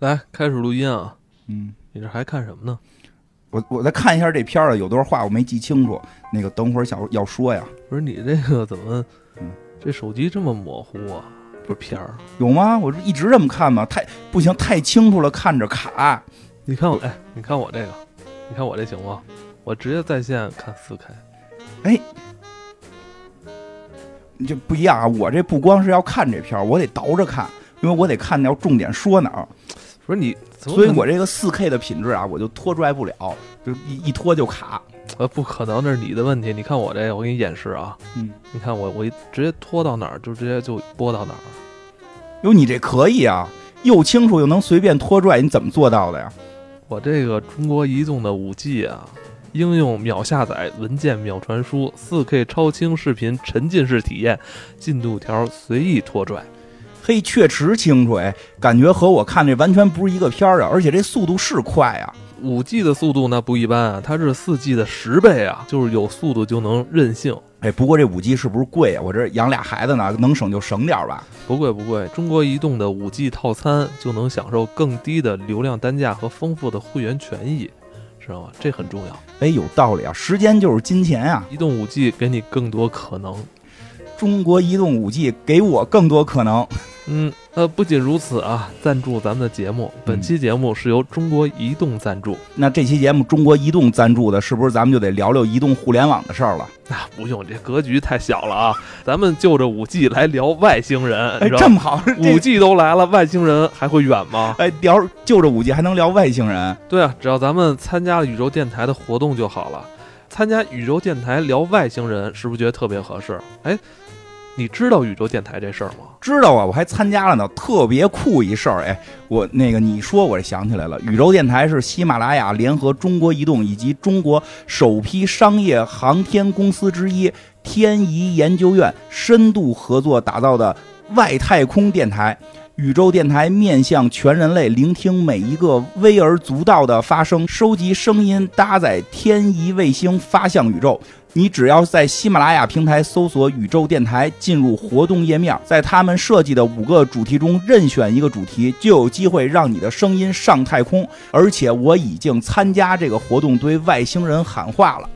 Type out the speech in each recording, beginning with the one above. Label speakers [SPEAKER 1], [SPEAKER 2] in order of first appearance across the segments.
[SPEAKER 1] 来，开始录音啊！
[SPEAKER 2] 嗯，
[SPEAKER 1] 你这还看什么呢？
[SPEAKER 2] 我我再看一下这片儿啊，有段话我没记清楚，那个等会儿想要说呀，
[SPEAKER 1] 不是你这个怎么
[SPEAKER 2] 嗯，
[SPEAKER 1] 这手机这么模糊啊？不是片儿，
[SPEAKER 2] 有吗？我是一直这么看吗？太不行，太清楚了，看着卡。
[SPEAKER 1] 你看我，哎，你看我这个，你看我这行吗？我直接在线看四 K，
[SPEAKER 2] 就不一样啊！我这不光是要看这片儿，我得倒着看，因为我得看要重点说哪儿，
[SPEAKER 1] 不是你，怎么
[SPEAKER 2] 所以
[SPEAKER 1] 可能
[SPEAKER 2] 我这个4 K 的品质啊，我就拖拽不了，就一一拖就卡。
[SPEAKER 1] 呃不可能，这是你的问题。你看我这个，我给你演示啊，
[SPEAKER 2] 嗯，
[SPEAKER 1] 你看我我一直接拖到哪儿就直接就播到哪儿，
[SPEAKER 2] 哟，你这可以啊，又清楚又能随便拖拽，你怎么做到的呀？
[SPEAKER 1] 我这个中国移动的五 G 啊。应用秒下载，文件秒传输，4 K 超清视频沉浸式体验，进度条随意拖拽。
[SPEAKER 2] 嘿，确实清楚哎，感觉和我看这完全不是一个片儿啊，而且这速度是快啊。
[SPEAKER 1] 五 G 的速度那不一般啊，它是四 G 的十倍啊，就是有速度就能任性，
[SPEAKER 2] 哎，不过这五 G 是不是贵啊？我这养俩孩子呢，能省就省点儿吧。
[SPEAKER 1] 不贵不贵。中国移动的五 G 套餐就能享受更低的流量单价和丰富的会员权益，知道吗？这很重要。
[SPEAKER 2] 哎，有道理啊，时间就是金钱啊！
[SPEAKER 1] 移动五 G 给你更多可能。
[SPEAKER 2] 中国移动五 G 给我更多可能。
[SPEAKER 1] 嗯，呃，不仅如此啊，赞助咱们的节
[SPEAKER 2] 嗯
[SPEAKER 1] 目，本期节目是由中国移动赞助。
[SPEAKER 2] 那这期节目中国移动赞助的，是不是咱们就得聊聊移动互联网的事儿了？
[SPEAKER 1] 那、啊不用，这格局太小了啊，咱们就着五 G 来聊外星人，你
[SPEAKER 2] 哎，
[SPEAKER 1] 知
[SPEAKER 2] 这
[SPEAKER 1] 道吗？
[SPEAKER 2] 么好，
[SPEAKER 1] 五
[SPEAKER 2] 这
[SPEAKER 1] G 都来了，外星人还会远吗？
[SPEAKER 2] 哎聊就着五 G 还能聊外星人？
[SPEAKER 1] 对啊，只要咱们参加了宇宙电台的活动就好了。参加宇宙电台聊外星人，是不是觉得特别合适？哎，你知道宇宙电台这事儿吗？
[SPEAKER 2] 知道啊，我还参加了呢，特别酷一事儿。哎，我那个你说我这想起来了，宇宙电台是喜马拉雅联合中国移动以及中国首批商业航天公司之一天仪研究院深度合作打造的外太空电台。宇宙电台面向全人类，聆听每一个微而足道的发声，收集声音，搭载天仪卫星发向宇宙。你只要在喜马拉雅平台搜索“宇宙电台”，进入活动页面，在他们设计的五个主题中任选一个主题，就有机会让你的声音上太空。而且我已经参加这个活动，对外星人喊话了：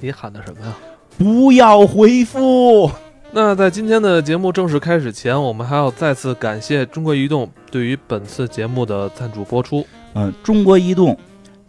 [SPEAKER 1] 你喊的什么呀？
[SPEAKER 2] 不要回复。
[SPEAKER 1] 那在今天的节目正式开始前，我们还要再次感谢中国移动对于本次节目的赞助播出。
[SPEAKER 2] 嗯，中国移动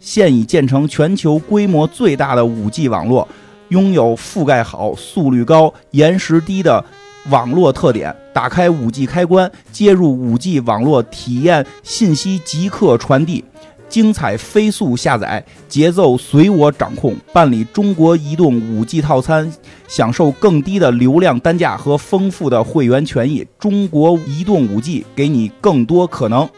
[SPEAKER 2] 现已建成全球规模最大的 5G 网络，拥有覆盖好、速率高、延时低的网络特点。打开 5G 开关，接入 5G 网络，体验信息即刻传递。精彩飞速下载，节奏随我掌控。办理中国移动 5G 套餐，享受更低的流量单价和丰富的会员权益。中国移动 5G 给你更多可能。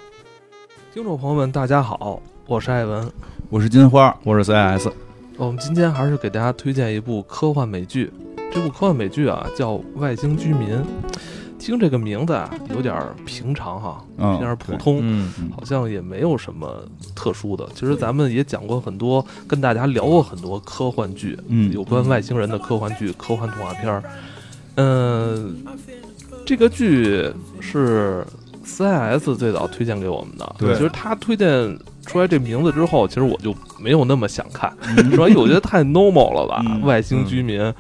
[SPEAKER 1] 听众朋友们，大家好，我是艾文。
[SPEAKER 2] 我是金花，
[SPEAKER 3] 我是 CIS，
[SPEAKER 1] 我们今天还是给大家推荐一部科幻美剧，这部科幻美剧啊叫《外星居民》，听这个名字啊有点儿平常哈、
[SPEAKER 2] 嗯
[SPEAKER 1] 有点儿普
[SPEAKER 2] 对
[SPEAKER 1] 通。
[SPEAKER 3] 嗯，
[SPEAKER 1] 好像也没有什么特殊的。其实咱们也讲过很多，跟大家聊过很多科幻剧，
[SPEAKER 2] 嗯
[SPEAKER 1] 有关外星人的科幻剧、科幻动画片儿。嗯、这个剧是 CIS 最早推荐给我们的。
[SPEAKER 2] 对
[SPEAKER 1] 其实他推荐出来这名字之后，其实我就没有那么想看，
[SPEAKER 3] 嗯
[SPEAKER 1] 主要因为我觉得太 normal 了吧，
[SPEAKER 2] 嗯
[SPEAKER 1] 外星居民。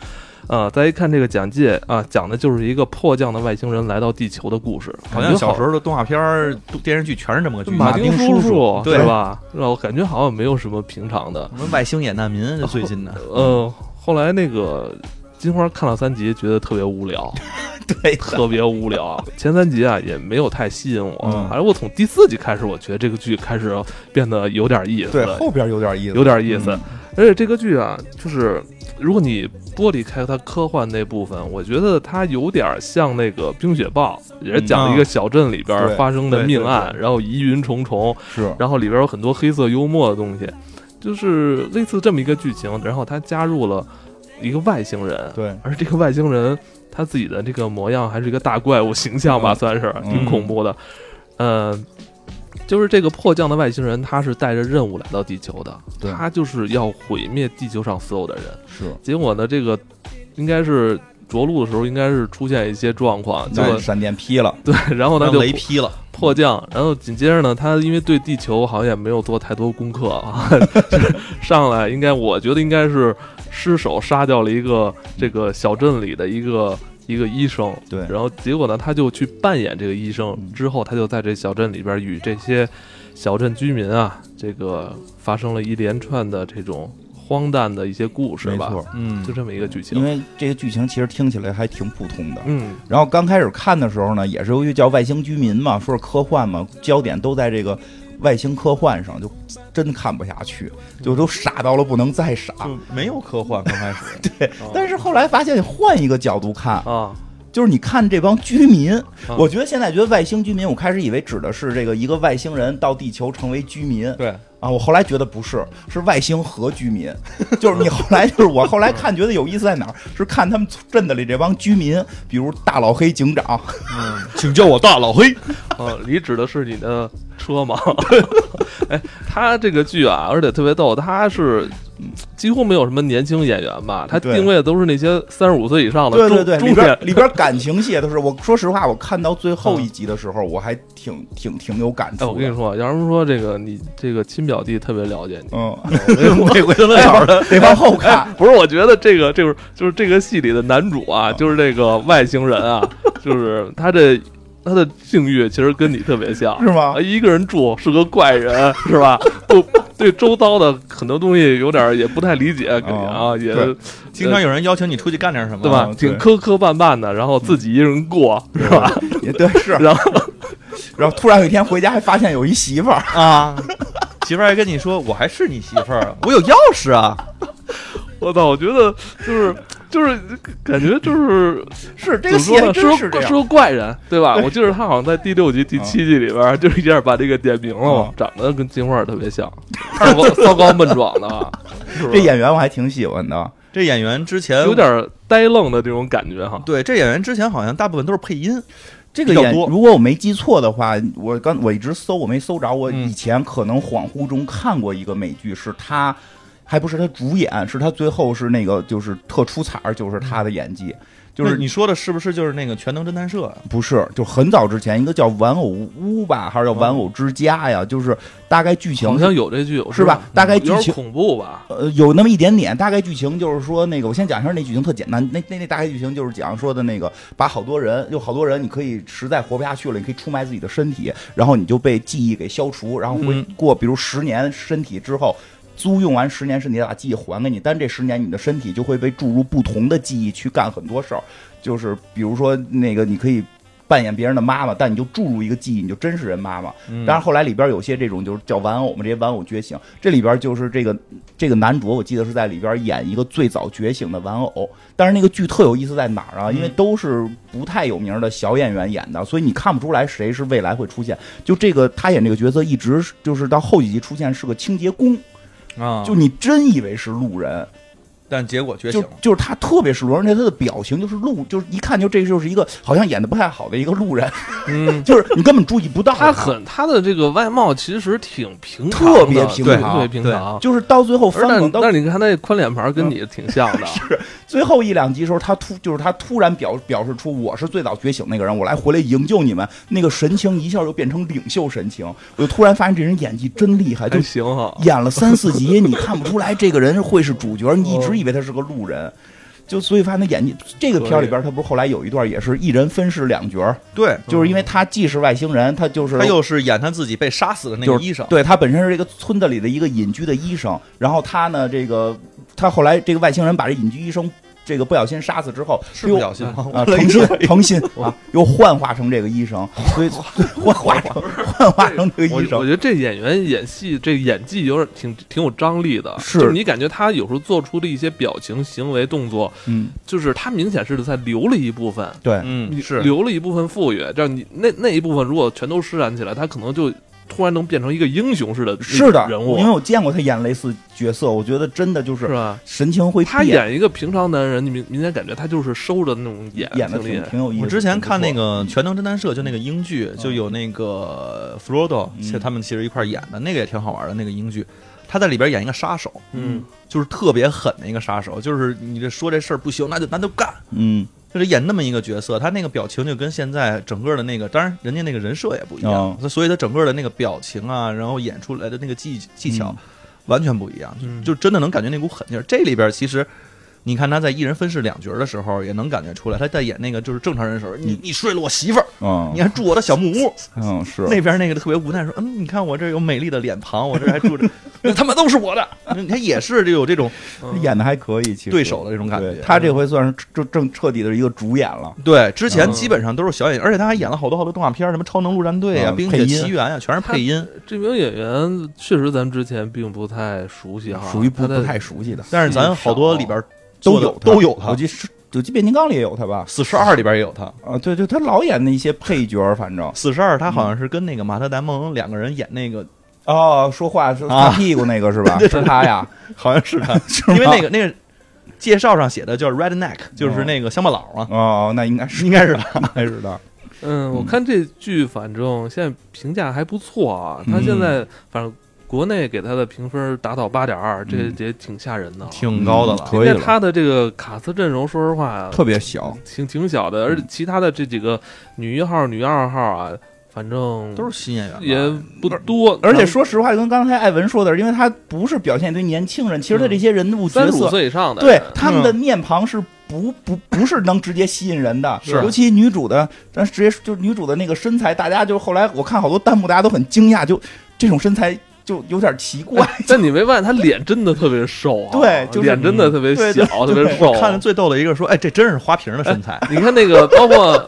[SPEAKER 1] 啊，再一看这个简介啊，讲的就是一个迫降的外星人来到地球的故事，
[SPEAKER 3] 好
[SPEAKER 1] 感
[SPEAKER 3] 像
[SPEAKER 1] 觉
[SPEAKER 3] 小时候的动画片儿、电视剧全是这么个剧，
[SPEAKER 1] 马丁叔
[SPEAKER 2] 马丁叔叔
[SPEAKER 1] 对
[SPEAKER 2] 对
[SPEAKER 1] 吧？让我感觉好像没有什么平常的。
[SPEAKER 3] 什么外星野难民，这最近 的，
[SPEAKER 1] 呃，后来那个金花看了三集，觉得特别无聊，
[SPEAKER 2] 对，
[SPEAKER 1] 特别无聊。前三集啊也没有太吸引我，
[SPEAKER 2] 嗯
[SPEAKER 1] 反正我从第四集开始，我觉得这个剧开始变得有点意思，
[SPEAKER 2] 对，后边有点意思，
[SPEAKER 1] 有点意思。
[SPEAKER 2] 嗯
[SPEAKER 1] 而且这个剧啊，就是如果你剥离开它科幻那部分，我觉得它有点像那个《冰雪暴》，也是讲一个小镇里边
[SPEAKER 2] 对
[SPEAKER 1] 发生的
[SPEAKER 3] 对
[SPEAKER 1] 命
[SPEAKER 3] 对
[SPEAKER 1] 案，然后疑云重重。
[SPEAKER 2] 是，
[SPEAKER 1] 然后里边有很多黑色幽默的东西，就是类似这么一个剧情，然后他加入了一个外星人，
[SPEAKER 2] 对，
[SPEAKER 1] 而这个外星人他自己的这个模样还是一个大怪物形象吧，
[SPEAKER 2] 嗯
[SPEAKER 1] 算是
[SPEAKER 2] 嗯
[SPEAKER 1] 挺恐怖的，呃。就是这个迫降的外星人，他是带着任务来到地球的，
[SPEAKER 2] 对
[SPEAKER 1] 他就是要毁灭地球上所有的人。
[SPEAKER 2] 是，
[SPEAKER 1] 结果呢，这个应该是着陆的时候，应该是出现一些状况，结
[SPEAKER 2] 那
[SPEAKER 1] 果
[SPEAKER 2] 闪电劈了，
[SPEAKER 1] 对，然后他
[SPEAKER 3] 让
[SPEAKER 1] 就
[SPEAKER 3] 雷劈了，
[SPEAKER 1] 迫降，然后紧接着呢，他因为对地球好像也没有做太多功课啊， 上来应该我觉得应该是失手杀掉了一个这个小镇里的一个一个医生，
[SPEAKER 2] 对
[SPEAKER 1] 然后结果呢，他就去扮演这个医生
[SPEAKER 2] 嗯，
[SPEAKER 1] 之后他就在这小镇里边与这些小镇居民啊，这个发生了一连串的这种荒诞的一些故事
[SPEAKER 2] 没
[SPEAKER 1] 吧，
[SPEAKER 2] 错。
[SPEAKER 3] 嗯
[SPEAKER 1] 就，这么一个剧情，
[SPEAKER 2] 因为这个剧情其实听起来还挺普通的，
[SPEAKER 1] 嗯，
[SPEAKER 2] 然后刚开始看的时候呢，也是由于叫外星居民嘛，说是科幻嘛，焦点都在这个外星科幻上，就真看不下去，就都傻到了不能再傻。
[SPEAKER 3] 就没有科幻刚开始，
[SPEAKER 2] 但是后来发现，换一个角度看，
[SPEAKER 1] 啊，
[SPEAKER 2] 就是你看这帮居民，我觉得现在觉得外星居民，我开始以为指的是这个一个外星人到地球成为居民
[SPEAKER 3] 对，
[SPEAKER 2] 啊，我后来觉得不是，是外星和居民，就是你后来就是我后来看觉得有意思在哪儿，是看他们镇子里这帮居民，比如大老黑警长，
[SPEAKER 3] 嗯，请叫我大老 黑，
[SPEAKER 1] 哦，你指的是你的车吗？ 哎，他这个剧啊，而且特别逗，他是几乎没有什么年轻演员吧？他
[SPEAKER 2] 对
[SPEAKER 1] 定位的都是那些三十五岁以上的
[SPEAKER 2] 对
[SPEAKER 1] 中
[SPEAKER 2] 对对，里
[SPEAKER 1] 中
[SPEAKER 2] 边
[SPEAKER 1] 年。
[SPEAKER 2] 里边感情戏都是，我说实话，我看到最后一集的时候，我还挺挺挺有感
[SPEAKER 1] 嗯哎，我
[SPEAKER 2] 触
[SPEAKER 1] 跟
[SPEAKER 2] 的
[SPEAKER 1] 你。说，要是说这个你这个亲表弟特别了解你，
[SPEAKER 2] 嗯，
[SPEAKER 3] 这回头
[SPEAKER 2] 哎
[SPEAKER 3] 那会儿
[SPEAKER 2] 得往后看，
[SPEAKER 1] 不是？我觉得这个这个就是这个戏里的男主啊，
[SPEAKER 2] 嗯
[SPEAKER 1] 就是这个外星人啊，就是他这他的境遇其实跟你特别 像，
[SPEAKER 2] 是吗
[SPEAKER 1] 啊，？一个人住是个怪人，是吧？ 不，对周遭的很多东西有点儿也不太理解，啊，也
[SPEAKER 2] 哦对
[SPEAKER 3] 经常有人邀请你出去干点什么，
[SPEAKER 1] 对吧？
[SPEAKER 2] 啊对
[SPEAKER 1] 挺磕磕绊绊的，然后自己一人过，是吧？
[SPEAKER 2] 也对，是。
[SPEAKER 1] 然后
[SPEAKER 2] 然后突然有一天回家，还发现有一媳妇儿，
[SPEAKER 3] 啊，媳妇儿还跟你说我还是你媳妇儿，我有钥匙啊，
[SPEAKER 1] 我操，我觉得就是就是感觉就是
[SPEAKER 2] 是这
[SPEAKER 1] 怎么
[SPEAKER 2] 个戏
[SPEAKER 1] 说
[SPEAKER 2] 还
[SPEAKER 1] 呢？
[SPEAKER 2] 真
[SPEAKER 1] 说
[SPEAKER 2] 是这样。
[SPEAKER 1] 说怪人，对 吧？我记得他好像在第六集、第七集里边儿，就是一下把这个点明了嘛
[SPEAKER 2] 嗯，
[SPEAKER 1] 长得跟金花儿特别像，骚高骚高闷壮 的，啊是
[SPEAKER 2] 这
[SPEAKER 1] 吧？
[SPEAKER 2] 演员我还挺喜欢的，
[SPEAKER 3] 这演员之前
[SPEAKER 1] 有点儿呆愣的这种感觉哈。
[SPEAKER 3] 对，这演员之前好像大部分都是配音，
[SPEAKER 2] 这个
[SPEAKER 3] 比较
[SPEAKER 2] 演
[SPEAKER 3] 多
[SPEAKER 2] 如果我没记错的话，我刚我一直搜，我没搜着，我
[SPEAKER 1] 嗯
[SPEAKER 2] 以前可能恍惚中看过一个美剧，是他，还不是他主演，是他最后是那个就是特出彩儿，就是他的演技，就
[SPEAKER 3] 那
[SPEAKER 2] 是
[SPEAKER 3] 你说的是不是就是那个《全能侦探社》啊？
[SPEAKER 2] 不是，就很早之前一个叫《玩偶屋》吧，还是叫《玩偶之家》呀？就是大概剧情
[SPEAKER 1] 好像有这句，我知
[SPEAKER 2] 是吧
[SPEAKER 1] 道
[SPEAKER 2] 大概
[SPEAKER 1] 有
[SPEAKER 2] 剧
[SPEAKER 1] 点儿
[SPEAKER 2] 情
[SPEAKER 1] 恐怖吧？
[SPEAKER 2] 呃有那么一点点，大概剧情就是说那个，我先讲一下那剧情特简单，那那那大概剧情就是讲说的那个，把好多人有好多人，你可以实在活不下去了，你可以出卖自己的身体，然后你就被记忆给消除，然后会
[SPEAKER 1] 嗯
[SPEAKER 2] 过比如十年身体之后。租用完十年身体，把记忆还给你，但这十年你的身体就会被注入不同的记忆去干很多事儿，就是比如说那个你可以扮演别人的妈妈，但你就注入一个记忆，你就真是人妈妈。
[SPEAKER 3] 嗯
[SPEAKER 2] 当然后来里边有些这种就是叫玩偶嘛，这些玩偶觉醒，这里边就是这个这个男主，我记得是在里边演一个最早觉醒的玩偶。但是那个剧特有意思在哪儿啊？因为都是不太有名的小演员演的，所以你看不出来谁是未来会出现。就这个他演这个角色，一直是就是到后几集出现是个清洁工，
[SPEAKER 3] 啊，
[SPEAKER 2] 就你真以为是路人，
[SPEAKER 3] 但结果觉醒
[SPEAKER 2] 就
[SPEAKER 3] 了，
[SPEAKER 2] 就是他特别是路人，而且他的表情就是路，就是一看就这就是一个好像演的不太好的一个路人，
[SPEAKER 1] 嗯，
[SPEAKER 2] 就是你根本注意不到
[SPEAKER 1] 他很他的这个外貌其实挺平常的，
[SPEAKER 2] 特别平
[SPEAKER 1] 对
[SPEAKER 2] 常
[SPEAKER 1] 特别平常。
[SPEAKER 2] 就是到最后翻
[SPEAKER 1] 而
[SPEAKER 2] 滚
[SPEAKER 1] 但
[SPEAKER 2] 到
[SPEAKER 1] 但是你看他那宽脸盘
[SPEAKER 2] 嗯
[SPEAKER 1] 跟你挺像 的，
[SPEAKER 2] 最后一两集的时候，他突就是他突然表表示出我是最早觉醒那个人，我来回来营救你们，那个神情一下就变成领袖神情，我就突然发现这人演技真厉害，就
[SPEAKER 1] 还行哈。
[SPEAKER 2] 演了三四集，你看不出来这个人会是主角，你一直以为他是个路人。就所以发现他演技，这个片儿里边他不是后来有一段也是一人分饰两角儿，
[SPEAKER 3] 对，
[SPEAKER 2] 就是因为他既是外星人，他就是
[SPEAKER 3] 他又是演他自己被杀死的那
[SPEAKER 2] 就
[SPEAKER 3] 个
[SPEAKER 2] 是
[SPEAKER 3] 医生，
[SPEAKER 2] 对他本身是这个村子里的一个隐居的医生，然后他呢，这个他后来这个外星人把这隐居医生这个不小心杀死之后，
[SPEAKER 3] 是
[SPEAKER 2] 又
[SPEAKER 3] 不小心吗？
[SPEAKER 2] 啊，
[SPEAKER 3] 我了一
[SPEAKER 2] 诚心
[SPEAKER 3] 嘴
[SPEAKER 2] 诚心啊，又幻化成这个医生，所以幻化成幻化成这个
[SPEAKER 1] 我
[SPEAKER 2] 医
[SPEAKER 1] 我
[SPEAKER 2] 生，
[SPEAKER 1] 觉得这演员演戏这演技有点挺挺有张力的，
[SPEAKER 2] 是
[SPEAKER 1] 就是你感觉他有时候做出的一些表情、行为、动作，
[SPEAKER 2] 嗯，
[SPEAKER 1] 就是他明显是在留了一部分，
[SPEAKER 2] 对，
[SPEAKER 3] 嗯，是
[SPEAKER 1] 留了一部分富裕，让你那那一部分如果全都施展起来，他可能就突然能变成一个英雄似的
[SPEAKER 2] 是的，
[SPEAKER 1] 人物
[SPEAKER 2] 因为，我见过他演类似角色，我觉得真的就是是
[SPEAKER 1] 吧？
[SPEAKER 2] 神情会
[SPEAKER 1] 他
[SPEAKER 2] 变
[SPEAKER 1] 演一个平常男人，你明明显感觉他就是收着那种演，
[SPEAKER 2] 演的
[SPEAKER 1] 挺厉
[SPEAKER 2] 挺
[SPEAKER 1] 害。
[SPEAKER 2] 挺有意思。
[SPEAKER 3] 我之前看那个
[SPEAKER 2] 挺不
[SPEAKER 3] 《
[SPEAKER 2] 错
[SPEAKER 3] 全能侦探社》，就那个英剧，就有那个弗罗多，
[SPEAKER 2] 嗯
[SPEAKER 3] 其实他们其实一块儿演的，那个也挺好玩的。那个英剧，他在里边演一个杀手，
[SPEAKER 1] 嗯，
[SPEAKER 3] 就是特别狠的一个杀手，就是你这说这事儿不行，那就咱就干。
[SPEAKER 2] 嗯，
[SPEAKER 3] 就是演那么一个角色，他那个表情就跟现在整个的那个，当然人家那个人设也不一
[SPEAKER 2] 哦
[SPEAKER 3] 样，所以他整个的那个表情啊，然后演出来的那个技技巧、
[SPEAKER 2] 嗯
[SPEAKER 3] 完全不一样，
[SPEAKER 1] 嗯
[SPEAKER 3] 就真的能感觉那股狠劲儿。这里边其实。你看他在一人分饰两角的时候，也能感觉出来，他在演那个就是正常人的时候，你你睡了我媳妇儿，
[SPEAKER 2] 嗯
[SPEAKER 3] 你还住我的小木屋，
[SPEAKER 2] 嗯是
[SPEAKER 3] 那边那个特别无奈说：“嗯，你看我这有美丽的脸庞，我这还住着，那他们都 是我的。”他也是就有这种
[SPEAKER 1] 嗯
[SPEAKER 2] 演的还可以，其实
[SPEAKER 3] 对手的这种感
[SPEAKER 2] 对
[SPEAKER 3] 觉。
[SPEAKER 2] 他这回算是正正彻底的一个主演了。
[SPEAKER 3] 对之前
[SPEAKER 1] 嗯
[SPEAKER 3] 基本上都是小演员，而且他还演了好多好多动画片，什么《超能陆战队》啊，
[SPEAKER 2] 嗯
[SPEAKER 3] 《冰
[SPEAKER 2] 配
[SPEAKER 3] 雪
[SPEAKER 2] 音
[SPEAKER 3] 奇缘》啊，全是配音。
[SPEAKER 1] 嗯这名演员确实咱们之前并不太熟悉哈，
[SPEAKER 2] 嗯属于不
[SPEAKER 1] 他在
[SPEAKER 2] 不太熟悉的，
[SPEAKER 3] 但是咱好多里边
[SPEAKER 2] 都
[SPEAKER 3] 做的
[SPEAKER 2] 有
[SPEAKER 3] 都有
[SPEAKER 2] 我
[SPEAKER 3] 他，
[SPEAKER 2] 记是我记变形金刚里也有他吧？
[SPEAKER 3] 四十二里边也有他。
[SPEAKER 2] 啊，对对，他老演那些配角儿，反正
[SPEAKER 3] 四十二他好像是跟那个马特·达蒙两个人演那个，
[SPEAKER 2] 哦，说话是擦
[SPEAKER 3] 啊
[SPEAKER 2] 屁股那个是吧？是他呀，
[SPEAKER 3] 好像是他，
[SPEAKER 2] 是吗
[SPEAKER 3] 因为那个那个介绍上写的叫 Redneck，就是那个乡巴佬啊，
[SPEAKER 2] 哦，那应该是
[SPEAKER 3] 应该是他。
[SPEAKER 2] 应该是他。
[SPEAKER 1] 嗯，我
[SPEAKER 2] 嗯
[SPEAKER 1] 看这剧反正现在评价还不错啊，
[SPEAKER 2] 嗯
[SPEAKER 1] 他现在反正国内给他的评分打到八点二，这
[SPEAKER 2] 嗯
[SPEAKER 1] 也挺吓人的啊。
[SPEAKER 3] 挺高的了
[SPEAKER 2] 嗯，
[SPEAKER 1] 因
[SPEAKER 2] 可以
[SPEAKER 1] 为
[SPEAKER 2] 了
[SPEAKER 1] 他的这个卡斯阵容，说实话
[SPEAKER 2] 特嗯别小，
[SPEAKER 1] 挺挺小的，而且其他的这几个女一号、女二号啊，反正
[SPEAKER 3] 都是新演员吧，啊
[SPEAKER 1] 也不多，
[SPEAKER 2] 啊而且说实话，跟刚才艾文说的，因为他不是表现一堆年轻人，其实他这些人物角
[SPEAKER 1] 三十五
[SPEAKER 2] 色，
[SPEAKER 1] 岁以上的嗯
[SPEAKER 2] 对他们的面庞是不不不是能直接吸引人的，
[SPEAKER 3] 是
[SPEAKER 2] 尤其女主的，咱直接就是女主的那个身材，大家就后来我看好多弹幕，大家都很惊讶，就这种身材就有点奇怪，
[SPEAKER 1] 哎但你没办法，他脸真的特别瘦啊，
[SPEAKER 2] 对就是
[SPEAKER 1] 脸真的特别
[SPEAKER 2] 嗯对
[SPEAKER 1] 小，特别瘦。
[SPEAKER 3] 看着最逗的一个说：“哎，这真是花瓶的身材。
[SPEAKER 1] 你看那个，包括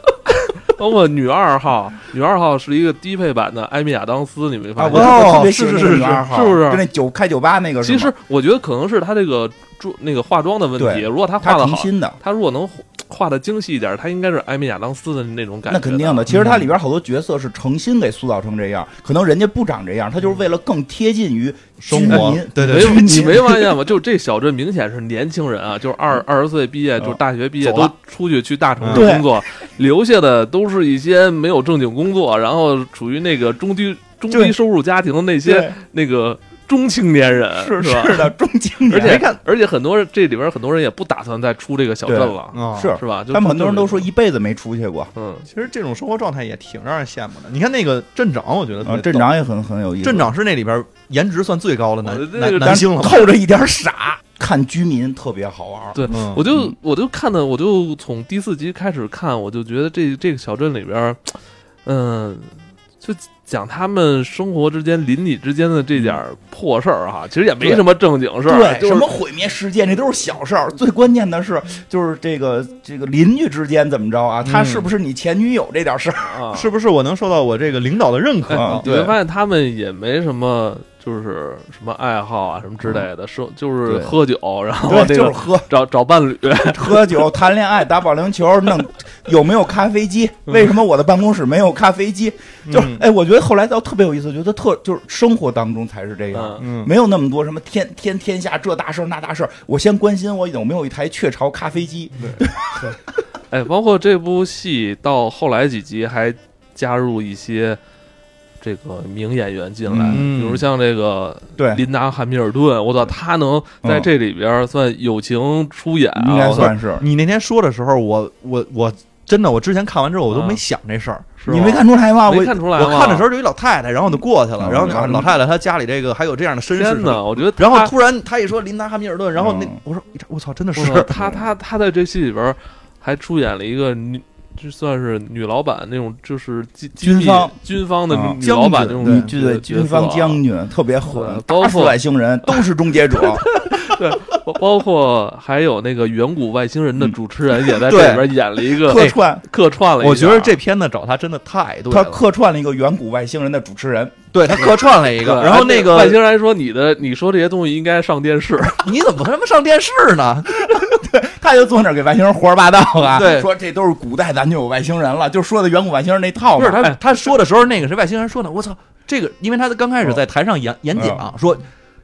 [SPEAKER 1] 包括女二号，女二号是一个低配版的艾米亚当斯，你没
[SPEAKER 2] 啊，
[SPEAKER 1] 发
[SPEAKER 2] 我
[SPEAKER 1] 现？
[SPEAKER 2] 就特别喜欢那
[SPEAKER 3] 是哎哦是
[SPEAKER 2] 个
[SPEAKER 3] 是
[SPEAKER 2] 女二号
[SPEAKER 1] 是不是
[SPEAKER 2] 跟那酒开酒吧那个是
[SPEAKER 1] 其
[SPEAKER 2] 吗，
[SPEAKER 1] 实我觉得可能是她这个妆那个化妆的问题。
[SPEAKER 2] 对
[SPEAKER 1] 如果她
[SPEAKER 2] 他
[SPEAKER 1] 画的
[SPEAKER 2] 挺
[SPEAKER 1] 好，
[SPEAKER 2] 新的。
[SPEAKER 1] 她如果能画的精细一点，她应该是艾米亚当斯的那种感觉。
[SPEAKER 2] 那肯定的，。其实它里边好多角色是诚心给塑造成这样，可能人家不长这样，他就是为了更贴近于居
[SPEAKER 3] 生活
[SPEAKER 2] 民。
[SPEAKER 3] 对对
[SPEAKER 1] 没
[SPEAKER 2] 居
[SPEAKER 1] 有，
[SPEAKER 2] 民
[SPEAKER 1] 你没发现吗？就这小镇明显是年轻人啊，就是二二十岁毕业，就是大学毕业
[SPEAKER 2] 嗯走了
[SPEAKER 1] 都出去去大城市
[SPEAKER 2] 对
[SPEAKER 1] 工作，留下的都是一些没有正经工作，然后处于那个中低中
[SPEAKER 2] 对
[SPEAKER 1] 低收入家庭的那些
[SPEAKER 2] 对
[SPEAKER 1] 那个中青年人，
[SPEAKER 2] 是
[SPEAKER 1] 是吧？
[SPEAKER 2] 是的，中青
[SPEAKER 1] 而
[SPEAKER 2] 年。
[SPEAKER 1] 且而且很多人这里边很多人也不打算再出这个小镇了，
[SPEAKER 3] 啊
[SPEAKER 2] 是
[SPEAKER 1] 是吧？就
[SPEAKER 2] 嗯他们很多人都
[SPEAKER 1] 就
[SPEAKER 2] 说一辈子没出去过，
[SPEAKER 1] 嗯，
[SPEAKER 3] 其实这种生活状态也挺让人羡慕的。你看那个啊镇长，我觉得特别
[SPEAKER 2] 嗯，镇
[SPEAKER 3] 逗
[SPEAKER 2] 长也很很有意思。
[SPEAKER 3] 镇长是那里边颜值算最高
[SPEAKER 1] 我
[SPEAKER 3] 的男
[SPEAKER 1] 觉得那
[SPEAKER 3] 男
[SPEAKER 1] 个
[SPEAKER 2] 但
[SPEAKER 3] 男
[SPEAKER 2] 是
[SPEAKER 3] 星了吧？
[SPEAKER 2] 透着一点傻，看居民特别好玩。
[SPEAKER 1] 对
[SPEAKER 3] 嗯
[SPEAKER 1] 我就
[SPEAKER 2] 嗯
[SPEAKER 1] 我就看的，我就从第四集开始看，我就觉得这这个小镇里边，嗯，就讲他们生活之间、邻里之间的这点儿破事儿哈，其实也没
[SPEAKER 2] 嗯对
[SPEAKER 1] 什么正经事儿，
[SPEAKER 2] 对，
[SPEAKER 1] 就是
[SPEAKER 2] 什么毁灭世界，那都是小事儿。最关键的是，就是这个这个邻居之间怎么着啊？他
[SPEAKER 3] 嗯
[SPEAKER 2] 是不是你前女友这点事儿？
[SPEAKER 1] 啊，
[SPEAKER 3] 是不是我能受到我这个领导的认可
[SPEAKER 1] 哎
[SPEAKER 2] 啊
[SPEAKER 1] 你
[SPEAKER 2] 对
[SPEAKER 1] 会发现他们也没什么，就是什么爱好啊，什么之类的，生就是
[SPEAKER 2] 嗯对
[SPEAKER 1] 喝酒，然后
[SPEAKER 2] 对，
[SPEAKER 1] 那
[SPEAKER 2] 啊就是
[SPEAKER 1] 个
[SPEAKER 2] 喝
[SPEAKER 1] 找找伴侣，
[SPEAKER 2] 喝酒、谈恋爱、打保龄球，弄有没有咖啡机？
[SPEAKER 1] 嗯
[SPEAKER 2] 为什么我的办公室没有咖啡机？就是
[SPEAKER 3] 嗯
[SPEAKER 2] 哎，我觉得后来倒特别有意思，觉得特就是生活当中才是这样。
[SPEAKER 1] 嗯
[SPEAKER 3] 嗯，
[SPEAKER 2] 没有那么多什么天天天下这大事儿那大事儿，我先关心我有没有一台雀巢咖啡机。
[SPEAKER 1] 哎，包括这部戏到后来几集还加入一些这个名演员进来，
[SPEAKER 3] 嗯
[SPEAKER 1] 比如像这个
[SPEAKER 2] 对，
[SPEAKER 3] 哎
[SPEAKER 1] 琳达·汉密尔顿，我操，她能
[SPEAKER 3] 嗯
[SPEAKER 1] 在这里边算友情出演啊，
[SPEAKER 2] 应该
[SPEAKER 1] 我操
[SPEAKER 2] 算是。
[SPEAKER 3] 你那天说的时候，我我我真的，我之前看完之后我都没想这事儿。
[SPEAKER 1] 是吧
[SPEAKER 2] 你没看出来吗？
[SPEAKER 1] 没
[SPEAKER 2] 我
[SPEAKER 1] 看出来吗？
[SPEAKER 3] 我看的时候就一老太太，然后我就过去了。
[SPEAKER 2] 嗯
[SPEAKER 3] 然后那
[SPEAKER 2] 嗯
[SPEAKER 3] 老太太她家里这个还有这样的身世
[SPEAKER 1] 天，哪，我觉得她
[SPEAKER 3] 然后突然她一说琳达·汉密尔顿，然后那
[SPEAKER 2] 嗯
[SPEAKER 3] 我说我操，真的是
[SPEAKER 1] 我操她她她在这戏里边还出演了一个女。就算是女老板那种，就是基基地
[SPEAKER 2] 军方
[SPEAKER 1] 军方的
[SPEAKER 2] 啊
[SPEAKER 1] 女老板那
[SPEAKER 3] 将
[SPEAKER 1] 种
[SPEAKER 3] 军
[SPEAKER 1] 角
[SPEAKER 2] 你
[SPEAKER 1] 色，啊呃
[SPEAKER 2] 对对，军方将军特别狠
[SPEAKER 1] 对，包
[SPEAKER 2] 打死
[SPEAKER 1] 括
[SPEAKER 2] 外星人都是终 结者。
[SPEAKER 1] 包包括还有那个远古外星人的主持人也在这
[SPEAKER 3] 嗯对
[SPEAKER 1] 里边演了一个哎
[SPEAKER 2] 客串，
[SPEAKER 1] 客串了一下。
[SPEAKER 3] 我觉得这片子找她真的太对
[SPEAKER 2] 他
[SPEAKER 3] 了，
[SPEAKER 2] 客串了一个远古外星人的主持人，
[SPEAKER 3] 对她客串了一个，
[SPEAKER 1] 对哎
[SPEAKER 3] 然后那个
[SPEAKER 1] 外星人还说你的你说这些东西应该上电 视，啊
[SPEAKER 3] 你怎么他妈上电视呢？
[SPEAKER 2] 他就坐那儿给外星人胡说八道啊，
[SPEAKER 3] 对
[SPEAKER 2] 说这都是古代咱就有外星人了，就说的远古外星人那套
[SPEAKER 3] 不
[SPEAKER 2] 嘛
[SPEAKER 3] 是他
[SPEAKER 1] 哎
[SPEAKER 3] 他说的时候，那个谁外星人说呢？我操，这个，因为他刚开始在台上演演讲说。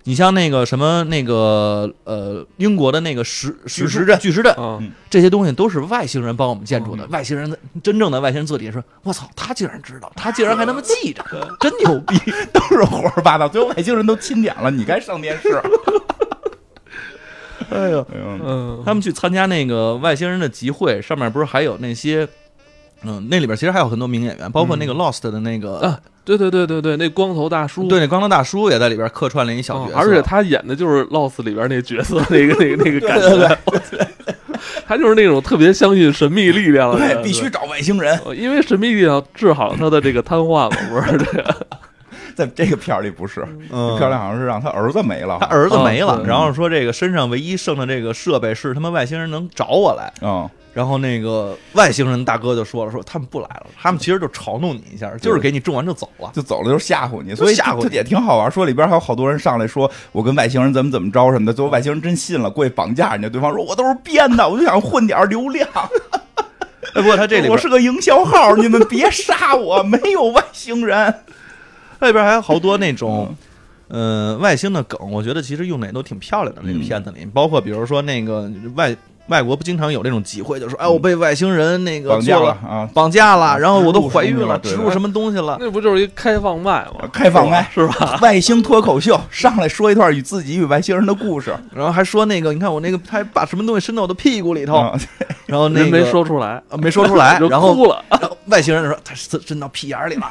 [SPEAKER 3] 你像那个什么那个呃，英国的那个石石
[SPEAKER 2] 巨石
[SPEAKER 3] 柱
[SPEAKER 2] 阵
[SPEAKER 3] 巨石阵
[SPEAKER 1] 嗯，
[SPEAKER 3] 这些东西都是外星人帮我们建筑的。
[SPEAKER 1] 嗯
[SPEAKER 3] 外星人的真正的外星人做底下说，我操，他竟然知道，他竟然还那么记着，真牛逼！
[SPEAKER 2] 都 是胡说八道，最后外星人都钦点了，你该上电视。
[SPEAKER 3] 哎呦，
[SPEAKER 2] 嗯
[SPEAKER 1] 嗯，
[SPEAKER 3] 他们去参加那个外星人的集会，上面不是还有那些，嗯，那里边其实还有很多名演员，包括那个 Lost 的那个，
[SPEAKER 1] 啊，对对对对对，那光头大叔，
[SPEAKER 3] 对，那光头大叔也在里边客串了一小角
[SPEAKER 1] 哦
[SPEAKER 3] 色，
[SPEAKER 1] 而且他演的就是 Lost 里边那角色，那个那个那个感觉，他就是那种特别相信神秘力量的人，
[SPEAKER 2] 对，必须找外星人，
[SPEAKER 1] 对，因为神秘力量治好了他的这个瘫痪嘛，不是 啊这个，
[SPEAKER 2] 在这个片儿里不是，
[SPEAKER 3] 嗯
[SPEAKER 2] 漂亮好像是让他儿子没了，
[SPEAKER 3] 他儿子没
[SPEAKER 1] 哦
[SPEAKER 3] 了，
[SPEAKER 1] 对
[SPEAKER 3] 然后说这个身上唯一剩的这个设备是他们外星人能找我来，
[SPEAKER 2] 嗯，
[SPEAKER 3] 然后那个外星人大哥就说了，说他们不来了，他们其实就嘲弄你一下，就是给你种完就走了。
[SPEAKER 2] 就走了，就是吓唬你，所以
[SPEAKER 3] 吓唬你
[SPEAKER 2] 这这也挺好玩。说里边还有好多人上来说我跟外星人怎么怎么着什么的，最后外星人真信了，过去绑架人家，对方说我都是编的， 我就想混点流量，
[SPEAKER 3] 哎，不过他这里边
[SPEAKER 2] 我是个营销号，你们别杀我，没有外星人。
[SPEAKER 3] 外边还有好多那
[SPEAKER 2] 嗯
[SPEAKER 3] 种，呃，外星的梗，我觉得其实用的也都挺漂亮的。那个
[SPEAKER 2] 嗯
[SPEAKER 3] 片子里，包括比如说那个外外国不经常有那种集会，就说哎，我被外星人那个
[SPEAKER 2] 嗯绑架
[SPEAKER 3] 做
[SPEAKER 2] 了
[SPEAKER 3] 了
[SPEAKER 2] 啊，
[SPEAKER 3] 绑架了，然后我都
[SPEAKER 2] 植入
[SPEAKER 3] 怀孕
[SPEAKER 2] 什么
[SPEAKER 3] 了，
[SPEAKER 2] 对
[SPEAKER 3] 植入什么东西 了。
[SPEAKER 1] 那不就是一开放麦吗？
[SPEAKER 2] 开放麦
[SPEAKER 1] 是吧？
[SPEAKER 2] 外星脱口秀上来说一段与自己与外星人的 故事，
[SPEAKER 3] 然后还说那个，你看我那个，他还把什么东西伸到我的屁股里头，
[SPEAKER 1] 哦
[SPEAKER 2] 啊
[SPEAKER 3] 然后那
[SPEAKER 1] 人
[SPEAKER 3] 个
[SPEAKER 1] 没说出来，
[SPEAKER 3] 啊没说出
[SPEAKER 2] 哎
[SPEAKER 3] 来，
[SPEAKER 1] 就
[SPEAKER 3] 然后
[SPEAKER 1] 哭了，
[SPEAKER 3] 然后外星人就说他伸伸到屁眼儿里了。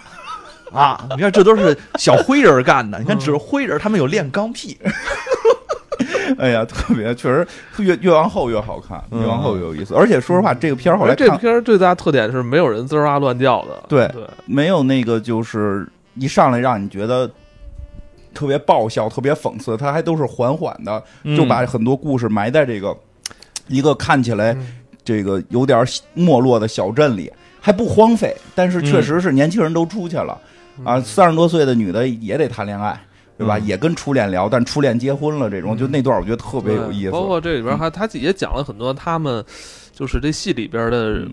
[SPEAKER 3] 啊！你看，这都是小灰人干的。你看，只
[SPEAKER 2] 嗯
[SPEAKER 3] 是灰人，他们有练钢屁。
[SPEAKER 2] 哎呀，特别确实越越往后越好看，
[SPEAKER 3] 嗯
[SPEAKER 2] 越往后越有意思。而且说实话，这个片儿后来
[SPEAKER 1] 哎这
[SPEAKER 2] 看
[SPEAKER 1] 片儿最大特点是没有人滋哇乱叫的，
[SPEAKER 2] 对
[SPEAKER 1] 对，
[SPEAKER 2] 没有那个就是一上来让你觉得特别爆笑、特别讽刺，它还都是缓缓的，
[SPEAKER 3] 嗯
[SPEAKER 2] 就把很多故事埋在这个一个看起来
[SPEAKER 1] 嗯
[SPEAKER 2] 这个有点没落的小镇里，还不荒废。但是
[SPEAKER 1] 嗯
[SPEAKER 2] 确实是年轻人都出去了啊，三十多岁的女的也得谈恋爱。对吧？
[SPEAKER 3] 嗯
[SPEAKER 2] 也跟初恋聊，但初恋结婚了，这种就那段我觉得特
[SPEAKER 1] 嗯对
[SPEAKER 2] 别有意思。嗯
[SPEAKER 1] 包括这里边还他也讲了很多他们就是这戏里边的
[SPEAKER 2] 嗯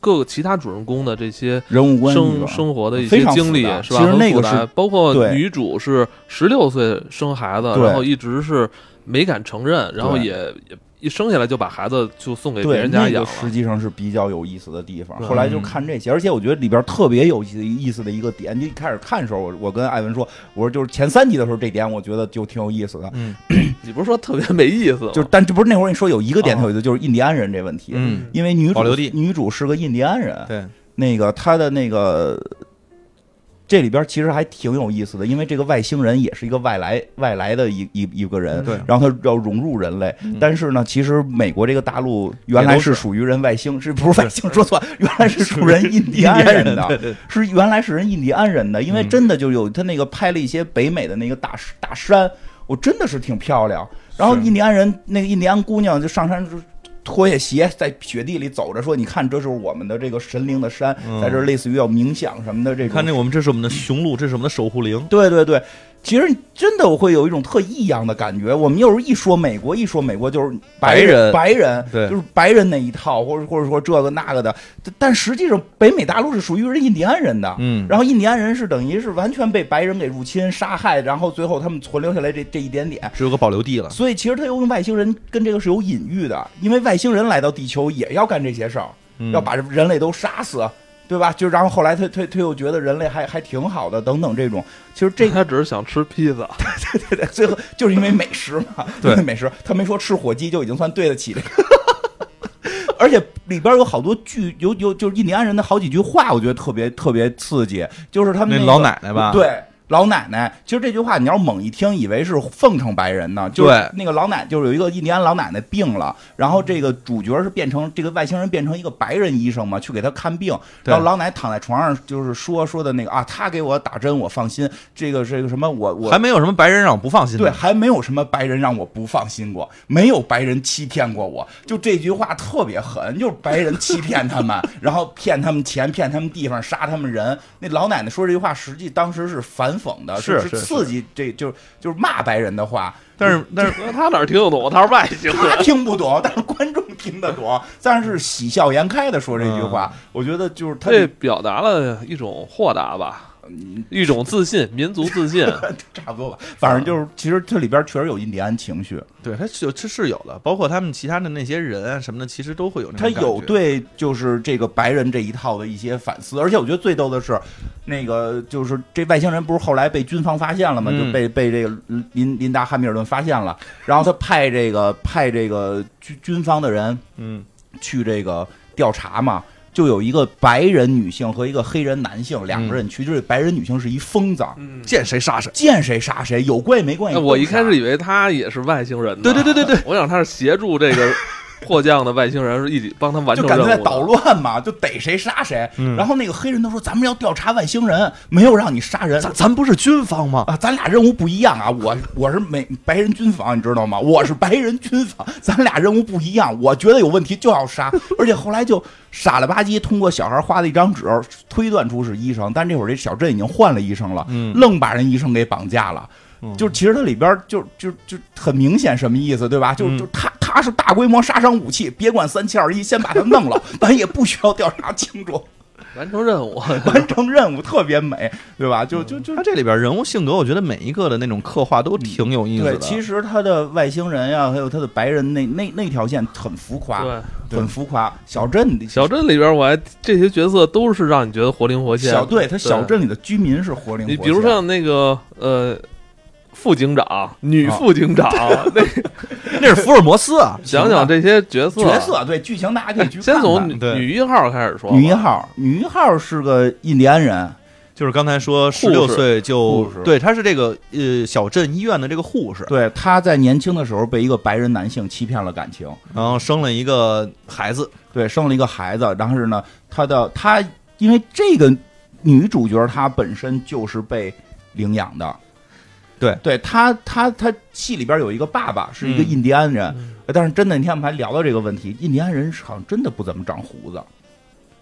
[SPEAKER 1] 各个其他主人公的这些
[SPEAKER 2] 人物关系
[SPEAKER 1] 生
[SPEAKER 2] 吧
[SPEAKER 1] 生活的一
[SPEAKER 2] 非
[SPEAKER 1] 些
[SPEAKER 2] 常
[SPEAKER 1] 经历
[SPEAKER 2] 复杂
[SPEAKER 1] 是吧？
[SPEAKER 2] 其实
[SPEAKER 1] 很
[SPEAKER 2] 那个
[SPEAKER 1] 复杂
[SPEAKER 2] 是
[SPEAKER 1] 包括
[SPEAKER 2] 对
[SPEAKER 1] 女主是十六岁生孩子，
[SPEAKER 2] 对
[SPEAKER 1] 然后一直是没敢承认，然后
[SPEAKER 2] 对
[SPEAKER 1] 也也一生下来就把孩子就送给别
[SPEAKER 2] 对，
[SPEAKER 1] 人家
[SPEAKER 2] 那
[SPEAKER 1] 养
[SPEAKER 2] 个
[SPEAKER 1] 了。
[SPEAKER 2] 实际上是比较有意思的地方。
[SPEAKER 1] 嗯
[SPEAKER 2] 后来就看这些，而且我觉得里边特别有意思意思的一个点，就一开始看的时候，我我跟艾文说，我说就是前三集的时候，这点我觉得就挺有意思的。
[SPEAKER 3] 嗯
[SPEAKER 1] 你不是说特别没意思吗？
[SPEAKER 2] 就是，但这不是那会儿你说有一个点特有意
[SPEAKER 1] 嗯
[SPEAKER 2] 思，就是印第安人这问题，
[SPEAKER 3] 嗯，
[SPEAKER 2] 因为女
[SPEAKER 3] 保留
[SPEAKER 2] 主
[SPEAKER 3] 地
[SPEAKER 2] 女主是个印第安人，
[SPEAKER 3] 对，
[SPEAKER 2] 那个她的那个。这里边其实还挺有意思的，因为这个外星人也是一个外来外来的一一一个人，
[SPEAKER 3] 对
[SPEAKER 2] 然后他要融入人类，
[SPEAKER 3] 嗯
[SPEAKER 2] 但是呢，其实美国这个大陆原来是属于人外星，是不是外星？说错了，原来 是属于人印第安人
[SPEAKER 3] 对
[SPEAKER 2] 的，
[SPEAKER 3] 对
[SPEAKER 2] 是原来是人印第安人的，因为
[SPEAKER 3] 嗯
[SPEAKER 2] 真的就有他那个拍了一些北美的那个大大山，我真的是挺漂亮。然后
[SPEAKER 3] 是
[SPEAKER 2] 印第安人那个印第安姑娘就上山就脱下鞋，在雪地里走着，说：“你看，这是我们的这个神灵的山，
[SPEAKER 3] 嗯
[SPEAKER 2] 在这儿类似于要冥想什么的这
[SPEAKER 3] 看
[SPEAKER 2] 种。
[SPEAKER 3] 这，我们这是我们的雄鹿，这是我们的守护灵”。
[SPEAKER 2] 对对对，其实真的我会有一种特异样的感觉。我们有时候一说美国，一说美国就是白人，
[SPEAKER 3] 对
[SPEAKER 2] 就是白人那一套，或者或者说这个那个的。但但实际上，北美大陆是属于人印第安人的，
[SPEAKER 3] 嗯
[SPEAKER 2] 然后印第安人是等于是完全被白人给入侵、杀害，然后最后他们存留下来这这一点点。
[SPEAKER 3] 只有个保留地了。
[SPEAKER 2] 所以其实他用外星人跟这个是有隐喻的，因为外星人来到地球也要干这些事儿，
[SPEAKER 3] 嗯
[SPEAKER 2] 要把人类都杀死，对吧？就然后后来他他他又觉得人类还还挺好的，等等这种。其实这 个
[SPEAKER 1] 他只是想吃披萨，
[SPEAKER 2] 对对，最后就是因为美食嘛，
[SPEAKER 3] 对
[SPEAKER 2] 因为美食，他没说吃火鸡就已经算对得起这个。 而且里边有好多句，有有就是印第安人的好几句话，我觉得特别特别刺激，就是他们、
[SPEAKER 3] 那
[SPEAKER 2] 那个、
[SPEAKER 3] 老奶奶吧，，
[SPEAKER 2] 对。老奶奶，其实这句话你要猛一听，以为是奉承白人呢。就是
[SPEAKER 3] 对
[SPEAKER 2] 那个老奶，就是有一个印第安老奶奶病了，然后这个主角是变成这个外星人变成一个白人医生嘛，去给她看病。
[SPEAKER 3] 对
[SPEAKER 2] 然后老奶奶躺在床上，就是说说的那个啊，他给我打针，我放心。这个这个什么，我我
[SPEAKER 3] 还没有什么白人让我不放心的。
[SPEAKER 2] 对，还没有什么白人让我不放心过，没有白人欺骗过我。就这句话特别狠，就是白人欺骗他 们，然后骗他们钱，骗他们地方，杀他们人。那老奶奶说这句话，实际当时是反讽的，
[SPEAKER 3] 是
[SPEAKER 2] 是
[SPEAKER 3] 是
[SPEAKER 2] 刺激这就是就是骂白人的话。
[SPEAKER 3] 但是但是
[SPEAKER 1] 他哪儿听得懂？他是外星人。
[SPEAKER 2] 他听不懂，但是观众听得懂，但是
[SPEAKER 3] 嗯
[SPEAKER 2] 喜笑颜开的说这句话，我觉得就是他
[SPEAKER 1] 这表达了一种豁达吧，
[SPEAKER 2] 嗯
[SPEAKER 1] 一种自信，民族自 信。
[SPEAKER 2] 差不多吧。反正
[SPEAKER 3] 嗯
[SPEAKER 2] 就是，其实这里边确实有印第安情绪，
[SPEAKER 3] 对，他是有这是有的，包括他们其他的那些人啊什么的，其实都会有那
[SPEAKER 2] 他
[SPEAKER 3] 种感
[SPEAKER 2] 有
[SPEAKER 3] 觉，
[SPEAKER 2] 对就是这个白人这一套的一些反思，而且我觉得最逗的是，那个就是这外星人不是后来被军方发现了吗？
[SPEAKER 1] 嗯
[SPEAKER 2] 就被被这个林林达汉密尔顿发现了，然后他派这个派这个军军方的人
[SPEAKER 1] 嗯，
[SPEAKER 2] 去这个调查嘛。就有一个白人女性和一个黑人男性两个人去，就是白人女性是一疯子，
[SPEAKER 3] 嗯见谁呃杀谁。
[SPEAKER 2] 见谁杀谁，有关系没关系
[SPEAKER 1] 哎，
[SPEAKER 2] 都杀。
[SPEAKER 1] 我一开始以为他也是外星人呢。
[SPEAKER 3] 对对对对对，
[SPEAKER 1] 我想他是协助这个 迫降的外星人，是一起帮他完
[SPEAKER 2] 就
[SPEAKER 1] 成
[SPEAKER 2] 感
[SPEAKER 1] 任
[SPEAKER 2] 觉
[SPEAKER 1] 务
[SPEAKER 2] 在
[SPEAKER 1] 的。
[SPEAKER 2] 捣乱嘛，就逮谁杀谁。然后那个黑人都说：“咱们要调查外星人，没有让你杀人。”
[SPEAKER 3] 咱咱不是军方吗？
[SPEAKER 2] 啊，咱俩任务不一样啊！我我是美白人军防，你知道吗？我是白人军防，咱俩任务不一样。我觉得有问题就要杀，而且后来就傻了吧唧，通过小孩画的一张纸推断出是医生，但这会儿这小镇已经换了医生了，
[SPEAKER 3] 嗯
[SPEAKER 2] 愣把人医生给绑架了。
[SPEAKER 1] 嗯
[SPEAKER 2] 就其实它里边就就就很明显什么意思，对吧？就
[SPEAKER 1] 嗯
[SPEAKER 2] 就他他是大规模杀伤武器，别管三七二一，先把他弄 了，咱也不需要调查清楚，
[SPEAKER 1] 完成任务。
[SPEAKER 2] 完成任务特别美，对吧？就
[SPEAKER 1] 嗯
[SPEAKER 2] 就就
[SPEAKER 3] 他这里边人物性格，我觉得每一个的那种刻画都挺有意思的。
[SPEAKER 2] 对，其实他的外星人呀、还有他的白人那那那条线很浮夸，
[SPEAKER 1] 对，
[SPEAKER 2] 很浮夸。小镇里
[SPEAKER 1] 小镇里边我还这些角色都是让你觉得活灵活现。
[SPEAKER 2] 小对，他小镇里的居民是活灵活
[SPEAKER 1] 你
[SPEAKER 2] 现。
[SPEAKER 1] 比如像那个呃，副警长、女
[SPEAKER 2] 啊
[SPEAKER 1] 副警 长，那
[SPEAKER 3] 那是福尔摩斯啊，
[SPEAKER 1] 想想这些角色，
[SPEAKER 2] 角色，对剧情大家可以去
[SPEAKER 1] 先
[SPEAKER 2] 看
[SPEAKER 1] 从
[SPEAKER 2] 看
[SPEAKER 1] 女
[SPEAKER 3] 对
[SPEAKER 1] 女一号开始说吧。
[SPEAKER 2] 女一号，女一号是个印第安人，
[SPEAKER 3] 就是刚才说十
[SPEAKER 1] 士
[SPEAKER 3] 六岁就
[SPEAKER 2] 护士
[SPEAKER 3] 对，他是这个呃小镇医院的这个护士，
[SPEAKER 2] 对，她在年轻的时候被一个白人男性欺骗了感情，
[SPEAKER 3] 然后生了一个孩子，
[SPEAKER 2] 对，生了一个孩子，但是呢，她的她因为这个女主角她本身就是被领养的，
[SPEAKER 3] 对
[SPEAKER 2] 对，她她她戏里边有一个爸爸是一个
[SPEAKER 3] 嗯
[SPEAKER 2] 印第安人，
[SPEAKER 1] 嗯
[SPEAKER 2] 但是真的那天我们还聊到这个问题，印第安人好像真的不怎么长胡子，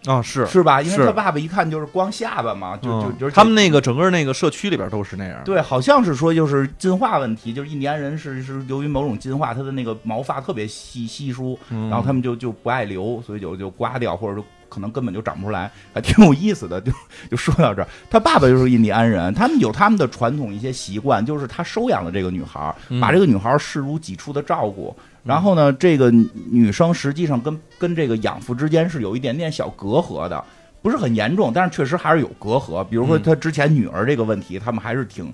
[SPEAKER 3] 啊，是
[SPEAKER 2] 是吧？因为
[SPEAKER 3] 是
[SPEAKER 2] 他爸爸一看就是光下巴嘛，就就
[SPEAKER 3] 嗯
[SPEAKER 2] 就是
[SPEAKER 3] 他们那个整个那个社区里边都是那样。
[SPEAKER 2] 对，好像是说就是进化问题，就是印第安人是是由于某种进化，他的那个毛发特别稀稀疏，
[SPEAKER 3] 嗯，
[SPEAKER 2] 然后他们就就不爱留，所以就就刮掉，或者说可能根本就长不出来，还挺有意思的。就 就说到这儿，他爸爸就是印第安人，他们有他们的传统一些习惯，就是他收养了这个女孩儿，
[SPEAKER 3] 嗯
[SPEAKER 2] 把这个女孩儿视如己出的照顾。然后呢，这个女生实际上跟跟这个养父之间是有一点点小隔阂的，不是很严重，但是确实还是有隔阂。比如说
[SPEAKER 3] 嗯
[SPEAKER 2] 他之前女儿这个问题，他们还是挺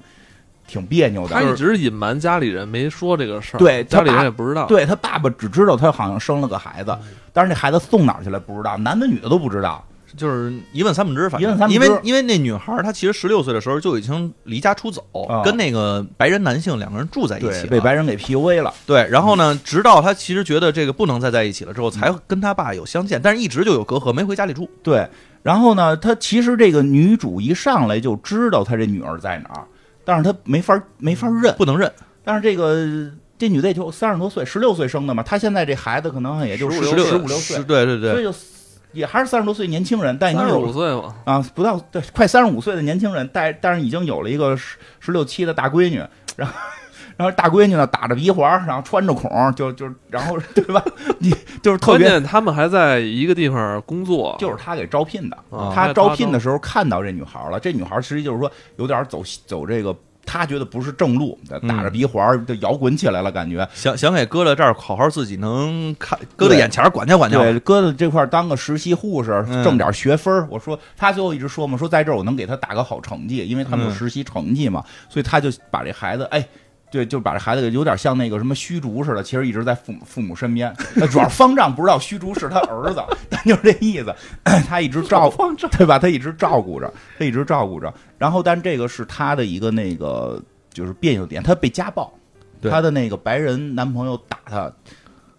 [SPEAKER 2] 挺别扭的。
[SPEAKER 1] 他一直隐瞒家里人，没说这个事儿，
[SPEAKER 2] 对他
[SPEAKER 1] 家里
[SPEAKER 2] 爸
[SPEAKER 1] 人也不知道。
[SPEAKER 2] 对他爸爸只知道他好像生了个孩子，但是那孩子送哪儿去了不知道，男的女的都不知道。
[SPEAKER 3] 就是一问三不知，反
[SPEAKER 2] 一
[SPEAKER 3] 正
[SPEAKER 2] 问三不知
[SPEAKER 3] 因为因为那女孩儿她其实十六岁的时候就已经离家出走，
[SPEAKER 2] 啊
[SPEAKER 3] 跟那个白人男性两个人住在一
[SPEAKER 2] 对，
[SPEAKER 3] 起
[SPEAKER 2] 被
[SPEAKER 3] 了。
[SPEAKER 2] 白人给 PUA 了。
[SPEAKER 3] 对，然后呢，直到她其实觉得这个不能再在一起了之后，才跟她爸有相见，但是一直就有隔阂，没回家里住。
[SPEAKER 2] 对，然后呢，他其实这个女主一上来就知道他这女儿在哪儿，但是他没法没法认。
[SPEAKER 3] 不能认，
[SPEAKER 2] 但是这个这女的也就三十多岁，十六岁生的嘛，她现在这孩子可能也就
[SPEAKER 1] 15
[SPEAKER 2] 十
[SPEAKER 1] 六
[SPEAKER 2] 十五六
[SPEAKER 3] 十
[SPEAKER 2] 岁，
[SPEAKER 3] 对对
[SPEAKER 2] 所以
[SPEAKER 3] 对，
[SPEAKER 2] 就也还是三十多岁年轻人，但已经
[SPEAKER 1] 三十
[SPEAKER 2] 有
[SPEAKER 1] 五岁嘛，
[SPEAKER 2] 啊，不到对，快三十五岁的年轻人，但但是已经有了一个十十六七的大闺女，然后。然后大闺女呢，打着鼻环，然后穿着孔，就就然后对吧？ 你就是特
[SPEAKER 1] 关
[SPEAKER 2] 别，
[SPEAKER 1] 键他们还在一个地方工作，
[SPEAKER 2] 就是他给招聘的。
[SPEAKER 1] 啊
[SPEAKER 2] 他招聘的
[SPEAKER 1] 时
[SPEAKER 2] 时候看到这女孩了，这女孩实际就是说有点走走这个，他觉得不是正路，打
[SPEAKER 1] 嗯
[SPEAKER 2] 着鼻环就摇滚起来了，感觉。
[SPEAKER 3] 想想给搁到这儿，好好自己能看，搁到
[SPEAKER 2] 对
[SPEAKER 3] 眼前儿管教管教。
[SPEAKER 2] 对，搁在这块儿当个实习护士，
[SPEAKER 3] 嗯
[SPEAKER 2] 挣点学分儿。我说他最后一直说嘛，说在这儿我能给他打个好成绩，因为他们有
[SPEAKER 3] 嗯
[SPEAKER 2] 实习成绩嘛，所以他就把这孩子哎。对，就把这孩子给有点像那个什么虚竹似的，其实一直在父母父母身 边。那主要是方丈不知道虚竹是他儿子， 但就是这意思， 他一 直照顾， 对吧？他一直照顾着，他一直照顾着。然后，但这个是他的一个那个就是别扭点，他被家暴，
[SPEAKER 3] 对
[SPEAKER 2] 他的那个白人男朋友打他，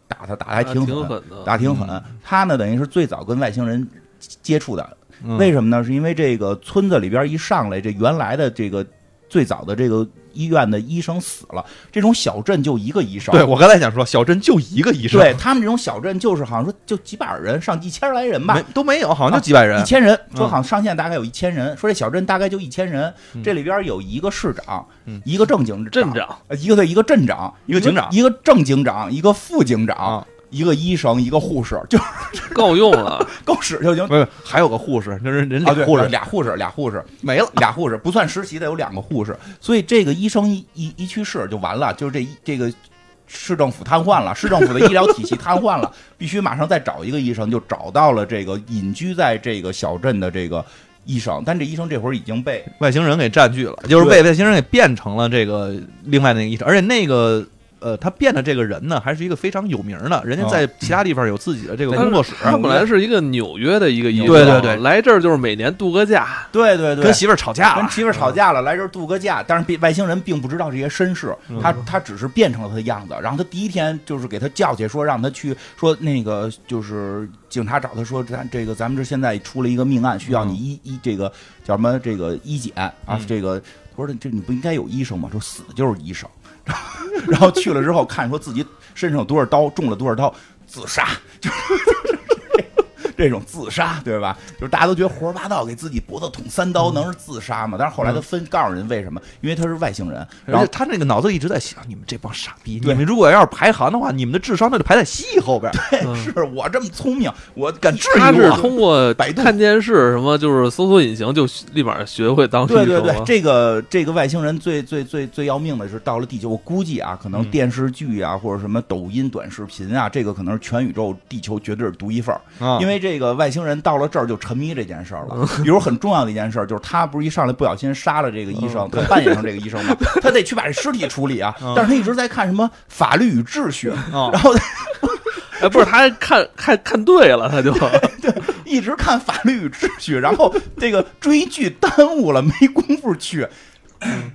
[SPEAKER 2] 打他打的还
[SPEAKER 3] 啊
[SPEAKER 2] 挺
[SPEAKER 1] 挺
[SPEAKER 2] 狠，
[SPEAKER 1] 的，
[SPEAKER 2] 打挺狠
[SPEAKER 3] 嗯。
[SPEAKER 2] 他呢，等于是最早跟外星人接触的。
[SPEAKER 3] 嗯
[SPEAKER 2] 为什么呢？是因为这个村子里边一上来，这原来的这个最早的这个医院的医生死了，这种小镇就一个医生。
[SPEAKER 3] 对我刚才想说，小镇就一个医生，
[SPEAKER 2] 对，他们这种小镇就是好像说就几百人，上一千来人吧
[SPEAKER 3] 没，都没有，好像就几百人
[SPEAKER 2] 一。千人，说
[SPEAKER 3] 嗯
[SPEAKER 2] 好像上县大概有一千人，说这小镇大概就一千人，
[SPEAKER 3] 嗯
[SPEAKER 2] 这里边有一个市长
[SPEAKER 3] 嗯，
[SPEAKER 2] 一个正经
[SPEAKER 1] 镇，长
[SPEAKER 2] 呃一个对一个镇长，
[SPEAKER 3] 一个警长
[SPEAKER 2] 一个正警长，一个副警长
[SPEAKER 3] 啊，
[SPEAKER 2] 一个医生，一个护士，就
[SPEAKER 1] 够用了，
[SPEAKER 2] 够使就 行。
[SPEAKER 3] 不是，还有个护士，就是人
[SPEAKER 2] 啊，
[SPEAKER 3] 俩
[SPEAKER 2] 对，
[SPEAKER 3] 护士
[SPEAKER 2] 俩护士，俩护士，
[SPEAKER 3] 没了，
[SPEAKER 2] 俩护士不算实习的有两个护士，所以这个医生一一一去世就完了，就是这一这个市政府瘫痪了，市政府的医疗体系瘫痪了，必须马上再找一个医生，就找到了这个隐居在这个小镇的这个医生，但这医生这会儿已经被
[SPEAKER 3] 外星人给占据了，就是被外星人给变成了这个另外那个医生，而且那个。呃，他变的这个人呢，还是一个非常有名的，人家
[SPEAKER 2] 哦
[SPEAKER 3] 在其他地方有自己的这个工作室，
[SPEAKER 1] 嗯他本来是一个纽约的一个医生，
[SPEAKER 3] 对对对
[SPEAKER 1] 来这儿就是每年度个假，
[SPEAKER 2] 对对对
[SPEAKER 3] 跟媳妇儿吵架
[SPEAKER 2] 跟
[SPEAKER 3] 了，
[SPEAKER 2] 媳妇儿吵架了，来这儿度个假。但是并外星人并不知道这些身世，他他只是变成了他的样子。然后他第一天就是给他叫去，说让他去说那个就是警察找他说，咱这个咱们这现在出了一个命案，需要你医医这个叫什么这个医检啊
[SPEAKER 3] 嗯，
[SPEAKER 2] 这个我说这你不应该有医生吗？说死的就是医生。然后去了之后看说自己身上有多少刀，中了多少刀，自杀，就是 这种自杀，对吧？就是大家都觉得胡说八道，给自己脖子捅三
[SPEAKER 1] 嗯
[SPEAKER 2] 刀能是自杀吗？但是后来他分告诉人为什么，因为他是外星人，然
[SPEAKER 3] 而
[SPEAKER 2] 后
[SPEAKER 3] 且他那个脑子里一直在想，你们这帮傻逼，你
[SPEAKER 2] 对
[SPEAKER 3] 们如果要是排行的话，你们的智商那就排在西后边儿，
[SPEAKER 1] 嗯
[SPEAKER 2] 是我这么聪明，我敢质
[SPEAKER 1] 他
[SPEAKER 2] 疑
[SPEAKER 1] 是
[SPEAKER 2] 我。
[SPEAKER 1] 通过
[SPEAKER 2] 百度
[SPEAKER 1] 看电视什么，就是搜索引擎就立马学会当医
[SPEAKER 2] 对
[SPEAKER 1] 生
[SPEAKER 2] 对
[SPEAKER 1] 了。
[SPEAKER 2] 对，这个这个外星人最最最最要命的是到了地球，我估计啊，可
[SPEAKER 1] 嗯
[SPEAKER 2] 能电视剧啊、或者什么抖音短视频啊，这个可能是全宇宙地球绝对是独一份儿。
[SPEAKER 3] 啊
[SPEAKER 2] 因为这个外星人到了这儿就沉迷这件事儿了。比如很重要的一件事儿，就是他不是一上来不小心杀了这个医生，他扮演上这个医生 嘛，他得去把这尸体处理啊
[SPEAKER 3] 嗯。
[SPEAKER 2] 但是他一直在看什么法律与秩序，
[SPEAKER 3] 啊
[SPEAKER 2] 然后
[SPEAKER 1] 哎，不是，他还看看看对了，他就
[SPEAKER 2] 一直看法律与秩序，然后这个追剧耽误了，没工夫去，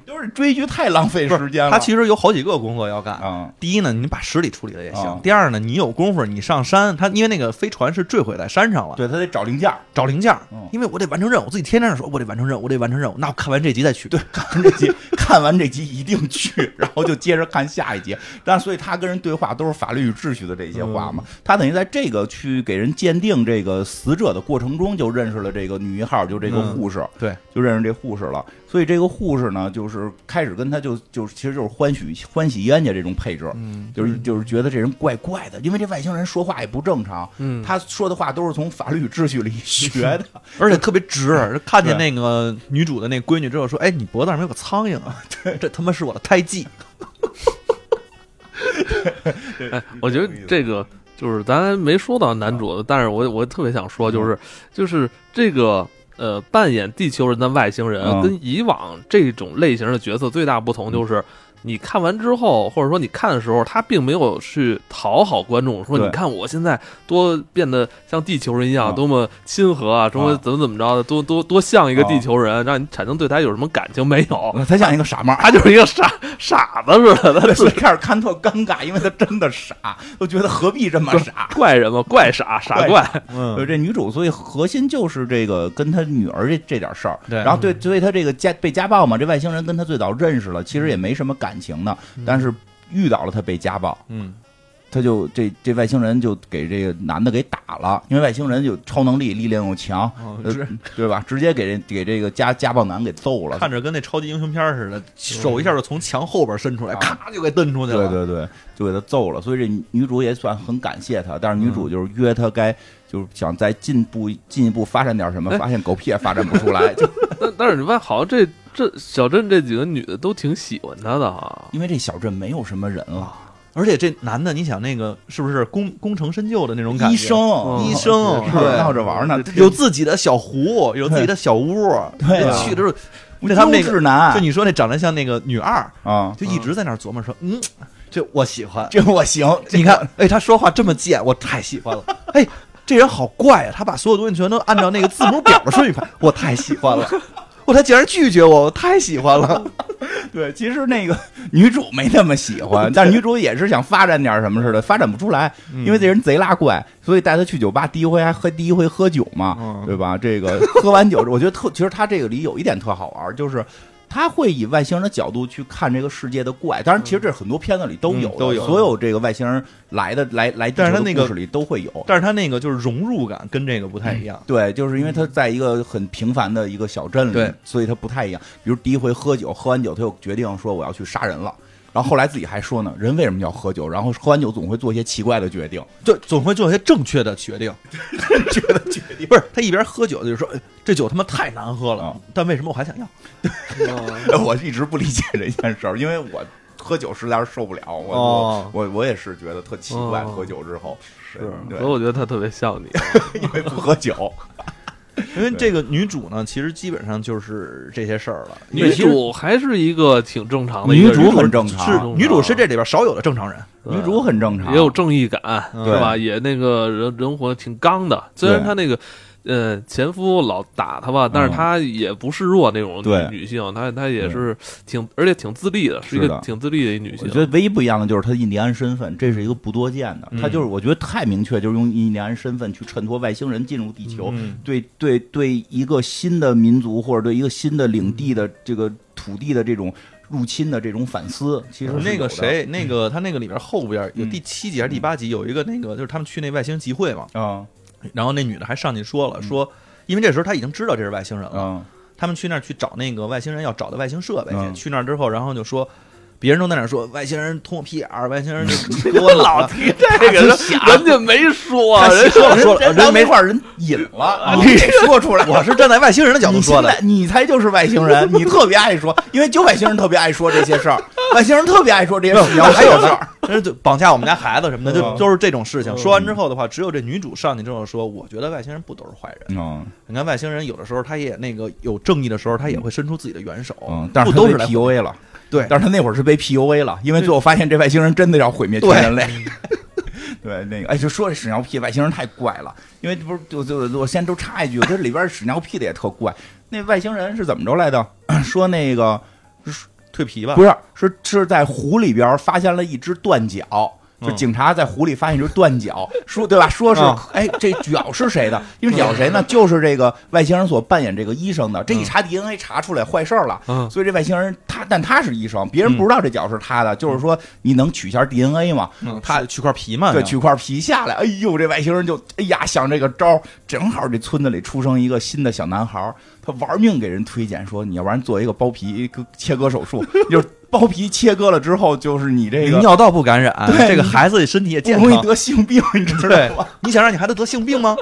[SPEAKER 2] 就是追剧太浪费时间了。
[SPEAKER 3] 他其实有好几个工作要干。
[SPEAKER 2] 啊，
[SPEAKER 3] 第一呢，你把尸体处理了也行；
[SPEAKER 2] 啊
[SPEAKER 3] 第二呢，你有功夫你上山，他因为那个飞船是坠毁在山上了，
[SPEAKER 2] 对他得找零件儿，
[SPEAKER 3] 找零件儿
[SPEAKER 2] 嗯，
[SPEAKER 3] 因为我得完成任务，我自己天天说我得完成任务，我得完成任务。那我看完这集再去。对，
[SPEAKER 2] 看这集， 看完这集一定去， 然后就接着看下一集。但所以他跟人对话都是法律与秩序的这些话嘛。他等于在这个去给人鉴定这个死者的过程中，就认识了这个女一号，就这个
[SPEAKER 3] 嗯
[SPEAKER 2] 护士，
[SPEAKER 3] 对，
[SPEAKER 2] 就认识这护士了。所以这个护士呢，就是开始跟他就就其实就是欢喜欢喜冤家这种配置，
[SPEAKER 3] 嗯，
[SPEAKER 2] 就是就是觉得这人怪怪的，因为这外星人说话也不正常，
[SPEAKER 1] 嗯
[SPEAKER 2] 他说的话都是从法律与秩序里学的。
[SPEAKER 3] 而且特别直。看见
[SPEAKER 2] 对
[SPEAKER 3] 那个女主的那闺女之后说：“哎，你脖子上面有个苍蝇 啊！”这他妈是我的胎记。
[SPEAKER 1] 哎，我觉得这个就是咱没说到男主的，但是我我特别想说，就是
[SPEAKER 2] 嗯
[SPEAKER 1] 就是这个呃，扮演地球人的外星人、
[SPEAKER 2] 嗯
[SPEAKER 1] 跟以往这种类型的角色最大不同就是。你看完之后，或者说你看的时候，他并没有去讨好观众，说
[SPEAKER 2] 对
[SPEAKER 1] 你看我现在多变得像地球人一样，
[SPEAKER 2] 嗯
[SPEAKER 1] 多么亲和啊，多么
[SPEAKER 2] 啊
[SPEAKER 1] 怎么怎么着的，多多多像一个
[SPEAKER 2] 啊
[SPEAKER 1] 地球人，让你产生对他有什么感情没有？
[SPEAKER 2] 他像一个傻帽，
[SPEAKER 1] 他就是一个傻傻子似的，他
[SPEAKER 2] 对，
[SPEAKER 1] 自
[SPEAKER 2] 所以开始看特尴尬，因为他真的傻，都觉得何必这么傻。
[SPEAKER 1] 怪人嘛，怪傻傻
[SPEAKER 2] 怪
[SPEAKER 1] 怪，
[SPEAKER 2] 呃，
[SPEAKER 3] 嗯，
[SPEAKER 2] 这女主，所以核心就是这个跟她女儿这这点事儿，
[SPEAKER 3] 对嗯
[SPEAKER 2] 然后对，所以她这个家被家暴嘛，这外星人跟她最早认识了，其实
[SPEAKER 3] 嗯
[SPEAKER 2] 也没什么感情的，但是遇到了她被家暴，
[SPEAKER 3] 嗯，
[SPEAKER 2] 她就这这外星人就给这个男的给打了，因为外星人有超能力，力量又强，
[SPEAKER 3] 哦
[SPEAKER 2] 呃
[SPEAKER 3] 直
[SPEAKER 2] 对吧？直接给这给这个家家暴男给揍了，
[SPEAKER 3] 看着跟那超级英雄片似的，手一下就从墙后边伸出来，
[SPEAKER 2] 啊
[SPEAKER 3] 咔就给蹬出去了。
[SPEAKER 2] 对对对，就给他揍了。所以这女主也算很感谢他，但是女主
[SPEAKER 3] 嗯
[SPEAKER 2] 就是约他该就是想再进步进一步发展点什么，
[SPEAKER 1] 哎
[SPEAKER 2] 发现狗屁也发展不出来，就
[SPEAKER 1] 但但是你发现好像这这小镇这几个女的都挺喜欢他的哈，
[SPEAKER 2] 因为这小镇没有什么人了。
[SPEAKER 3] 而且这男的，你想那个是不是功功成身就的那种感觉？
[SPEAKER 2] 医生，哦
[SPEAKER 3] 医生
[SPEAKER 2] 是
[SPEAKER 3] 嗯对
[SPEAKER 2] 闹着玩呢，
[SPEAKER 3] 有自己的小湖，有自己的小屋，
[SPEAKER 2] 对啊
[SPEAKER 3] 去的时候，
[SPEAKER 2] 这
[SPEAKER 3] 那他们那
[SPEAKER 2] 优质
[SPEAKER 3] 个，
[SPEAKER 2] 男
[SPEAKER 3] 就你说那长得像那个女二，
[SPEAKER 2] 啊，
[SPEAKER 3] 就一直在那儿琢磨说，嗯，这我喜欢。
[SPEAKER 2] 这我行，这
[SPEAKER 3] 你看，哎，他说话这么贱，我太喜欢了。哎，这人好怪啊，他把所有东西全都按照那个字母表的顺序排，我太喜欢了。我他竟然拒绝我，我太喜欢了。
[SPEAKER 2] 对，其实那个女主没那么喜欢，但是女主也是想发展点什么似的，发展不出来，
[SPEAKER 3] 嗯
[SPEAKER 2] 因为这人贼拉怪，所以带她去酒吧，第一回还喝，第一回喝酒嘛，
[SPEAKER 3] 嗯
[SPEAKER 2] 对吧？这个喝完酒，我觉得特，其实他这个里有一点特好玩，就是。他会以外星人的角度去看这个世界的怪，当然，其实这很多片子里都有的、
[SPEAKER 3] 嗯都有
[SPEAKER 2] 所有这个外星人来的来来地
[SPEAKER 3] 但是
[SPEAKER 2] 球的
[SPEAKER 3] 他那个
[SPEAKER 2] 故事里都会有。
[SPEAKER 3] 但是他那个就是融入感跟这个不太一样。
[SPEAKER 2] 对，就是因为他在一个很平凡的一个小镇里，
[SPEAKER 3] 嗯对
[SPEAKER 2] 所以他不太一样。比如第一回喝酒，喝完酒他就决定说我要去杀人了，然后后来自己还说呢，人为什么要喝酒？然后喝完酒总会做一些奇怪的决定，
[SPEAKER 3] 就嗯总会做一些正确的决 定，
[SPEAKER 2] 觉得决定
[SPEAKER 3] 不是他一边喝酒就说哎这酒他妈太难喝了
[SPEAKER 2] 嗯，
[SPEAKER 3] 但为什么我还想要？
[SPEAKER 2] 我一直不理解这件事儿，因为我喝酒实在是受不了，我、
[SPEAKER 3] 哦
[SPEAKER 2] 我我我也是觉得特奇怪，
[SPEAKER 1] 哦
[SPEAKER 2] 喝酒之后是 对
[SPEAKER 1] 所以，我啊觉得他特别像你，
[SPEAKER 2] 因为不喝酒，
[SPEAKER 3] 因为这个女主呢，其实基本上就是这些事儿了。因
[SPEAKER 1] 女
[SPEAKER 3] 为其实
[SPEAKER 1] 主还是一个挺正常的一个人，
[SPEAKER 2] 女主很正常
[SPEAKER 1] 是
[SPEAKER 3] 女主是这里边少有的正常人，
[SPEAKER 1] 对
[SPEAKER 2] 女主很正常，
[SPEAKER 1] 也有正义感，
[SPEAKER 3] 嗯
[SPEAKER 1] 是吧？也那个人人活得挺刚的，虽然
[SPEAKER 2] 对嗯
[SPEAKER 1] 她那个呃前夫老打她吧，但是她也不示弱那种
[SPEAKER 2] 对嗯
[SPEAKER 1] 女女性，她她也是挺而且挺自立的，是一
[SPEAKER 2] 是
[SPEAKER 1] 个
[SPEAKER 2] 的
[SPEAKER 1] 挺自立的一女
[SPEAKER 2] 我
[SPEAKER 1] 性
[SPEAKER 2] 觉。得 唯一不一样的就是他印第安身份，这是一个不多见的。
[SPEAKER 3] 嗯
[SPEAKER 2] 他就是我觉得太明确，就是用印第安身份去衬托外星人进入地球，
[SPEAKER 3] 嗯
[SPEAKER 2] 对对对一个新的民族或者对一个新的领地的这个土地的这种入侵的这种反思，其实是
[SPEAKER 3] 那
[SPEAKER 2] 有
[SPEAKER 3] 个
[SPEAKER 2] 的
[SPEAKER 3] 谁，那个他那个里边后边有
[SPEAKER 2] 嗯
[SPEAKER 3] 第七集还是第八集，有一个那个就是他们去那外星集会嘛，
[SPEAKER 2] 啊
[SPEAKER 3] 然后那女的还上去说了说，因为这时候她已经知道这是外星人了，
[SPEAKER 2] 啊
[SPEAKER 3] 他们去那儿去找那个外星人要找的外星设备去，
[SPEAKER 2] 嗯
[SPEAKER 3] 去那儿之后，然后就说。别人都在那儿说外星人捅我屁眼儿，外星 人就给我老
[SPEAKER 2] 提这
[SPEAKER 1] 人人家没说啊，人
[SPEAKER 3] 说了说了，
[SPEAKER 2] 咱
[SPEAKER 3] 人没
[SPEAKER 2] 没话人引了，
[SPEAKER 3] 啊
[SPEAKER 2] 你得说出来。
[SPEAKER 3] 我是站在外星人的角度
[SPEAKER 2] 你
[SPEAKER 3] 说
[SPEAKER 2] 现
[SPEAKER 3] 的
[SPEAKER 2] 在，你才就是外星人，你特别爱说，因为就外星人特别爱说这些事儿，外星人特别爱说这些 事儿，还有事儿，
[SPEAKER 3] 但是就绑架我们家孩子什么的，就
[SPEAKER 2] 嗯
[SPEAKER 3] 都是这种事情。说完之后的话，只有这女主上去之后说：“我觉得外星人不都是坏人。
[SPEAKER 2] 嗯
[SPEAKER 3] 你看外星人有的时候他也那个有正义的时候，他也会伸出自己的援手。
[SPEAKER 2] 嗯但哦是
[SPEAKER 3] 不
[SPEAKER 2] 他
[SPEAKER 3] 都
[SPEAKER 2] 被
[SPEAKER 3] 是来
[SPEAKER 2] PUA 了。
[SPEAKER 3] 对
[SPEAKER 2] 但是他那会儿是被 PUA 了，因为最后发现这外星人真的要毁灭全
[SPEAKER 3] 对
[SPEAKER 2] 人类。 对，那个哎，就说这屎尿屁外星人太怪了，因为不是就就我先都插一句，这里边屎尿屁的也特怪。那外星人是怎么着来的？ 说那个
[SPEAKER 3] 蜕皮吧
[SPEAKER 2] 不？是，是是在湖里边发现了一只断脚。就
[SPEAKER 3] 嗯
[SPEAKER 2] 警察在湖里发现一只断脚，说对吧？说是
[SPEAKER 3] 嗯
[SPEAKER 2] 哎，这脚是谁的？因为脚是谁呢？就是这个外星人所扮演这个医生的。
[SPEAKER 3] 嗯
[SPEAKER 2] 这一查 DNA 查出来坏事儿了，
[SPEAKER 1] 嗯
[SPEAKER 2] 所以这外星人他，但他是医生，别人不知道这脚是他的，就是说你能取一下 DNA 吗？
[SPEAKER 3] 嗯他取块皮嘛？
[SPEAKER 2] 对，取块皮下来，哎呦，这外星人就哎呀想这个招儿，正好这村子里出生一个新的小男孩儿，他玩命给人推荐说，你要不然做一个包皮割切割手术，就是包皮切割了之后，就是你 这个
[SPEAKER 3] 尿道不感染，
[SPEAKER 2] 对
[SPEAKER 3] 这个
[SPEAKER 2] 你
[SPEAKER 3] 孩子身体也
[SPEAKER 2] 不
[SPEAKER 3] 健
[SPEAKER 2] 容易
[SPEAKER 3] 康。
[SPEAKER 2] 得性病，你知道
[SPEAKER 3] 对
[SPEAKER 2] 吗？，
[SPEAKER 3] 你想让你孩子得性 病吗？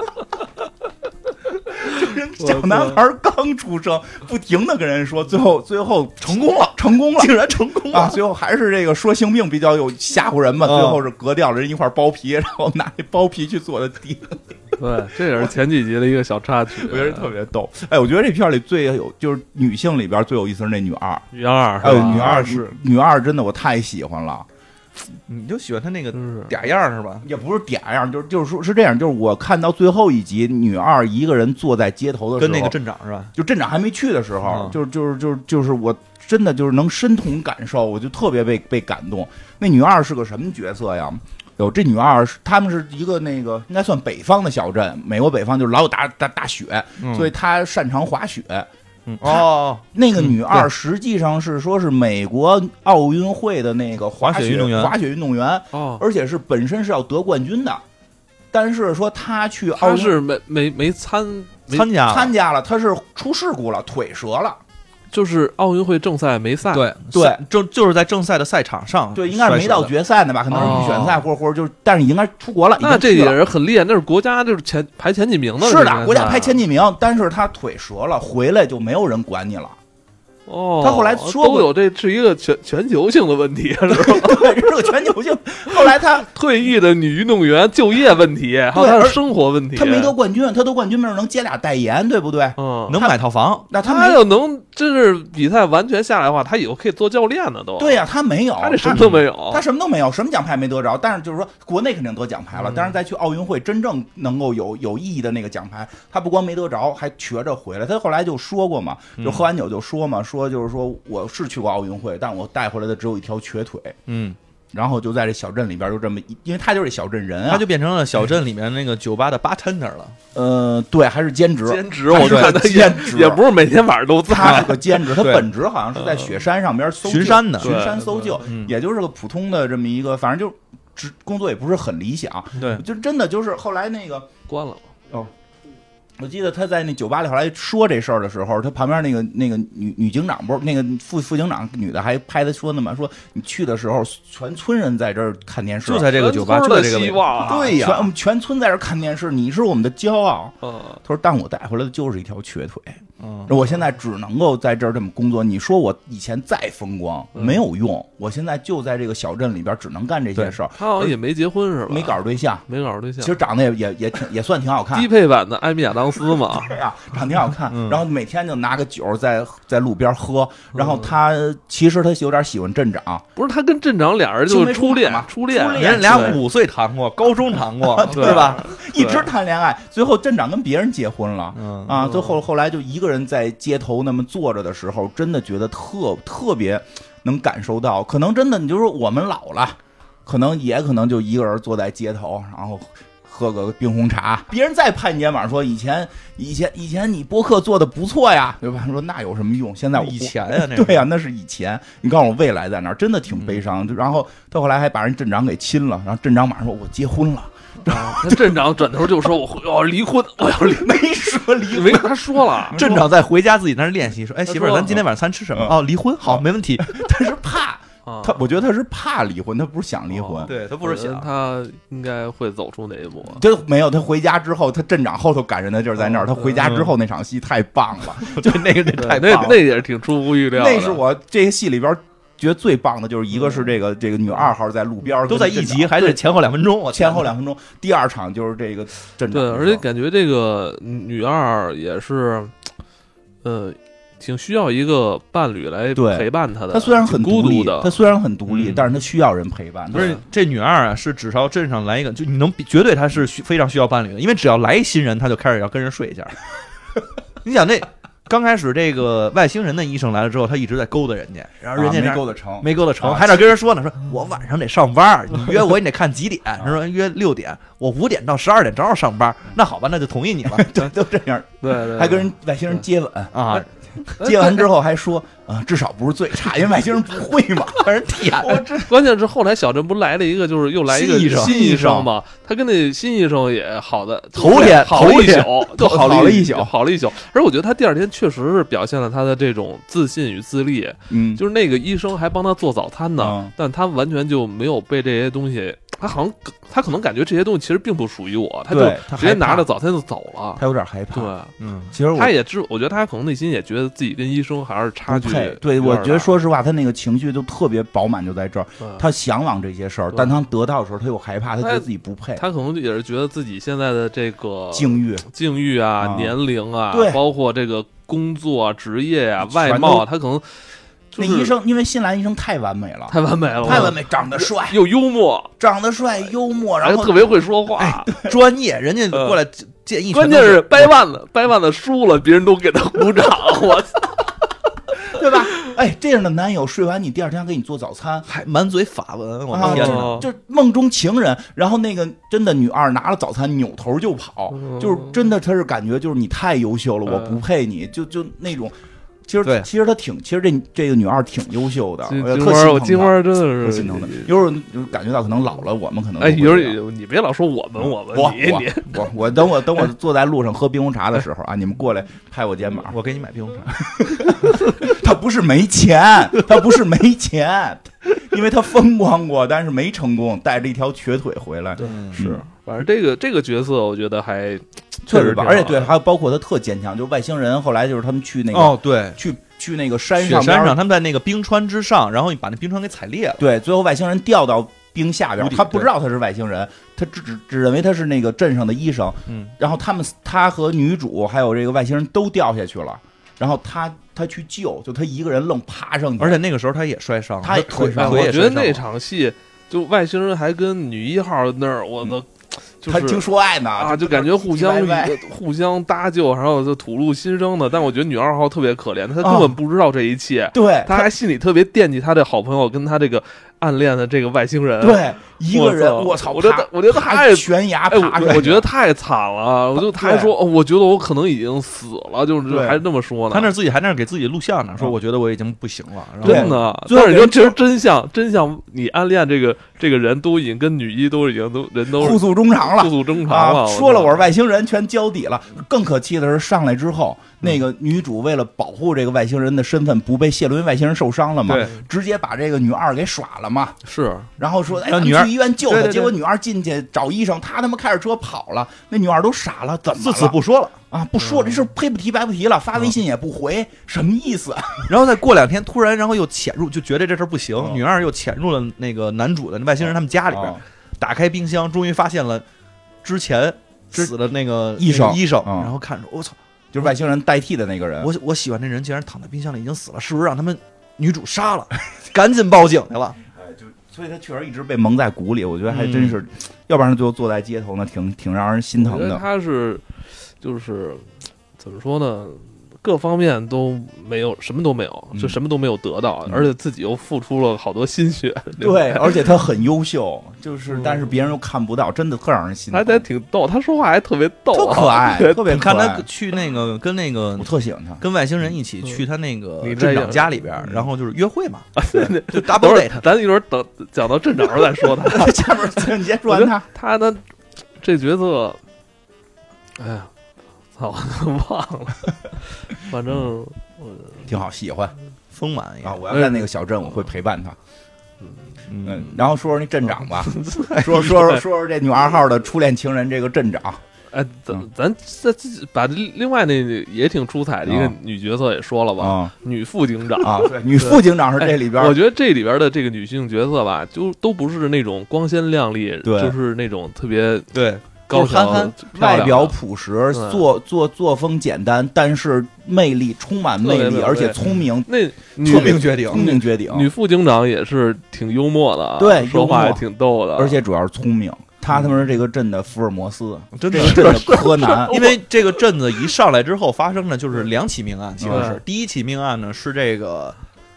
[SPEAKER 2] 人小男孩儿刚出生，不停的跟人说，最后最后
[SPEAKER 3] 成功 了，
[SPEAKER 2] 成功了。
[SPEAKER 3] 竟然成功
[SPEAKER 2] 啊，
[SPEAKER 3] 了！
[SPEAKER 2] 最后还是这个说性病比较有吓唬人嘛，
[SPEAKER 3] 嗯
[SPEAKER 2] 最后是割掉了人一块包皮，然后拿那包皮去做的 DNA，
[SPEAKER 1] 对，这也是前几集的一个小插曲。
[SPEAKER 2] 我觉得特别逗。哎，我觉得这片儿里最有就是女性里边最有意思是那女二，
[SPEAKER 1] 女二，
[SPEAKER 2] 哎
[SPEAKER 1] 是
[SPEAKER 2] 呦，
[SPEAKER 3] 啊
[SPEAKER 1] 吧
[SPEAKER 2] 女二是女二，真的我太喜欢了。
[SPEAKER 3] 你就喜欢他那个
[SPEAKER 1] 真是
[SPEAKER 3] 嗲样儿是吧？
[SPEAKER 2] 也不是嗲样，就是就是说是这样，就是我看到最后一集，女二一个人坐在街头的时
[SPEAKER 3] 跟
[SPEAKER 2] 候，
[SPEAKER 3] 那个镇长是吧？
[SPEAKER 2] 就镇长还没去的时候，
[SPEAKER 3] 嗯
[SPEAKER 2] 就是就是就是就是我真的就是能身同感受，我就特别被被感动。那女二是个什么角色呀？有这女二是，他们是一个那个应该算北方的小镇，美国北方就是老有大大大雪，
[SPEAKER 3] 嗯
[SPEAKER 2] 所以她擅长滑雪。
[SPEAKER 3] 嗯哦，
[SPEAKER 2] 那个女
[SPEAKER 3] 嗯
[SPEAKER 2] 二实际上是说是美国奥运会的那个滑
[SPEAKER 3] 滑雪运动员
[SPEAKER 2] 滑雪运动员，
[SPEAKER 1] 哦，
[SPEAKER 2] 而且是本身是要得冠军的，但是说她去奥
[SPEAKER 1] 她
[SPEAKER 2] 运
[SPEAKER 1] 是没没没参没
[SPEAKER 3] 参加了
[SPEAKER 2] 嗯参加了，她是出事故了，腿折了。
[SPEAKER 1] 就是奥运会正赛没赛，
[SPEAKER 3] 对
[SPEAKER 2] 对
[SPEAKER 3] 赛正就是在正赛的赛场上，
[SPEAKER 2] 对，应该是没到。决赛呢吧？可能是预选赛，
[SPEAKER 1] 哦
[SPEAKER 2] 或者或者就是，但是你应该出国了。已
[SPEAKER 1] 那
[SPEAKER 2] 经
[SPEAKER 1] 这
[SPEAKER 2] 去
[SPEAKER 1] 也
[SPEAKER 2] 了
[SPEAKER 1] 是很厉害，那是国家就是前排前几名的，
[SPEAKER 2] 是
[SPEAKER 1] 这个
[SPEAKER 2] 的，国家
[SPEAKER 1] 赛
[SPEAKER 2] 排前几名，但是他腿折了，回来就没有人管你了。
[SPEAKER 1] 哦，
[SPEAKER 2] 他后来说
[SPEAKER 1] 都
[SPEAKER 2] 过
[SPEAKER 1] 有这是一个全全球性的问题，是吧？
[SPEAKER 2] 对，这是个全球性。后来他
[SPEAKER 1] 退役的女运动员就业问题，还有她的
[SPEAKER 2] 而
[SPEAKER 1] 生活问题，
[SPEAKER 2] 他没得冠军，他得冠军没准能接俩代言，对不对？
[SPEAKER 1] 嗯，
[SPEAKER 3] 能买套房，
[SPEAKER 2] 那他
[SPEAKER 1] 她
[SPEAKER 2] 没有，
[SPEAKER 1] 要能真是比赛完全下来的话，她以后可以做教练呢，都
[SPEAKER 2] 对，呀，他没有，
[SPEAKER 1] 她这什么都没有，
[SPEAKER 3] 哦
[SPEAKER 2] 他什么都没有，什么奖牌没得着，但是就是说国内肯定得奖牌了，
[SPEAKER 1] 嗯
[SPEAKER 2] 但是再去奥运会真正能够有有意义的那个奖牌，他不光没得着，还瘸着回来。他后来就说过嘛，
[SPEAKER 3] 嗯
[SPEAKER 2] 就喝完酒就说嘛，说就是说我是去过奥运会，但我带回来的只有一条瘸腿。
[SPEAKER 3] 嗯，
[SPEAKER 2] 然后就在这小镇里边就这么一，因为他就是这小镇人啊，
[SPEAKER 3] 他就变成了小镇里面那个酒吧的 bartender 了。
[SPEAKER 2] 呃对，还是 兼职，
[SPEAKER 1] 兼职，我
[SPEAKER 2] 是
[SPEAKER 1] 看她
[SPEAKER 2] 兼
[SPEAKER 1] 也
[SPEAKER 2] 职
[SPEAKER 1] 也不是每天晚上都在，
[SPEAKER 2] 他是个兼职，他
[SPEAKER 3] 对嗯
[SPEAKER 2] 本职好像是在雪山上边搜救
[SPEAKER 3] 巡山的
[SPEAKER 2] 巡山
[SPEAKER 1] 对
[SPEAKER 2] 搜救
[SPEAKER 1] 对，
[SPEAKER 3] 嗯
[SPEAKER 2] 也就是个普通的这么一个，反正就职工作也不是很理想，
[SPEAKER 3] 对，
[SPEAKER 2] 就真的就是后来那个
[SPEAKER 1] 关了。
[SPEAKER 2] 哦，我记得他在那酒吧里后来说这事儿的时候，他旁边那个那个女女警长不是那个副副警长女的还拍他说呢嘛，说你去的时候全村人在这儿看电视，
[SPEAKER 3] 就在这个酒吧，
[SPEAKER 1] 全
[SPEAKER 3] 就
[SPEAKER 1] 村
[SPEAKER 3] 在
[SPEAKER 1] 的
[SPEAKER 3] 这个
[SPEAKER 1] 希
[SPEAKER 3] 位置
[SPEAKER 1] 望啊
[SPEAKER 3] 对呀，
[SPEAKER 2] 全全村在这儿看电视，你是我们的骄傲。
[SPEAKER 1] 嗯，
[SPEAKER 2] 他说，但我带回来的就是一条瘸腿，
[SPEAKER 3] 嗯
[SPEAKER 2] 我现在只能够在这儿这么工作。你说我以前再风光
[SPEAKER 1] 嗯
[SPEAKER 2] 没有用，我现在就在这个小镇里边只能干这些
[SPEAKER 3] 对
[SPEAKER 2] 事儿，
[SPEAKER 1] 他好像也没结婚是吧？
[SPEAKER 2] 没搞着对象。
[SPEAKER 1] 没搞着对象
[SPEAKER 2] 其，实长得也也也挺也算挺好看
[SPEAKER 1] 低，配版的艾米亚当斯 嘛，
[SPEAKER 2] 对啊，长挺好看。
[SPEAKER 3] 嗯
[SPEAKER 2] 然后每天就拿个酒在在路边喝。然后他其实他有点喜欢镇长，
[SPEAKER 1] 不是他跟镇长俩人就
[SPEAKER 2] 青
[SPEAKER 1] 是
[SPEAKER 2] 梅
[SPEAKER 1] 初
[SPEAKER 2] 竹马
[SPEAKER 1] 恋
[SPEAKER 2] 嘛，
[SPEAKER 1] 初
[SPEAKER 2] 初
[SPEAKER 1] 恋
[SPEAKER 2] 恋
[SPEAKER 3] 人家俩
[SPEAKER 1] 对
[SPEAKER 3] 五岁谈过，高中谈 过，
[SPEAKER 1] 对
[SPEAKER 3] 是吧？
[SPEAKER 2] 一直谈恋爱，最后镇长跟别人结婚了。
[SPEAKER 3] 嗯
[SPEAKER 2] 啊，
[SPEAKER 1] 嗯
[SPEAKER 2] 最后后来就一个人在街头那么坐着的时候，真的觉得特特别能感受到，可能真的你就说我们老了，可能也可能就一个人坐在街头，然后喝个冰红茶，别人再拍你肩膀说以前以前以前你播客做的不错呀，对吧？说那有什么用？现在我
[SPEAKER 3] 以前呀那是
[SPEAKER 2] 对呀、那是以前。你告诉我未来在哪儿？真的挺悲
[SPEAKER 3] 嗯
[SPEAKER 2] 伤。就然后他后来还把人镇长给亲了，然后镇长马上说我结婚了，
[SPEAKER 1] 啊那镇长转头就说：“我会我要离婚，我要离。
[SPEAKER 2] 没说离”
[SPEAKER 1] 没他说 了，
[SPEAKER 3] 镇长在回家自己那儿练习，说：“哎，
[SPEAKER 1] 他
[SPEAKER 3] 媳妇儿，
[SPEAKER 1] 说
[SPEAKER 3] 咱今天晚上餐吃什么？
[SPEAKER 2] 嗯
[SPEAKER 3] 哦，离婚，好，没问题。
[SPEAKER 2] 他是怕。
[SPEAKER 1] 啊
[SPEAKER 3] 哦
[SPEAKER 2] 他我觉得他是怕离婚，他不是想离婚。
[SPEAKER 1] 哦”
[SPEAKER 3] 对他
[SPEAKER 1] 我觉得他应该会走出那一步。
[SPEAKER 2] 他没有，他回家之后，他镇长后头感人的就是在那儿。他回家之后那场戏太棒了，
[SPEAKER 3] 就那个那
[SPEAKER 1] 对
[SPEAKER 3] 太
[SPEAKER 1] 那
[SPEAKER 3] 棒
[SPEAKER 1] 那
[SPEAKER 3] 了。
[SPEAKER 1] 也是挺出乎预料的。
[SPEAKER 2] 那是我这些戏里边觉得最棒的，就是一个是这个这个女二号在路边
[SPEAKER 3] 都在一集，，还得前后两分钟，我
[SPEAKER 2] 前后两分钟，第二场就是这个镇长
[SPEAKER 1] 对，
[SPEAKER 2] 的时候。
[SPEAKER 1] 而且感觉这个女二也是，呃，挺需要一个伴侣来
[SPEAKER 2] 对
[SPEAKER 1] 陪伴她的。
[SPEAKER 2] 他虽然很
[SPEAKER 1] 挺孤
[SPEAKER 2] 独立
[SPEAKER 1] 独的，
[SPEAKER 2] 他虽然很独立，
[SPEAKER 3] 嗯
[SPEAKER 2] 但是他需要人陪伴。
[SPEAKER 3] 不是这女二啊，是至少镇上来一个，就你能比绝对她是需非常需要伴侣的，因为只要来一新人，她就开始要跟人睡一下。你想那刚开始这个外星人的医生来了之后，他一直在勾搭人家，然
[SPEAKER 2] 啊
[SPEAKER 3] 后人家
[SPEAKER 2] 没
[SPEAKER 3] 那
[SPEAKER 2] 够得成，
[SPEAKER 3] 没勾搭成，
[SPEAKER 2] 啊
[SPEAKER 3] 还得跟人说呢，说我晚上得上班，你约我你得看几点， 他说约六点，我五点到十二点正好上班，那好吧，那就同意你了
[SPEAKER 2] 对， 都这样，
[SPEAKER 1] 对对，哎对
[SPEAKER 2] 还跟人外星人接吻，
[SPEAKER 3] 啊，
[SPEAKER 2] 接完之后还说啊，至少不是最差，因为外星人不会嘛。
[SPEAKER 3] 让人舔着。
[SPEAKER 1] 关键是后来小镇不来了一个，就是又来一个
[SPEAKER 3] 新医生
[SPEAKER 1] 新医生嘛，他跟那新医生也好的
[SPEAKER 2] 头天
[SPEAKER 1] 好了一
[SPEAKER 2] 头
[SPEAKER 1] 宿，就
[SPEAKER 2] 好
[SPEAKER 1] 了
[SPEAKER 2] 了一
[SPEAKER 1] 宿，
[SPEAKER 2] 宿
[SPEAKER 1] 好了一宿。而我觉得他第二天确实是表现了他的这种自信与自立，
[SPEAKER 2] 嗯，
[SPEAKER 1] 就是那个医生还帮他做早餐呢
[SPEAKER 2] 嗯，
[SPEAKER 1] 但他完全就没有被这些东西，他好像他可能感觉这些东西其实并不属于我，他就
[SPEAKER 2] 对
[SPEAKER 3] 他
[SPEAKER 1] 直接
[SPEAKER 3] 害怕
[SPEAKER 1] 拿着早餐就走了。
[SPEAKER 2] 他有点害怕。
[SPEAKER 1] 对，
[SPEAKER 3] 嗯，
[SPEAKER 2] 其实我
[SPEAKER 1] 他也知，我觉得他可能内心也觉得自己跟医生还是差距有
[SPEAKER 2] 不配
[SPEAKER 1] 点大。嗯
[SPEAKER 2] 对，我觉得说实话，他那个情绪就特别饱满，就在这儿。
[SPEAKER 1] 对
[SPEAKER 2] 他向往这些事儿，
[SPEAKER 1] 对
[SPEAKER 2] 但他得到的时候，他又害怕，他觉
[SPEAKER 1] 他
[SPEAKER 2] 得自己不配。
[SPEAKER 1] 他可能也是觉得自己现在的这个
[SPEAKER 2] 境遇
[SPEAKER 1] 境遇啊、
[SPEAKER 2] 啊
[SPEAKER 1] 年龄啊，
[SPEAKER 2] 对
[SPEAKER 1] 包括这个工作、啊、职业啊、
[SPEAKER 2] 全
[SPEAKER 1] 外貌
[SPEAKER 2] 都
[SPEAKER 1] 啊，他可能就
[SPEAKER 2] 那
[SPEAKER 1] 是
[SPEAKER 2] 医生，因为新兰医生太完美了，
[SPEAKER 1] 太完美了，
[SPEAKER 2] 太完美，长得帅，
[SPEAKER 1] 又幽默，
[SPEAKER 2] 长得帅，幽默，
[SPEAKER 1] 然
[SPEAKER 2] 然
[SPEAKER 1] 后哎
[SPEAKER 2] 后哎
[SPEAKER 1] 特别会说话。
[SPEAKER 3] 专业，人家过来建议，
[SPEAKER 1] 关键是掰腕子，掰腕子输了，别人都给他鼓 掌。我操！
[SPEAKER 2] 对吧？哎，这样的男友睡完你，第二天还给你做早餐。
[SPEAKER 3] 还满嘴法文，我
[SPEAKER 2] 啊，就
[SPEAKER 3] 的天
[SPEAKER 2] 是
[SPEAKER 3] 哪！
[SPEAKER 1] 哪
[SPEAKER 2] 就是梦中情人，然后那个真的女二拿了早餐，扭头就跑，
[SPEAKER 1] 嗯
[SPEAKER 2] 就是真的，她是感觉就是你太优秀了，我
[SPEAKER 1] 嗯
[SPEAKER 2] 不配你，就就那种，其
[SPEAKER 3] 对
[SPEAKER 2] 实其实她挺，其实这这个女二挺优秀的，
[SPEAKER 1] 金
[SPEAKER 2] 我
[SPEAKER 1] 金
[SPEAKER 2] 特
[SPEAKER 1] 花，
[SPEAKER 2] 心
[SPEAKER 1] 我
[SPEAKER 2] 疼
[SPEAKER 1] 金
[SPEAKER 2] 她
[SPEAKER 1] 花真的
[SPEAKER 2] 不
[SPEAKER 1] 是
[SPEAKER 2] 心疼的，有时候就是感觉到可能老了，我们可能
[SPEAKER 1] 哎，
[SPEAKER 2] 都
[SPEAKER 1] 有
[SPEAKER 2] 会这样
[SPEAKER 1] 时候你别老说我们，我们
[SPEAKER 2] 嗯我
[SPEAKER 1] 你
[SPEAKER 2] 我
[SPEAKER 1] 你，
[SPEAKER 2] 我我等我等我坐在路上喝冰红茶的时候啊，你们过来拍我肩膀，
[SPEAKER 3] 我给你买冰红茶，
[SPEAKER 2] 他不是没钱，他不是没钱，因为他风光过，但是没成功，带着一条瘸腿回来，是
[SPEAKER 1] 反正这个这个角色，我觉得还
[SPEAKER 2] 确
[SPEAKER 1] 实
[SPEAKER 2] 实吧，
[SPEAKER 1] 挺好
[SPEAKER 2] 而且对，还有包括他特坚强，就外星人后来就是他们去那个
[SPEAKER 3] 哦，对，
[SPEAKER 2] 去去那个山
[SPEAKER 3] 雪
[SPEAKER 2] 上边
[SPEAKER 3] 山上，
[SPEAKER 2] 儿，
[SPEAKER 3] 他们在那个冰川之上，然后你把那冰川给踩裂了。
[SPEAKER 2] 对，最后外星人掉到。冰下边儿
[SPEAKER 3] 屋，顶
[SPEAKER 2] 他不
[SPEAKER 3] 对
[SPEAKER 2] 知道他是外星人，他只只只认为他是那个镇上的医生，
[SPEAKER 3] 嗯，
[SPEAKER 2] 然后他们他和女主还有这个外星人都掉下去了，然后他他去救，就他一个人愣爬上去，
[SPEAKER 3] 而且那个时候他也摔伤了，
[SPEAKER 2] 他也
[SPEAKER 3] 腿
[SPEAKER 2] 腿
[SPEAKER 1] 哎
[SPEAKER 2] 摔伤了
[SPEAKER 3] 腿
[SPEAKER 1] 我
[SPEAKER 3] 也
[SPEAKER 1] 觉得
[SPEAKER 3] 摔伤了
[SPEAKER 1] 那场戏，就外星人还跟女一号那儿，我的就
[SPEAKER 2] 嗯他
[SPEAKER 1] 是
[SPEAKER 2] 听说爱呢
[SPEAKER 1] 啊，就感觉互相呃
[SPEAKER 2] 唧唧歪歪
[SPEAKER 1] 互相搭救，然后就吐露心声的。但我觉得女二
[SPEAKER 2] 哦
[SPEAKER 1] 号特别可怜，她根本不知道这一切，
[SPEAKER 2] 对
[SPEAKER 1] 她还心里特别惦记她的好朋友跟她这个暗恋的这个外星人。
[SPEAKER 2] 对，一个人，
[SPEAKER 1] 我
[SPEAKER 2] 我
[SPEAKER 1] 操
[SPEAKER 2] 操，
[SPEAKER 1] 我觉得
[SPEAKER 2] 爬
[SPEAKER 1] 我觉得
[SPEAKER 2] 爬
[SPEAKER 1] 太
[SPEAKER 2] 悬崖
[SPEAKER 1] 哎，
[SPEAKER 2] 爬出来
[SPEAKER 1] 我我觉得太惨了，我就他还
[SPEAKER 2] 对
[SPEAKER 1] 说，哦我觉得我可能已经死了，就是
[SPEAKER 2] 对
[SPEAKER 1] 还那么说呢。
[SPEAKER 3] 他那自己还那儿给自己录像呢，说
[SPEAKER 2] 嗯
[SPEAKER 3] 我觉得我已经不行了，然后
[SPEAKER 2] 对
[SPEAKER 1] 真的，
[SPEAKER 2] 最后
[SPEAKER 1] 但是你说
[SPEAKER 2] 给人
[SPEAKER 1] 其实真相，真相，你暗恋这个这个人都已经跟女一都已经都人都
[SPEAKER 2] 互
[SPEAKER 1] 是
[SPEAKER 2] 诉衷肠了
[SPEAKER 1] 互。诉衷肠
[SPEAKER 2] 啊
[SPEAKER 1] 了。，
[SPEAKER 2] 说了我
[SPEAKER 1] 我
[SPEAKER 2] 是外星人，全交底了。更可气的是，上来之
[SPEAKER 3] 嗯
[SPEAKER 2] 后，那个女主为了保护这个外星人的身份不被泄露，因为外星人受伤了嘛
[SPEAKER 1] 对，
[SPEAKER 2] 直接把这个女二给耍了嘛。
[SPEAKER 1] 是
[SPEAKER 2] 然后说，哎，
[SPEAKER 3] 嗯
[SPEAKER 2] 咱
[SPEAKER 3] 让
[SPEAKER 2] 们
[SPEAKER 3] 女二
[SPEAKER 2] 去医院救
[SPEAKER 3] 对
[SPEAKER 2] 他。
[SPEAKER 3] 对对
[SPEAKER 2] 结果女二进去找医生，她他妈开着车跑了，那女二都傻了，怎么
[SPEAKER 3] 自此
[SPEAKER 2] 了
[SPEAKER 3] 不嗯说了。
[SPEAKER 2] 啊？不说这事儿，呸不提白不提了，发微信也不回，什么意思？啊
[SPEAKER 3] 然后再过两天，突然然后又潜入，就觉得这事儿不行
[SPEAKER 2] 嗯，
[SPEAKER 3] 女二又潜入了那个男主的外星人他们家里边，打开冰箱，终于发现了之前
[SPEAKER 2] 之
[SPEAKER 3] 死的那个
[SPEAKER 2] 医生
[SPEAKER 3] 那个医生，
[SPEAKER 2] 嗯
[SPEAKER 3] 然后看着我操，
[SPEAKER 2] 就是外星人代替的那个人。
[SPEAKER 3] 我我喜欢那人竟然躺在冰箱里已经死了，是不是让他们女主杀了？赶紧报警去了。
[SPEAKER 2] 哎所以他确实一直被蒙在鼓里，我觉得还真
[SPEAKER 3] 嗯
[SPEAKER 2] 是，要不然就坐在街头呢，挺挺让人心
[SPEAKER 1] 我
[SPEAKER 2] 疼
[SPEAKER 1] 觉得
[SPEAKER 2] 的。
[SPEAKER 1] 他是就是怎么说呢？各方面都没有，什么都没有，
[SPEAKER 2] 嗯
[SPEAKER 1] 就什么都没有得到，
[SPEAKER 2] 嗯
[SPEAKER 1] 而且自己又付出了好多心血，吧
[SPEAKER 2] 对，而且他很优秀，就是
[SPEAKER 1] 嗯
[SPEAKER 2] 但是别人又看不到，真的特让人心
[SPEAKER 1] 他
[SPEAKER 2] 疼。
[SPEAKER 1] 还挺逗，他说话还特别逗、
[SPEAKER 2] 特
[SPEAKER 1] 啊，
[SPEAKER 2] 可爱，
[SPEAKER 1] 对
[SPEAKER 2] 特别
[SPEAKER 3] 你
[SPEAKER 2] 可
[SPEAKER 3] 看
[SPEAKER 2] 爱。
[SPEAKER 3] 他去那个跟那个
[SPEAKER 2] 我特喜欢他。
[SPEAKER 3] 跟外星人一起
[SPEAKER 1] 嗯啊
[SPEAKER 3] 去他那个
[SPEAKER 1] 你这
[SPEAKER 3] 镇长
[SPEAKER 1] 样
[SPEAKER 3] 家里边，
[SPEAKER 2] 嗯
[SPEAKER 3] 然后就是约会嘛，
[SPEAKER 1] 对
[SPEAKER 3] 就 double
[SPEAKER 1] 等会儿
[SPEAKER 3] date。
[SPEAKER 1] 咱一会儿等讲到镇长时候再说 他。
[SPEAKER 2] 下面你先说
[SPEAKER 1] 我
[SPEAKER 2] 完
[SPEAKER 1] 觉
[SPEAKER 2] 他
[SPEAKER 1] 得，他呢，这角色，哎呀，操， 忘了，反正
[SPEAKER 2] 挺好，喜欢
[SPEAKER 3] 丰满也
[SPEAKER 1] 嗯
[SPEAKER 2] 啊！我要在那个小镇，我会陪伴他。嗯，，然后说说那镇长吧，
[SPEAKER 1] 嗯
[SPEAKER 2] 说说说说说这女二号的初恋情人，这个镇长
[SPEAKER 1] 哎，咱
[SPEAKER 2] 嗯
[SPEAKER 1] 咱再自己把另外那也挺出彩的一个
[SPEAKER 2] 啊
[SPEAKER 1] 女角色也说了吧，
[SPEAKER 2] 啊
[SPEAKER 1] 女副警长。
[SPEAKER 2] 啊，对女副警长是这里边
[SPEAKER 1] 哎我觉得这里边的这个女性角色吧，就都不是那种光鲜亮丽，
[SPEAKER 2] 对
[SPEAKER 1] 就是那种特别
[SPEAKER 3] 对，
[SPEAKER 1] 高
[SPEAKER 3] 就是憨
[SPEAKER 1] 挑
[SPEAKER 3] 憨、
[SPEAKER 1] 漂亮
[SPEAKER 2] 外
[SPEAKER 1] 的
[SPEAKER 2] 表朴实，
[SPEAKER 1] 对
[SPEAKER 2] 作作作风简单，但是魅力充满
[SPEAKER 1] 特
[SPEAKER 2] 魅
[SPEAKER 1] 别
[SPEAKER 2] 力，
[SPEAKER 1] 美
[SPEAKER 2] 而且聪明，
[SPEAKER 1] 那女
[SPEAKER 3] 聪明绝顶，
[SPEAKER 2] 聪明绝顶，
[SPEAKER 1] 女副警长也是挺幽默的啊，
[SPEAKER 2] 对
[SPEAKER 1] 说话
[SPEAKER 2] 幽
[SPEAKER 1] 也
[SPEAKER 2] 默
[SPEAKER 1] 挺逗的，
[SPEAKER 2] 而且主要是聪明。他他妈是这个镇的福尔摩斯，
[SPEAKER 3] 真
[SPEAKER 2] 这
[SPEAKER 3] 的
[SPEAKER 2] 个镇的柯南，
[SPEAKER 3] 因为这个镇子一上来之后发生的就是两起命案，其实是
[SPEAKER 1] 嗯
[SPEAKER 3] 第一起命案呢是这个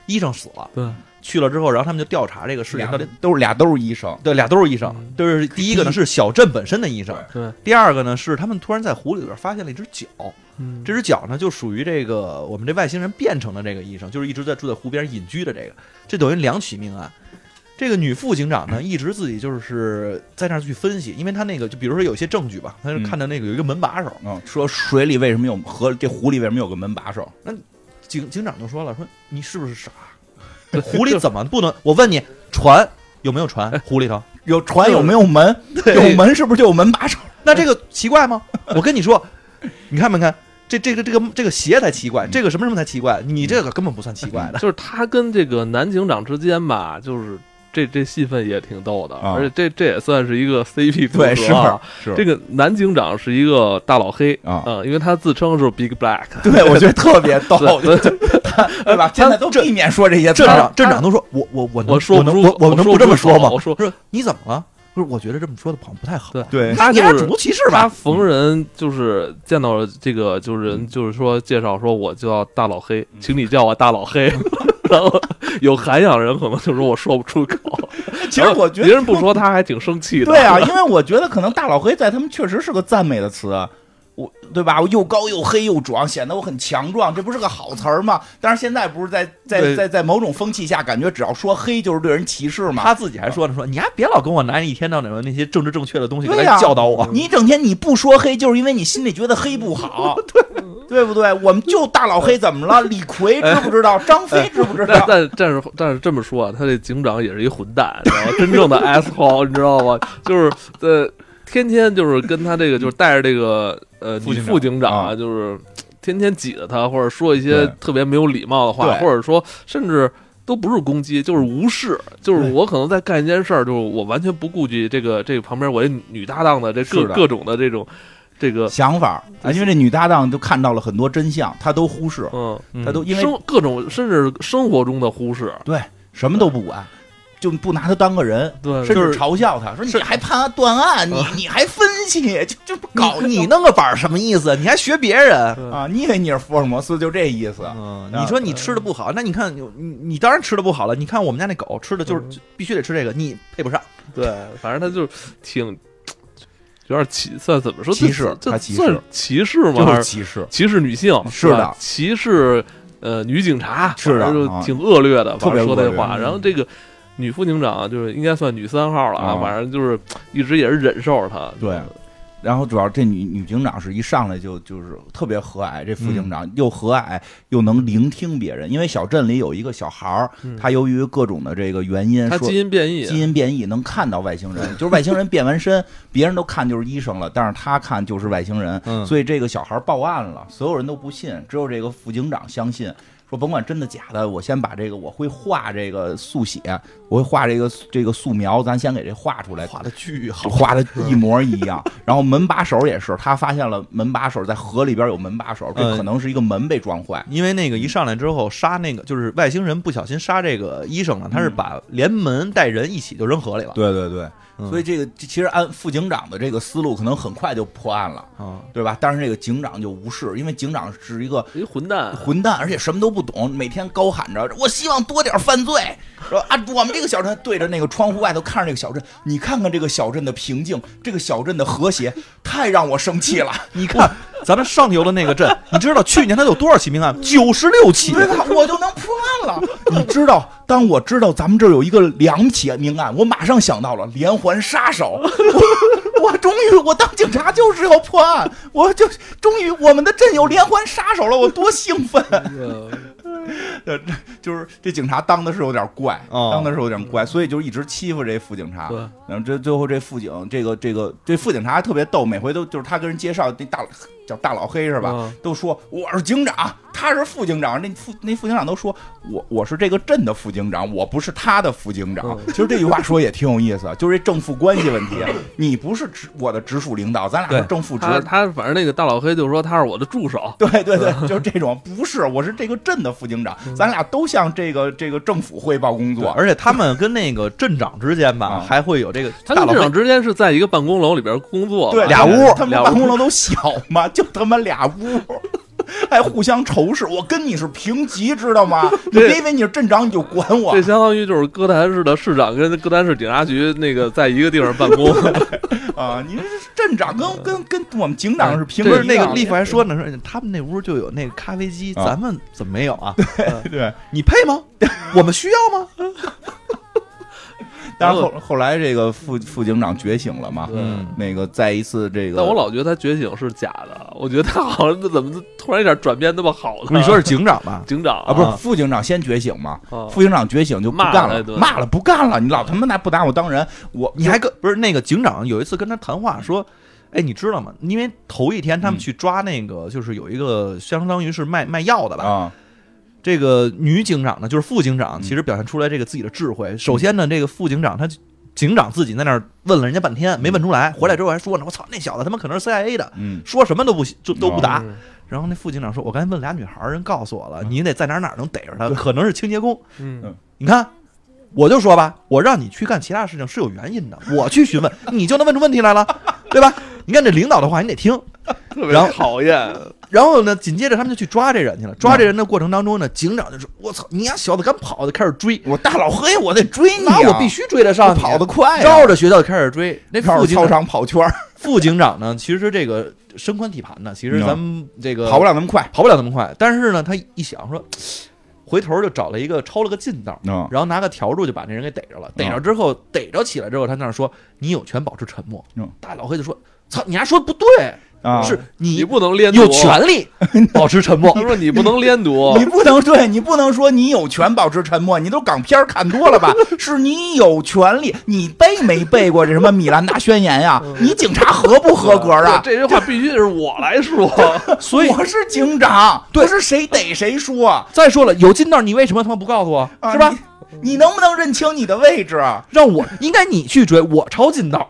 [SPEAKER 3] 医生死了，
[SPEAKER 1] 对
[SPEAKER 3] 去了之后，然后他们就调查这个事情
[SPEAKER 2] 俩
[SPEAKER 3] 到底。
[SPEAKER 2] 都是俩都是医生，
[SPEAKER 3] 对，俩都是医生，
[SPEAKER 1] 嗯
[SPEAKER 3] 就是第一个呢是小镇本身的医生，
[SPEAKER 1] 对对
[SPEAKER 3] 第二个呢是他们突然在湖里边发现了一只脚，
[SPEAKER 1] 嗯
[SPEAKER 3] 这只脚呢就属于这个我们这外星人变成的这个医生，就是一直在住在湖边隐居的这个，这等于两起命案。这个女副警长呢，一直自己就是在那儿去分析，因为她那个就比如说有些证据吧，她就
[SPEAKER 2] 嗯
[SPEAKER 3] 看到那个有一个门把手，
[SPEAKER 2] 嗯，说水里为什么有河，这湖里为什么有个门把手？
[SPEAKER 3] 警警长就说了，说你是不是傻？湖里怎么不能？我问你，船有没有船？湖里头
[SPEAKER 2] 有船有没有门？有门是不是就有门把手？
[SPEAKER 3] 那这个奇怪吗？我跟你说，你看没看？这这个这个这个鞋才奇怪，这个什么什么才奇怪？你这个根本不算奇怪的。
[SPEAKER 1] 就是他跟这个男警长之间吧，就是这这戏份也挺逗的，
[SPEAKER 2] 啊
[SPEAKER 1] 而且这这也算是一个 CP 组合
[SPEAKER 2] 对，是
[SPEAKER 1] 啊。
[SPEAKER 2] 是
[SPEAKER 1] 这个男警长是一个大老黑
[SPEAKER 2] 啊
[SPEAKER 1] 嗯，因为他自称是 Big Black，
[SPEAKER 2] 对，我觉得特别逗，
[SPEAKER 1] 对对
[SPEAKER 2] 对吧？现在都避免说这些字
[SPEAKER 3] 镇
[SPEAKER 2] 儿
[SPEAKER 3] 长镇长都说，我我我能
[SPEAKER 1] 我说
[SPEAKER 3] 我
[SPEAKER 1] 不
[SPEAKER 3] 能
[SPEAKER 1] 出
[SPEAKER 3] 我
[SPEAKER 1] 我
[SPEAKER 3] 我能
[SPEAKER 1] 说
[SPEAKER 3] 不这
[SPEAKER 1] 不
[SPEAKER 3] 么
[SPEAKER 1] 出
[SPEAKER 3] 说吗
[SPEAKER 1] 口我？说
[SPEAKER 3] 说你怎么了？不是，我觉得这么说的好像不太好。
[SPEAKER 1] 对
[SPEAKER 2] 对
[SPEAKER 1] 他
[SPEAKER 3] 你
[SPEAKER 1] 就
[SPEAKER 3] 俩
[SPEAKER 1] 是
[SPEAKER 3] 种族歧视
[SPEAKER 1] 他
[SPEAKER 3] 吧？
[SPEAKER 1] 逢人就是见到这个就是
[SPEAKER 2] 嗯
[SPEAKER 1] 人就是说介绍说我叫大老黑，请你叫我大老 黑。然后有涵养人可能就说我说不出口，
[SPEAKER 2] 其实我觉得
[SPEAKER 1] 别人不说他还挺生气的。
[SPEAKER 2] 对啊， 因为我觉得可能大老黑在他们确实是个赞美的词，啊我对吧？我又高又黑又壮，显得我很强壮，这不是个好词儿吗？但是现在不是在在
[SPEAKER 3] 对
[SPEAKER 2] 在在某种风气下，感觉只要说黑就是对人歧视吗？
[SPEAKER 3] 他自己还说呢，说你还别老跟我拿一天到晚的那些政治正确的东西
[SPEAKER 2] 对
[SPEAKER 3] 来
[SPEAKER 2] 呀嗯
[SPEAKER 3] 教导我。
[SPEAKER 2] 你一整天你不说黑，就是因为你心里觉得黑不好， 对对不对？我们就大老黑怎么了？李逵知不知道？张飞知不 知
[SPEAKER 1] 但
[SPEAKER 2] 道？
[SPEAKER 1] 但但是但是这么说啊，他这警长也是一混蛋，你知道吗？真正的 asshole，你知道吗？就是呃，天天就是跟他这个，就是带着这个呃
[SPEAKER 3] 副
[SPEAKER 1] 女
[SPEAKER 3] 警长
[SPEAKER 1] 副警长
[SPEAKER 2] 啊
[SPEAKER 1] 就是天天挤着他，或者说一些
[SPEAKER 2] 对
[SPEAKER 1] 特别没有礼貌的话，
[SPEAKER 2] 对
[SPEAKER 1] 或者说甚至。都不是攻击，就是无视，就是
[SPEAKER 2] 对
[SPEAKER 1] 我可能在干一件事儿，就是我完全不顾及这个这个旁边我这女搭档的这各
[SPEAKER 2] 是的
[SPEAKER 1] 各种的这种这个
[SPEAKER 2] 想法啊，因为这女搭档都看到了很多真相，她都忽视，
[SPEAKER 1] 嗯，
[SPEAKER 3] 嗯
[SPEAKER 2] 她都因为
[SPEAKER 1] 生各种甚至生活中的忽视，
[SPEAKER 2] 对什么都不管。就不拿他当个人，
[SPEAKER 1] 对，
[SPEAKER 2] 甚
[SPEAKER 1] 对
[SPEAKER 2] 至嘲笑他说：“你还判案断案，
[SPEAKER 1] 呃
[SPEAKER 2] 你你还分析，就就不搞
[SPEAKER 3] 你你
[SPEAKER 2] 呢
[SPEAKER 3] 弄个板儿什么意思？你还学别人？
[SPEAKER 1] 呃
[SPEAKER 2] 啊？你以为你是福尔摩斯就这意思？
[SPEAKER 3] 嗯，
[SPEAKER 2] 啊
[SPEAKER 3] 你说你吃的不好，那你看你你当然吃的不好了。你看我们家那狗吃的就是
[SPEAKER 1] 嗯
[SPEAKER 3] 就必须得吃这个，你配不上。
[SPEAKER 1] 对，反正他就是挺有点歧，算怎么说
[SPEAKER 2] 歧视
[SPEAKER 1] 这
[SPEAKER 2] 他
[SPEAKER 1] 这
[SPEAKER 2] 歧视
[SPEAKER 1] 算歧视吗？
[SPEAKER 2] 就
[SPEAKER 1] 还是
[SPEAKER 2] 是歧视，
[SPEAKER 1] 歧视女性？
[SPEAKER 2] 是的
[SPEAKER 1] 吧歧视呃女警察，
[SPEAKER 2] 是的
[SPEAKER 1] 反正
[SPEAKER 2] 啊
[SPEAKER 1] 就挺恶劣的，
[SPEAKER 2] 特
[SPEAKER 1] 反
[SPEAKER 2] 别
[SPEAKER 1] 正说
[SPEAKER 2] 恶
[SPEAKER 1] 那
[SPEAKER 2] 劣
[SPEAKER 1] 话。
[SPEAKER 3] 嗯
[SPEAKER 1] 然后这个女副警长就是应该算女三号了
[SPEAKER 2] 啊
[SPEAKER 1] 反正就是一直也是忍受着她。
[SPEAKER 2] 对然后主要这女女警长是一上来就就是特别和蔼，这副警
[SPEAKER 1] 嗯
[SPEAKER 2] 长又和蔼又能聆听别人，因为小镇里有一个小孩儿，
[SPEAKER 1] 嗯
[SPEAKER 2] 他由于各种的这个原因
[SPEAKER 1] 她
[SPEAKER 2] 说
[SPEAKER 1] 基。因变异，
[SPEAKER 2] 基因变异能看到外星人，就是外星人变完身，别人都看就是医生了，但是他看就是外星人，
[SPEAKER 3] 嗯
[SPEAKER 2] 所以这个小孩报案了，所有人都不信，只有这个副警长相信，说甭管真的假的，我先把这个我会画这个速写，我会画这个这个素描，咱先给这画出来，
[SPEAKER 3] 画的巨好
[SPEAKER 2] 就， 画的一模一样。然后门把手也是，他发现了门把手在河里边有门把手，这
[SPEAKER 3] 呃
[SPEAKER 2] 可能是一个门被撞坏。
[SPEAKER 3] 因为那个一上来之后杀那个就是外星人不小心杀这个医生了，他是把连门带人一起就扔河里了。
[SPEAKER 2] 对对对，
[SPEAKER 3] 嗯
[SPEAKER 2] 所以这个其实按副警长的这个思路，可能很快就破案了，
[SPEAKER 3] 啊，
[SPEAKER 2] 对吧？但是这个警长就无视，因为警长是一个
[SPEAKER 1] 一混蛋，
[SPEAKER 2] 混蛋，而且什么都不懂，每天高喊着“我希望多点犯罪”，说啊，我们这个小镇对着那个窗户外头看着这个小镇，你看看这个小镇的平静，这个小镇的和谐，太让我生气了。
[SPEAKER 3] 你看咱们上游的那个镇，你知道去年它有多少起命案？九十六起。
[SPEAKER 2] 对吧？我就能破案了。你知道，当我知道咱们这儿有一个两起命案，我马上想到了连环杀手。我我终于，我当警察就是要破案，我就终于我们的镇有连环杀手了，我多兴奋！
[SPEAKER 1] 呃
[SPEAKER 2] 就是这警察当的是有点怪，
[SPEAKER 3] 哦
[SPEAKER 2] 当的是有点怪，所以就一直欺负这副警察
[SPEAKER 1] 对。
[SPEAKER 2] 然后这最后这副警，这个这个这副警察还特别逗，每回都就是他跟人介绍那大叫大老黑是吧？
[SPEAKER 1] 嗯
[SPEAKER 2] 都说我是警长，他是副警长，那副那副警长都说我我是这个镇的副警长，我不是他的副警长。
[SPEAKER 1] 嗯
[SPEAKER 2] 其实这句话说也挺有意思，啊就是这正副关系问题，啊你不是直我的直属领导，咱俩是
[SPEAKER 3] 对
[SPEAKER 2] 正副职。
[SPEAKER 1] 他他反正那个大老黑就说他是我的助手，
[SPEAKER 2] 对 对对，就是这种，不是，我是这个镇的副警长，
[SPEAKER 3] 嗯
[SPEAKER 2] 咱俩都向这个这个政府汇报工
[SPEAKER 3] 对
[SPEAKER 2] 作，
[SPEAKER 3] 而且他们跟那个镇长之间吧，
[SPEAKER 2] 啊
[SPEAKER 3] 还会有这个
[SPEAKER 1] 他
[SPEAKER 3] 大
[SPEAKER 1] 跟
[SPEAKER 3] 佬
[SPEAKER 1] 镇
[SPEAKER 3] 会
[SPEAKER 1] 长之间是在一个办公楼里边工作吧，
[SPEAKER 2] 对，
[SPEAKER 3] 俩屋
[SPEAKER 2] 他们
[SPEAKER 1] 俩屋
[SPEAKER 2] 办公楼都小嘛，就他妈俩屋，还互相仇视。我跟你是平级，知道 吗？你
[SPEAKER 1] 这
[SPEAKER 2] 别以为你是镇长你就管我
[SPEAKER 1] 这，相当于就是哥谭市的市长跟哥谭市警察局那个在一个地方办公，
[SPEAKER 2] 啊，你这镇长跟跟跟我们警长是平
[SPEAKER 3] 不
[SPEAKER 2] 级
[SPEAKER 3] 是那个
[SPEAKER 2] 的
[SPEAKER 3] 利弗还说呢，说他们那屋就有那个咖啡机，
[SPEAKER 2] 啊
[SPEAKER 3] 咱们怎么没有啊？
[SPEAKER 2] 对。
[SPEAKER 3] 你配吗？我们需要吗？
[SPEAKER 2] 但是后后来这个副副警长觉醒了嘛，
[SPEAKER 1] 对
[SPEAKER 3] 嗯
[SPEAKER 2] 那个在一次这个，
[SPEAKER 1] 但我老觉得他觉醒是假的，我觉得他好像怎么突然一下转变那么好
[SPEAKER 3] 不
[SPEAKER 1] 呢？
[SPEAKER 3] 是你说是警长吧？
[SPEAKER 1] 警长
[SPEAKER 2] 啊，不是
[SPEAKER 3] 啊
[SPEAKER 2] 副警长先觉醒嘛，
[SPEAKER 1] 啊
[SPEAKER 2] 副警长觉醒就不干
[SPEAKER 1] 骂了
[SPEAKER 2] 了
[SPEAKER 1] 一，顿
[SPEAKER 2] 骂了不干了，你老他妈拿不拿我当人，我
[SPEAKER 3] 你还跟不是那个警长有一次跟他谈话说，哎，你知道吗？因为头一天他们去抓那个，就是有一个相当于是卖卖药的吧。
[SPEAKER 2] 啊，
[SPEAKER 3] 这个女警长呢，就是副警长，其实表现出来这个自己的智慧。首先呢，这个副警长他警长自己在那儿问了人家半天，没问出来，回来之后还说呢，我操，那小子他妈可能是 CIA 的。
[SPEAKER 2] 嗯，
[SPEAKER 3] 说什么都不行就都不答，
[SPEAKER 1] 嗯
[SPEAKER 3] 然后那副警长说：“我刚才问俩女孩儿，人告诉我了，你得在哪儿哪儿能逮着他，可能是清洁工。
[SPEAKER 1] 嗯
[SPEAKER 3] 你看，我就说吧，我让你去干其他事情是有原因的， 我去询问，你就能问出问题来了， 对吧？你看这领导的话，你得听。
[SPEAKER 1] 特
[SPEAKER 3] 然后
[SPEAKER 1] 别讨厌，
[SPEAKER 3] 然后呢，紧接着他们就去抓这人
[SPEAKER 2] 嗯
[SPEAKER 3] 去了。抓这人的过程当中呢，警长就说：‘我操，你家小子敢跑！’就开始追，
[SPEAKER 2] 我大老黑，我得追你啊，
[SPEAKER 3] 那我必须追得上
[SPEAKER 2] 我
[SPEAKER 3] 你，啊
[SPEAKER 2] 跑得快呀，
[SPEAKER 3] 绕着学校就开始追。那
[SPEAKER 2] 绕
[SPEAKER 3] 副
[SPEAKER 2] 着
[SPEAKER 3] 警
[SPEAKER 2] 操
[SPEAKER 3] 长，
[SPEAKER 2] 场跑圈儿，
[SPEAKER 3] 副警长呢，其实这个身宽体盘呢，其实
[SPEAKER 2] 嗯
[SPEAKER 3] 咱们这个
[SPEAKER 2] 跑不了那么快，
[SPEAKER 3] 跑不了那么快。但是呢，他一想说，回头就找了一个抄了个近道，
[SPEAKER 2] 嗯
[SPEAKER 3] 然后拿个笤帚就把那人给逮着了。逮着之后，逮着起来之后，他那儿说：“你有权保持沉默。
[SPEAKER 2] 嗯”
[SPEAKER 3] 大老黑就说：“操，你还说的不对，
[SPEAKER 2] 啊，
[SPEAKER 3] 是
[SPEAKER 1] 你
[SPEAKER 3] 你
[SPEAKER 1] 不能连读
[SPEAKER 3] 有，权利保持沉默
[SPEAKER 1] 他。说你不能连读，
[SPEAKER 2] 你不能 对你不能说你有权保持沉默，你都港片儿看多了 吧？是你有权利，你背没背过这什么米兰达宣言呀、
[SPEAKER 1] 嗯
[SPEAKER 2] 你警察合不合格啊？
[SPEAKER 1] 这句话必须得是我来 说，
[SPEAKER 3] 所以
[SPEAKER 2] 我是警长，
[SPEAKER 3] 对
[SPEAKER 2] 不是谁逮谁说，
[SPEAKER 3] 再说了，有近道，你为什么他妈不告诉我？
[SPEAKER 2] 啊
[SPEAKER 3] 是吧？？
[SPEAKER 2] 你你能不能认清你的位置？啊
[SPEAKER 3] 让我应该你去追，我抄近道。”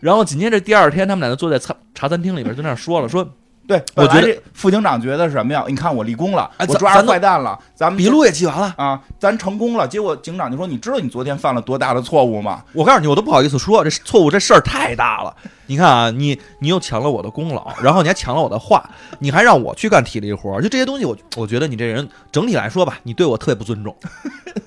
[SPEAKER 3] 然后紧接着第二天，他们俩就坐在茶茶餐厅里边就那儿说了，说
[SPEAKER 2] 对，
[SPEAKER 3] 我觉得
[SPEAKER 2] 本来这副警长觉得是什么呀？你看我立功了，
[SPEAKER 3] 哎
[SPEAKER 2] 我
[SPEAKER 3] 咱
[SPEAKER 2] 抓
[SPEAKER 3] 咱
[SPEAKER 2] 着
[SPEAKER 3] 都
[SPEAKER 2] 坏蛋了， 咱们
[SPEAKER 3] 笔录也记完了。
[SPEAKER 2] 啊，咱成功了。结果警长就说：“你知道你昨天犯了多大的错误吗
[SPEAKER 3] 我告诉你，我都不好意思说，这错误这事儿太大了。你看啊，你你又抢了我的功劳，然后你还抢了我的话，你还让我去干体力活儿，就这些东西我，我觉得你这人整体来说吧，你对我特别不尊重。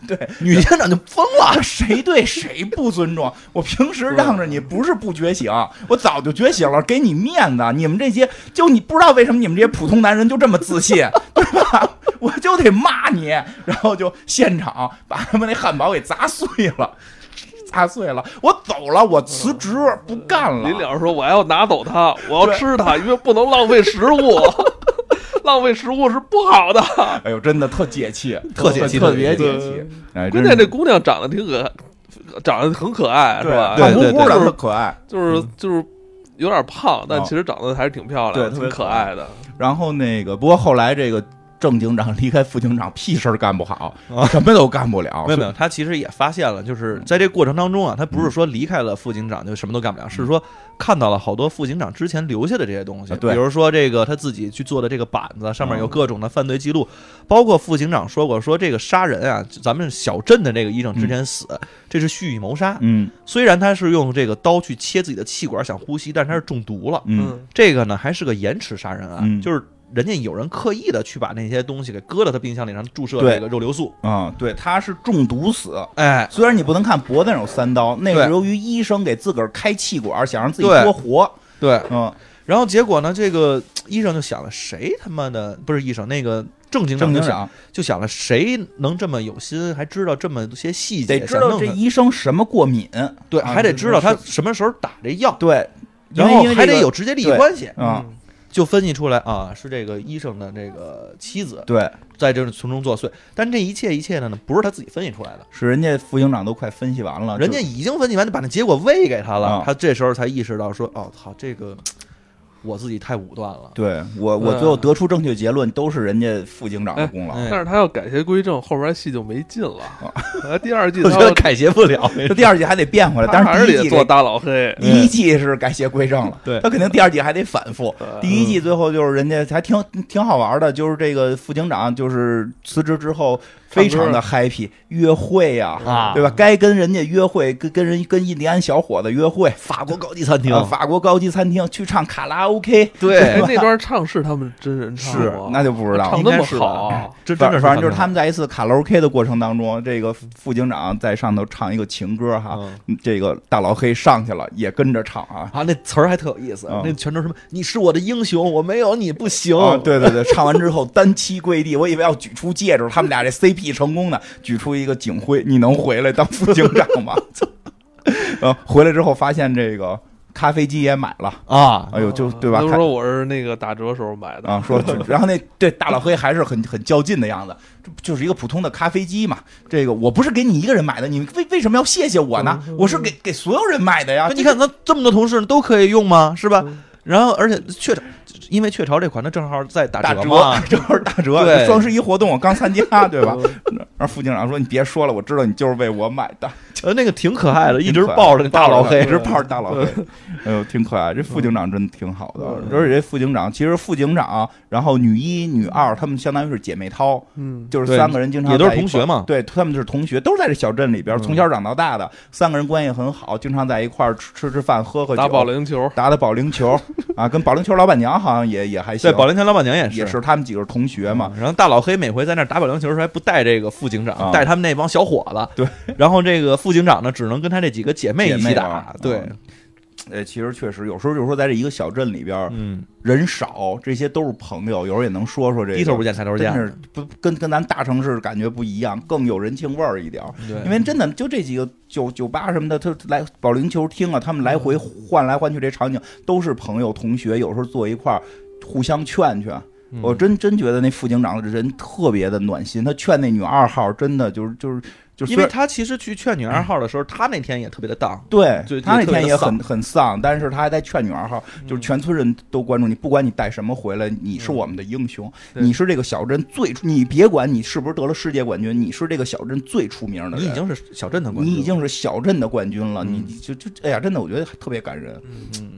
[SPEAKER 2] 对，
[SPEAKER 3] 女警长就疯了。
[SPEAKER 2] 啊？谁对谁不尊重？我平时让着你，不是不觉醒，我早就觉醒了，给你面子。你们这些，就你不知道为什么你们这些普通男人就这么自信， 对吧？我就得骂你，然后就现场把他们那汉堡给砸碎了。”砸碎了，我走了，我辞职不干了。
[SPEAKER 1] 临了说：“我还要拿走它，我要
[SPEAKER 2] 对
[SPEAKER 1] 吃它，因为不能浪费食物， 浪费食物是不好的。
[SPEAKER 2] 哎呦，真的特解气，
[SPEAKER 3] 特解气
[SPEAKER 2] 特别
[SPEAKER 1] 特
[SPEAKER 2] 解
[SPEAKER 1] 别
[SPEAKER 2] 气
[SPEAKER 1] 解。
[SPEAKER 2] 哎，
[SPEAKER 1] 关
[SPEAKER 2] 真
[SPEAKER 1] 键
[SPEAKER 2] 是
[SPEAKER 1] 这姑娘长得挺可，长得很可爱，是
[SPEAKER 2] 对
[SPEAKER 1] 吧？哎
[SPEAKER 2] 胖乎
[SPEAKER 3] 对对
[SPEAKER 2] 乎
[SPEAKER 1] 对
[SPEAKER 2] 的，特可爱。
[SPEAKER 1] 就是就是有点胖，但
[SPEAKER 2] 嗯哦
[SPEAKER 1] 其实长得还是挺漂
[SPEAKER 2] 对
[SPEAKER 1] 亮，
[SPEAKER 2] 特
[SPEAKER 1] 挺
[SPEAKER 2] 别
[SPEAKER 1] 可
[SPEAKER 2] 可
[SPEAKER 1] 爱的。
[SPEAKER 2] 然后那个，不过后来这个郑警长离开副警长，屁事儿干不好
[SPEAKER 3] 啊，
[SPEAKER 2] 什么都干不了。
[SPEAKER 3] 没有没有，他其实也发现了，就是
[SPEAKER 2] 嗯
[SPEAKER 3] 在这过程当中啊，他不是说离开了副警长就什么都干不了，是说看到了好多副警长之前留下的这些东
[SPEAKER 2] 嗯
[SPEAKER 3] 西，
[SPEAKER 2] 啊对嗯
[SPEAKER 3] 比如说这个他自己去做的这个板子，上面有各种的犯罪记录，包括副警长说过说这个杀人啊，咱们小镇的这个医生之前死，这是蓄意谋杀，
[SPEAKER 2] 嗯
[SPEAKER 3] 虽然他是用这个刀去切自己的气管想呼吸，但是他是中毒了，
[SPEAKER 2] 嗯，
[SPEAKER 3] 这个呢还是个延迟杀人案，
[SPEAKER 2] 嗯
[SPEAKER 3] 就是人家有人刻意的去把那些东西给搁到他冰箱里，然后注射
[SPEAKER 2] 对
[SPEAKER 3] 这个肉硫素，
[SPEAKER 2] 啊，对，他是中毒死。
[SPEAKER 3] 哎。
[SPEAKER 2] 虽然你不能看脖子上有三刀，那个
[SPEAKER 3] 对
[SPEAKER 2] 是由于医生给自个儿开气管，想让自己
[SPEAKER 3] 对
[SPEAKER 2] 多活。
[SPEAKER 3] 对，
[SPEAKER 2] 嗯，
[SPEAKER 3] 然后结果呢，这个医生就想了，谁他妈的不是医生？那个正经
[SPEAKER 2] 郑警
[SPEAKER 3] 长就想
[SPEAKER 2] 长
[SPEAKER 3] 就想了，谁能这么有心，还知道这么些细节，
[SPEAKER 2] 得知道
[SPEAKER 3] 想
[SPEAKER 2] 这
[SPEAKER 3] 弄他
[SPEAKER 2] 医生什么过敏，
[SPEAKER 3] 对，
[SPEAKER 2] 啊
[SPEAKER 3] 还得知道他
[SPEAKER 2] 是
[SPEAKER 3] 什么时候打这药，
[SPEAKER 2] 对，因
[SPEAKER 3] 然
[SPEAKER 2] 为
[SPEAKER 3] 后
[SPEAKER 2] 因为
[SPEAKER 3] 还
[SPEAKER 2] 这
[SPEAKER 3] 得
[SPEAKER 2] 个
[SPEAKER 3] 有直接利益
[SPEAKER 2] 对
[SPEAKER 3] 关系，
[SPEAKER 2] 啊，
[SPEAKER 1] 嗯
[SPEAKER 3] 就分析出来啊，是这个医生的这个妻子
[SPEAKER 2] 对，
[SPEAKER 3] 在这从中作祟。但这一切一切的呢，不是他自己分析出来的，
[SPEAKER 2] 是人家副警长都快分析完了，
[SPEAKER 3] 人家
[SPEAKER 2] 就
[SPEAKER 3] 已经分析完，就把那结果喂给他了
[SPEAKER 2] 啊，
[SPEAKER 3] 他这时候才意识到说，哦，操，这个我自己太武断了。
[SPEAKER 2] 对我我
[SPEAKER 1] 对
[SPEAKER 2] 最后得出正确结论都是人家副警长的功劳。
[SPEAKER 3] 嗯哎
[SPEAKER 1] 但是他要改邪归正，后边戏就没劲了。
[SPEAKER 2] 哦
[SPEAKER 1] 啊第二季
[SPEAKER 3] 我
[SPEAKER 1] 他
[SPEAKER 3] 觉得
[SPEAKER 1] 要
[SPEAKER 3] 改邪不了，这
[SPEAKER 2] 这第二季还得变回来，但
[SPEAKER 1] 他还
[SPEAKER 2] 是
[SPEAKER 1] 是
[SPEAKER 2] 第一
[SPEAKER 1] 得
[SPEAKER 2] 季
[SPEAKER 1] 做
[SPEAKER 2] 给
[SPEAKER 1] 大老黑。
[SPEAKER 2] 第一季是改邪归正了，
[SPEAKER 3] 对嗯
[SPEAKER 2] 他肯定第二季还得反复。第一季最后就是人家还挺挺好玩的，就是这个副警长就是辞职之后非常的 happy，约会呀、
[SPEAKER 3] 啊
[SPEAKER 2] 对吧？该跟人家约会，跟跟人跟印第安小伙子约会，
[SPEAKER 3] 法国高级餐厅
[SPEAKER 2] 啊，法国高级餐厅去唱卡拉 OK，
[SPEAKER 1] 哎
[SPEAKER 3] 对啊
[SPEAKER 1] 那段唱是他们真人唱
[SPEAKER 2] 是
[SPEAKER 1] 吗？
[SPEAKER 2] 那就不知道
[SPEAKER 1] 唱
[SPEAKER 2] 了。
[SPEAKER 3] 应
[SPEAKER 1] 那
[SPEAKER 3] 该
[SPEAKER 1] 么
[SPEAKER 3] 是
[SPEAKER 1] 好
[SPEAKER 3] 吧
[SPEAKER 1] 啊，
[SPEAKER 3] 这
[SPEAKER 2] 嗯
[SPEAKER 3] 真
[SPEAKER 2] 反
[SPEAKER 3] 的
[SPEAKER 2] 反正就是他们在一次卡拉 OK 的过程当中，这个副警长在上头唱一个情歌哈，
[SPEAKER 1] 啊
[SPEAKER 3] 嗯
[SPEAKER 2] 这个大老黑上去了也跟着唱
[SPEAKER 1] 哎
[SPEAKER 2] 啊，
[SPEAKER 3] 啊，那词儿还特有意思，
[SPEAKER 2] 嗯
[SPEAKER 3] 那全都是什么？你是我的英雄，我没有你不行。
[SPEAKER 2] 啊，对对对，唱完之后单膝跪地，我以为要举出戒指，他们俩这 CP 成功的，举出一个警徽，你能回来当副警长吗？ 呃，回来之后发现这个咖啡机也买了，
[SPEAKER 3] 啊，
[SPEAKER 2] 哎呦，就对吧？
[SPEAKER 1] 嗯都
[SPEAKER 2] 看
[SPEAKER 1] 说我是那个打折时候买的，
[SPEAKER 2] 啊， 说，然后那对大老黑还是很很较劲的样子，这不就是一个普通的咖啡机嘛。这个我不是给你一个人买的，你为为什么要谢谢我呢？
[SPEAKER 3] 嗯
[SPEAKER 2] 我是给给所有人买的呀。
[SPEAKER 3] 你看，咱这么多同事都可以用吗？是吧
[SPEAKER 1] 嗯？
[SPEAKER 3] 然后，而且雀巢，因为雀巢这款，它正好在打
[SPEAKER 2] 打
[SPEAKER 3] 折 嘛。
[SPEAKER 2] 正好打折，
[SPEAKER 3] 对
[SPEAKER 2] 双十一活动我刚 参加，对吧？然后副警长说：“你别说了，我知道你就是为我买的。”
[SPEAKER 3] 呃，那个挺可爱的，一直
[SPEAKER 2] 挺可爱
[SPEAKER 3] 抱着那大老黑
[SPEAKER 2] 一。
[SPEAKER 3] 嗯
[SPEAKER 2] 直抱着大老黑，哎呦，挺可爱。这副警长真挺好的，而且这副警长其实副警长，然后女一、女二，她们相当于是姐妹掏，
[SPEAKER 1] 嗯，
[SPEAKER 2] 就是
[SPEAKER 3] 对
[SPEAKER 2] 三个人经常
[SPEAKER 3] 也都是
[SPEAKER 2] 在一块
[SPEAKER 3] 同学嘛嗯
[SPEAKER 2] 对，他们就是同学，都是在这小镇里边，从小长到大的，三个人关系很好，经常在一块儿吃吃吃饭、喝喝酒、
[SPEAKER 1] 打保龄球，
[SPEAKER 2] 打打保龄球啊，跟保龄球老板娘好像也也还行，
[SPEAKER 3] 对，保龄球老板娘也
[SPEAKER 2] 也是他们几个是同学嘛，
[SPEAKER 3] 然后大老黑每回在那儿打保龄球的时候，还不带这个副警长，
[SPEAKER 2] 啊
[SPEAKER 3] 带他们那帮小伙子。对，然后这个副警长呢，只能跟他这几个姐妹
[SPEAKER 2] 姐
[SPEAKER 3] 一
[SPEAKER 2] 妹
[SPEAKER 3] 起
[SPEAKER 2] 啊
[SPEAKER 3] 打。对
[SPEAKER 2] 啊，呃，其实确实有时候就是说在这一个小镇里边
[SPEAKER 3] 嗯，
[SPEAKER 2] 人少，这些都是朋友，有时候也能说说这个
[SPEAKER 3] 低头不见抬头见
[SPEAKER 2] 真。是不跟跟咱大城市感觉不一样，更有人情味儿一点儿。
[SPEAKER 3] 对，
[SPEAKER 2] 因为真的就这几个酒酒吧什么的，他来保龄球厅啊，他们来回
[SPEAKER 3] 嗯
[SPEAKER 2] 换来换去，这场景都是朋友同学，有时候坐一块儿互相劝劝。
[SPEAKER 3] 嗯
[SPEAKER 2] 我真真觉得那副警长的人特别的暖心，他劝那女二号真的就是就是就是
[SPEAKER 3] 因为他其实去劝女二号的时候，他那天也特别的荡，
[SPEAKER 2] 对
[SPEAKER 3] 就
[SPEAKER 2] 他那
[SPEAKER 3] 就特别
[SPEAKER 2] 天也
[SPEAKER 3] 丧
[SPEAKER 2] 很
[SPEAKER 3] 嗯
[SPEAKER 2] 很丧，但是他还在劝女二号，就是全村人都关注你，不管你带什么回来，你是我们的英雄，
[SPEAKER 1] 对
[SPEAKER 2] 你是这个小镇最出，你别管你是不是得了世界冠军，你是这个小镇最出名的
[SPEAKER 3] 你
[SPEAKER 2] 人，
[SPEAKER 3] 已经是小镇的冠军，
[SPEAKER 2] 你已经是小镇的冠军了，
[SPEAKER 3] 嗯
[SPEAKER 2] 你就就哎呀，真的我觉得特别感人，
[SPEAKER 3] 嗯，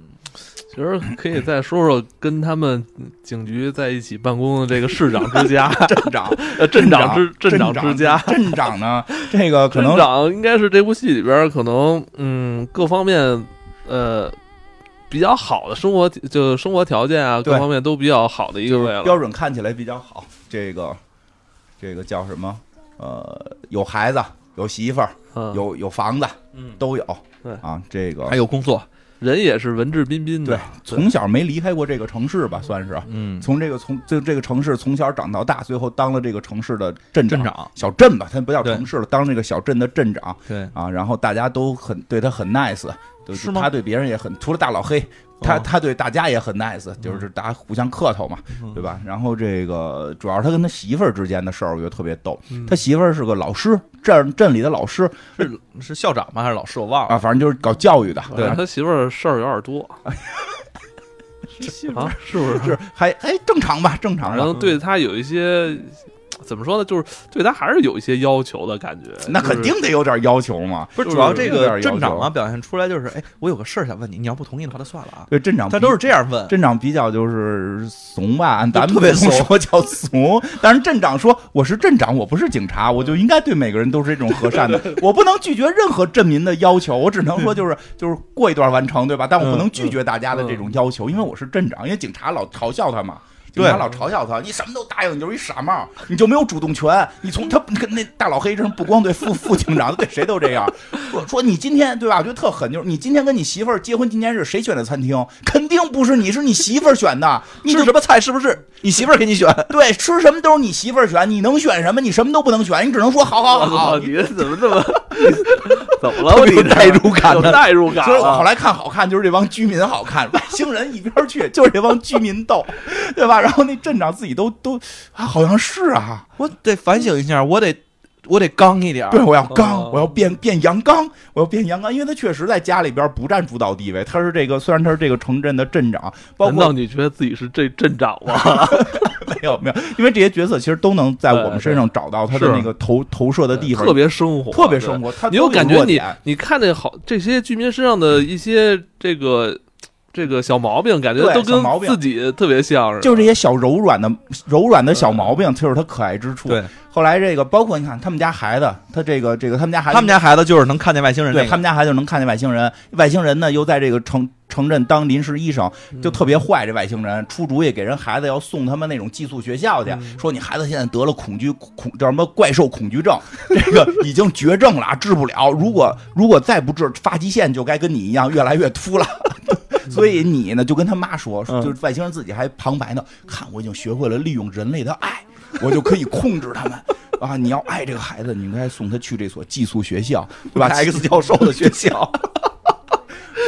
[SPEAKER 1] 其实可以再说说跟他们警局在一起办公的这个市长之 家、
[SPEAKER 2] 镇长，
[SPEAKER 1] 呃镇长之镇
[SPEAKER 2] 镇
[SPEAKER 1] 长之家。，
[SPEAKER 2] 镇长呢？这个可能
[SPEAKER 1] 镇长应该是这部戏里边儿可能嗯各方面呃比较好的生活就生活条件啊各
[SPEAKER 2] 对
[SPEAKER 1] 方面都比较好的一个位了。
[SPEAKER 2] 标准看起来比较好。这个这个叫什么？呃，有孩子，有媳妇儿，
[SPEAKER 1] 嗯，
[SPEAKER 2] 有有房子，
[SPEAKER 1] 嗯
[SPEAKER 2] 都有。
[SPEAKER 1] 对
[SPEAKER 2] 啊，这个
[SPEAKER 3] 还有工作，
[SPEAKER 1] 人也是文质彬彬的
[SPEAKER 2] 对，，从小没离开过这个城市吧，算是啊
[SPEAKER 3] 嗯，
[SPEAKER 2] 从这个从这这个城市从小长到大，最后当了这个城市的镇
[SPEAKER 3] 镇长，
[SPEAKER 2] 小镇吧，他不叫
[SPEAKER 3] 对
[SPEAKER 2] 城市了，当这个小镇的镇长
[SPEAKER 3] 对，
[SPEAKER 2] 啊，然后大家都很对他很 nice，就是
[SPEAKER 3] 吗哦
[SPEAKER 2] 他对别人也很，除了大老黑，他他对大家也很 nice，就是
[SPEAKER 3] 嗯
[SPEAKER 2] 大家互相客套嘛，对吧？然后这个主要是他跟他媳妇儿之间的事儿，我觉得特别逗。
[SPEAKER 1] 嗯
[SPEAKER 2] 他媳妇儿是个老师，镇镇里的老师
[SPEAKER 3] 是是校长吗？还是老师？我忘了。
[SPEAKER 2] 啊，反正就是搞教育的，啊
[SPEAKER 1] 反
[SPEAKER 3] 对
[SPEAKER 1] 正他媳妇儿事儿有点 多。啊，是不是？
[SPEAKER 2] 是还哎正常吧，正常
[SPEAKER 1] 反
[SPEAKER 2] 吧。
[SPEAKER 1] 正对他有一些怎么说呢，就是对他还是有一些要求的感觉。
[SPEAKER 2] 那
[SPEAKER 1] 就是
[SPEAKER 2] 肯定得有点要求嘛，
[SPEAKER 3] 不是，
[SPEAKER 1] 就是
[SPEAKER 3] 主要这
[SPEAKER 2] 有点
[SPEAKER 3] 个
[SPEAKER 2] 要
[SPEAKER 3] 镇长
[SPEAKER 2] 求
[SPEAKER 3] 啊，表现出来就是，哎，我有个事儿想问你，你要不同意的话，就算了啊。
[SPEAKER 2] 对镇长
[SPEAKER 3] 他
[SPEAKER 2] 比
[SPEAKER 3] 都是这样问，
[SPEAKER 2] 镇长比较就是怂吧，按咱们
[SPEAKER 3] 特别
[SPEAKER 2] 这种
[SPEAKER 3] 怂
[SPEAKER 2] 说叫怂。但是镇长说我是镇长，我不是警察，我就应该对每个人都是这种和善的，我不能拒绝任何镇民的要求，我只能
[SPEAKER 3] 嗯
[SPEAKER 2] 说就是就是过一段完成，对吧？但我不能拒绝大家的这种要求，因为我是镇长，因为警察老嘲笑他嘛。警察
[SPEAKER 3] 嗯对
[SPEAKER 2] 老嘲笑他，你什么都答应，你就是一傻帽，你就没有主动权。你从他跟那大老黑真不光对副副警长，对谁都这样。说说你今天对吧？我觉得特狠，就是你今天跟你媳妇儿结婚纪念日谁选的餐厅？肯定不是你，是你媳妇儿选的。你
[SPEAKER 3] 吃
[SPEAKER 2] 就
[SPEAKER 3] 什么菜是不是你媳妇儿给你选？
[SPEAKER 2] 对吃什么都是你媳妇儿选，你能选什么？你什么都不能选，你只能说好好
[SPEAKER 1] 我
[SPEAKER 2] 好
[SPEAKER 1] 操，
[SPEAKER 2] 好。
[SPEAKER 1] 啊你怎么这 么怎么了？
[SPEAKER 3] 特别
[SPEAKER 1] 我
[SPEAKER 3] 有代入感
[SPEAKER 1] 有
[SPEAKER 3] 的
[SPEAKER 1] 代入感啊
[SPEAKER 2] 所以我后
[SPEAKER 1] 了。
[SPEAKER 2] 来看好看，就是这帮居民好看，外 星人一边儿去，就是这帮居民逗，对吧？然后那镇长自己都都啊，好像是啊，
[SPEAKER 3] 我得反省一下，我得我得刚一点儿。
[SPEAKER 2] 对，我要刚，
[SPEAKER 1] 哦
[SPEAKER 2] 我要变变阳刚，我要变阳刚，因为他确实在家里边不占主导地位，他是这个虽然他是这个城镇的镇长，包
[SPEAKER 1] 难
[SPEAKER 2] 括
[SPEAKER 1] 道你觉得自己是这镇长吗？
[SPEAKER 2] 没有没有，因为这些角色其实都能在我们身上找到他的
[SPEAKER 1] 是
[SPEAKER 2] 那个投投射的地方，
[SPEAKER 1] 特别生活，
[SPEAKER 2] 特别生活，他
[SPEAKER 1] 对。你有感觉你
[SPEAKER 2] 对
[SPEAKER 1] 你看这好这些居民身上的一些这个这个小毛病，感觉
[SPEAKER 2] 对
[SPEAKER 1] 都
[SPEAKER 2] 小毛
[SPEAKER 1] 跟
[SPEAKER 2] 病
[SPEAKER 1] 自己特别像似的。
[SPEAKER 2] 就是这些小柔软的柔软的小毛病，就是他可爱之处。
[SPEAKER 3] 对，
[SPEAKER 2] 后来这个包括你看他们家孩子，他这个这个他们家孩子
[SPEAKER 3] 他们家孩子就是能看见外星人那
[SPEAKER 2] 对
[SPEAKER 3] 个，
[SPEAKER 2] 他们家孩子就能看见外星人，外星人呢又在这个城城镇当临时医生，就特别坏。这外星人出主意给人孩子要送他们那种寄宿学校去，说你孩子现在得了恐惧恐叫什么怪兽恐惧症， 这个已经绝症了，治不了。如果如果再不治，发际线就该跟你一样越来越秃了。 所以你呢，就跟他妈说，
[SPEAKER 3] 嗯
[SPEAKER 2] 就是外星人自己还旁白呢，看我已经学会了利用人类的爱，我就可以控制他们。啊，你要爱这个孩子，你应该送他去这所寄宿学校，对 吧
[SPEAKER 3] X 教授的学校，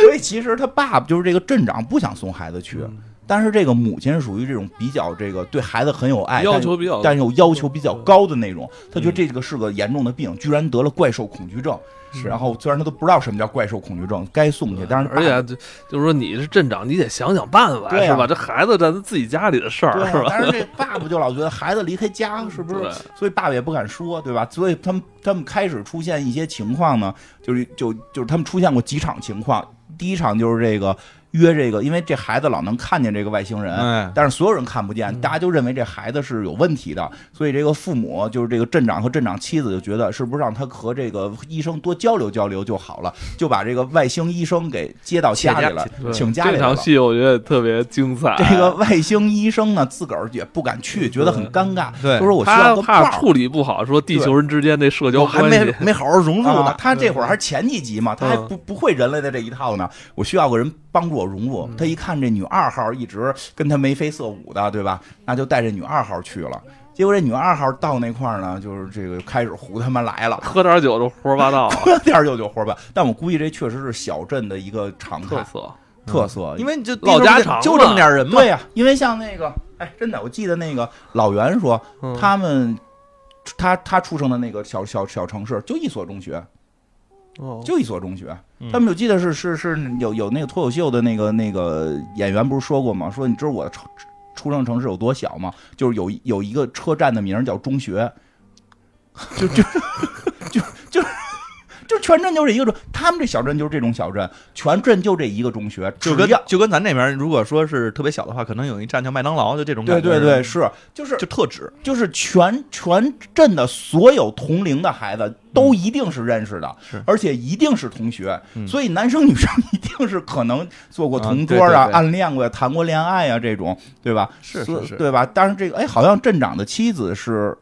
[SPEAKER 2] 所以其实他爸爸就是这个镇长不想送孩子去，
[SPEAKER 3] 嗯
[SPEAKER 2] 但是这个母亲是属于这种比较这个对孩子很有爱，
[SPEAKER 1] 要求比较
[SPEAKER 2] 但是有要求比较高的那种。他
[SPEAKER 3] 嗯
[SPEAKER 2] 觉得这个是个严重的病，居然得了怪兽恐惧症。然后虽然他都不知道什么叫怪兽恐惧症，该送去，但是
[SPEAKER 1] 而且啊就就是说你是镇长，你得想想办法，
[SPEAKER 2] 对啊
[SPEAKER 1] 是吧？这孩子咱自己家里的事儿，
[SPEAKER 2] 对
[SPEAKER 1] 是吧？
[SPEAKER 2] 但是这爸爸就老觉得孩子离开家是不是
[SPEAKER 1] 对？
[SPEAKER 2] 所以爸爸也不敢说，对吧？所以他们他们开始出现一些情况呢，就是就就是他们出现过几场情况。第一场就是这个约这个，因为这孩子老能看见这个外星人，
[SPEAKER 3] 哎
[SPEAKER 2] 但是所有人看不见，大家就认为这孩子是有问题的，所以这个父母就是这个镇长和镇长妻子就觉得是不是让他和这个医生多交流交流就好了，就把这个外星医生给接到家里了，
[SPEAKER 1] 对
[SPEAKER 2] 请家里
[SPEAKER 1] 这
[SPEAKER 2] 来
[SPEAKER 1] 场
[SPEAKER 2] 了。
[SPEAKER 1] 戏我觉得特别精彩。
[SPEAKER 2] 这个外星医生呢，自个儿也不敢去，觉得很尴尬，
[SPEAKER 3] 对
[SPEAKER 2] 就说我需要
[SPEAKER 1] 他
[SPEAKER 2] 个伴
[SPEAKER 1] 怕
[SPEAKER 2] 儿。
[SPEAKER 1] 处理不好，说地球人之间这社交
[SPEAKER 3] 我还
[SPEAKER 1] 关
[SPEAKER 3] 没
[SPEAKER 1] 系，
[SPEAKER 3] 没好好融入
[SPEAKER 2] 啊
[SPEAKER 3] 呢。
[SPEAKER 2] 他这会儿还是前几集嘛，他还不不会人类的这一套呢。我需要个人帮助我融入。他一看这女二号一直跟他眉飞色舞的，对吧？那就带这女二号去了。结果这女二号到那块儿呢，就是这个开始胡他妈来了，
[SPEAKER 1] 喝点酒就胡说八道，
[SPEAKER 2] 喝点儿酒就活吧。但我估计这确实是小镇的一个常
[SPEAKER 1] 特
[SPEAKER 2] 态
[SPEAKER 1] 色。
[SPEAKER 2] 特色，
[SPEAKER 3] 嗯因为你就
[SPEAKER 1] 老家常
[SPEAKER 3] 就
[SPEAKER 1] 嘛
[SPEAKER 3] 这么点人嘛，
[SPEAKER 2] 对呀、因为像那个，哎，真的，我记得那个老袁说，
[SPEAKER 1] 嗯
[SPEAKER 2] 他们他他出生的那个小小小城市就一所中学，
[SPEAKER 1] 哦
[SPEAKER 2] 就一所中学
[SPEAKER 3] 嗯。
[SPEAKER 2] 他们就记得是是是有有那个脱口秀的那个那个演员不是说过吗？说你知道我的出出生城市有多小吗？就是有一有一个车站的名儿叫中学，就就就就就就全镇就是一个中，他们这小镇就是这种小镇，全镇就这一个中学，
[SPEAKER 3] 就
[SPEAKER 2] 只
[SPEAKER 3] 跟
[SPEAKER 2] 要
[SPEAKER 3] 就跟咱那边，如果说是特别小的话，可能有一站叫麦当劳，就这种
[SPEAKER 2] 对
[SPEAKER 3] 感觉。
[SPEAKER 2] 对对，，是就是
[SPEAKER 3] 就特指。
[SPEAKER 2] 就是全全镇的所有同龄的孩子都一定是认识的，
[SPEAKER 3] 嗯是
[SPEAKER 2] 而且一定是同学，
[SPEAKER 3] 嗯
[SPEAKER 2] 所以男生女生一定是可能做过同桌
[SPEAKER 3] 啊
[SPEAKER 2] 啊、
[SPEAKER 3] 对对对
[SPEAKER 2] 暗恋过、谈过恋爱啊这种，对吧？
[SPEAKER 3] 是
[SPEAKER 2] 所
[SPEAKER 3] 是是
[SPEAKER 2] 对吧？但是这个哎，好像镇长的妻子是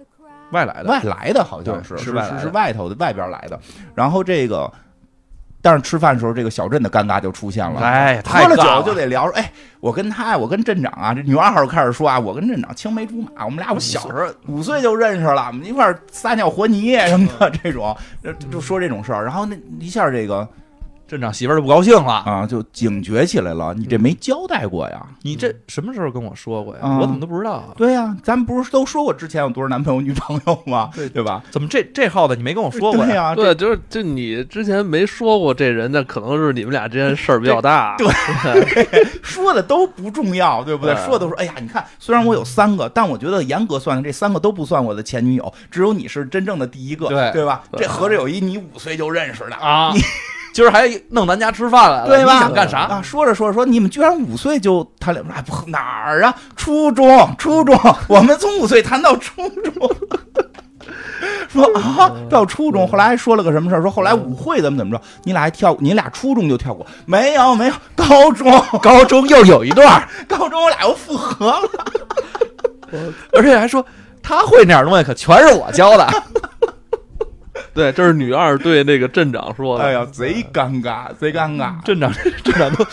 [SPEAKER 3] 外来的，
[SPEAKER 2] 外来的，好像是
[SPEAKER 3] 对是
[SPEAKER 2] 是
[SPEAKER 3] 外来的
[SPEAKER 2] 是外头的外边来的，然后这个。但是吃饭的时候，这个小镇的尴尬就出现了。
[SPEAKER 3] 哎，太
[SPEAKER 2] 喝了
[SPEAKER 3] 尬
[SPEAKER 2] 酒就得聊说，哎，我跟他呀，我跟镇长啊，这女二号开始说啊，我跟镇长青梅竹马，我们俩
[SPEAKER 3] 嗯
[SPEAKER 2] 我小时候五岁就认识了，我们一块儿撒尿和泥什么
[SPEAKER 3] 嗯
[SPEAKER 2] 的这种，就就说这种事儿，然后那一下这个
[SPEAKER 3] 镇长媳妇儿就不高兴了。
[SPEAKER 2] 啊就警觉起来了，你这没交代过呀？
[SPEAKER 3] 你这什么时候跟我说过呀？
[SPEAKER 2] 嗯
[SPEAKER 3] 我怎么都不知道啊？
[SPEAKER 2] 对呀、咱们不是都说过之前有多少男朋友女朋友吗？对对吧？
[SPEAKER 3] 怎么这这号的你没跟我说过
[SPEAKER 2] 对
[SPEAKER 3] 呀？
[SPEAKER 2] 呀、啊这
[SPEAKER 1] 对，就是就你之前没说过这人，那可能是你们俩之间事儿比较大。
[SPEAKER 2] 对说的都不重要，对不
[SPEAKER 3] 嗯
[SPEAKER 2] 对？
[SPEAKER 1] 对
[SPEAKER 2] 说的都说，哎呀，你看，虽然我有三个，但我觉得严格算的这三个都不算我的前女友，只有你是真正的第一个，
[SPEAKER 3] 对
[SPEAKER 2] 对吧？
[SPEAKER 1] 对
[SPEAKER 2] 这合着有一你五岁就认识的，
[SPEAKER 3] 啊，今儿还弄咱家吃饭来了，
[SPEAKER 2] 对吧？
[SPEAKER 3] 你想干啥？
[SPEAKER 2] 啊？说着说着说，你们居然五岁就谈恋爱，哎不哪儿啊？初中，初中，我们从五岁谈到初中。 说啊，到初
[SPEAKER 3] 嗯
[SPEAKER 2] 中，后来还说了个什么事儿？说后来舞会怎么怎么着？你俩还跳，你俩初中就跳过？没有没有，高中
[SPEAKER 3] 高中又有一段，
[SPEAKER 2] 高中我俩又复合了。
[SPEAKER 3] 而且还说他会那点东西，可全是我教的。
[SPEAKER 1] 对，这是女二对那个镇长说的。
[SPEAKER 2] 哎
[SPEAKER 3] 嗯
[SPEAKER 2] 呀，贼尴尬，贼尴尬。
[SPEAKER 3] 镇长，镇长都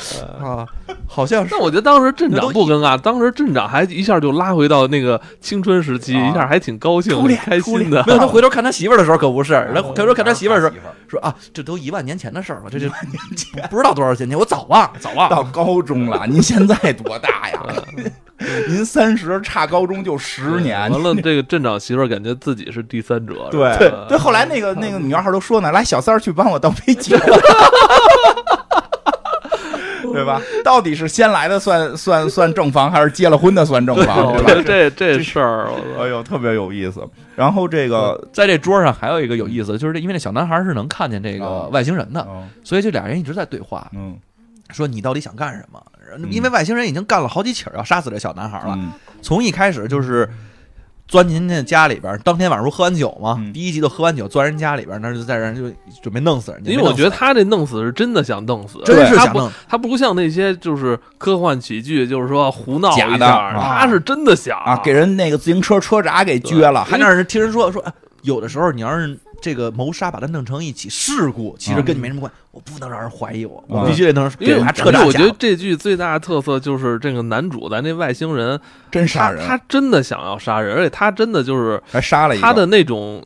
[SPEAKER 3] 啊，好像是
[SPEAKER 1] 但我觉得当时镇
[SPEAKER 3] 那
[SPEAKER 1] 长
[SPEAKER 3] 都
[SPEAKER 1] 不尴尬，当时镇长还一下就拉回到那个青春时期，
[SPEAKER 2] 啊
[SPEAKER 1] 一下还挺高兴、
[SPEAKER 2] 初
[SPEAKER 1] 挺
[SPEAKER 2] 恋
[SPEAKER 1] 开心的
[SPEAKER 3] 没。有。他回头看他媳妇儿的时候可不是，嗯他回头看他媳妇儿的 时候
[SPEAKER 2] 媳妇儿
[SPEAKER 3] 说啊，这都一万年前的事儿了，这就 不知道多少钱，我早忘早忘
[SPEAKER 2] 到
[SPEAKER 3] 了。
[SPEAKER 2] 高中了，您现在多大 呀？
[SPEAKER 3] 嗯
[SPEAKER 2] 您三十差高中就十年。
[SPEAKER 1] 完了，这个镇长媳妇儿感觉自己是第三者。呃
[SPEAKER 2] 对
[SPEAKER 1] 是
[SPEAKER 2] 对
[SPEAKER 1] 吧
[SPEAKER 2] 对，后来那个
[SPEAKER 3] 嗯
[SPEAKER 2] 那个女二号都说呢，来小三儿去帮我倒杯酒， 对吧？到底是先来的算算算正房，还是结了婚的算正 房，
[SPEAKER 1] 我
[SPEAKER 2] 对
[SPEAKER 1] 觉
[SPEAKER 2] 吧？
[SPEAKER 1] 得这这事儿，我操
[SPEAKER 2] 哎呦，特别有意思。然后这个，
[SPEAKER 3] 在这桌上还有一个有意思，就是这因为那小男孩是能看见这个
[SPEAKER 2] 啊
[SPEAKER 3] 外星人的，
[SPEAKER 2] 嗯
[SPEAKER 3] 所以这俩人一直在对话，
[SPEAKER 2] 嗯，
[SPEAKER 3] 说你到底想干什么？因为外星人已经干了好几起儿要杀死这小男孩了，
[SPEAKER 2] 嗯
[SPEAKER 3] 从一开始就是钻进人家家里边儿，当天晚上不是喝完酒吗？
[SPEAKER 2] 嗯
[SPEAKER 3] 第一集就喝完酒钻人家里边儿，那就在人就准备弄死人家。
[SPEAKER 1] 因为我觉得
[SPEAKER 3] 没弄死
[SPEAKER 1] 他这弄死是真的想弄死，
[SPEAKER 3] 真是
[SPEAKER 1] 他
[SPEAKER 3] 想
[SPEAKER 1] 不
[SPEAKER 3] 弄
[SPEAKER 1] 他不像那些就是科幻喜剧，就是说胡闹一
[SPEAKER 2] 假的
[SPEAKER 1] 下儿
[SPEAKER 2] 啊
[SPEAKER 1] 他是真的想
[SPEAKER 2] 啊，给人那个自行车车闸给撅了，
[SPEAKER 3] 还那儿听人说说，哎有的时候你要是这个谋杀把它弄成一起事故，其实跟你没什么关系。我不能让人怀疑我，我
[SPEAKER 2] 嗯
[SPEAKER 3] 必须得弄成
[SPEAKER 1] 因为
[SPEAKER 3] 给他扯
[SPEAKER 1] 因为
[SPEAKER 3] 大
[SPEAKER 1] 我
[SPEAKER 3] 架
[SPEAKER 1] 觉得这剧最大的特色就是这个男主咱这外星人，
[SPEAKER 2] 真杀
[SPEAKER 1] 他
[SPEAKER 2] 人，
[SPEAKER 1] 他真的想要杀人，而且他真的就是
[SPEAKER 2] 还杀了一个。
[SPEAKER 1] 他的那种。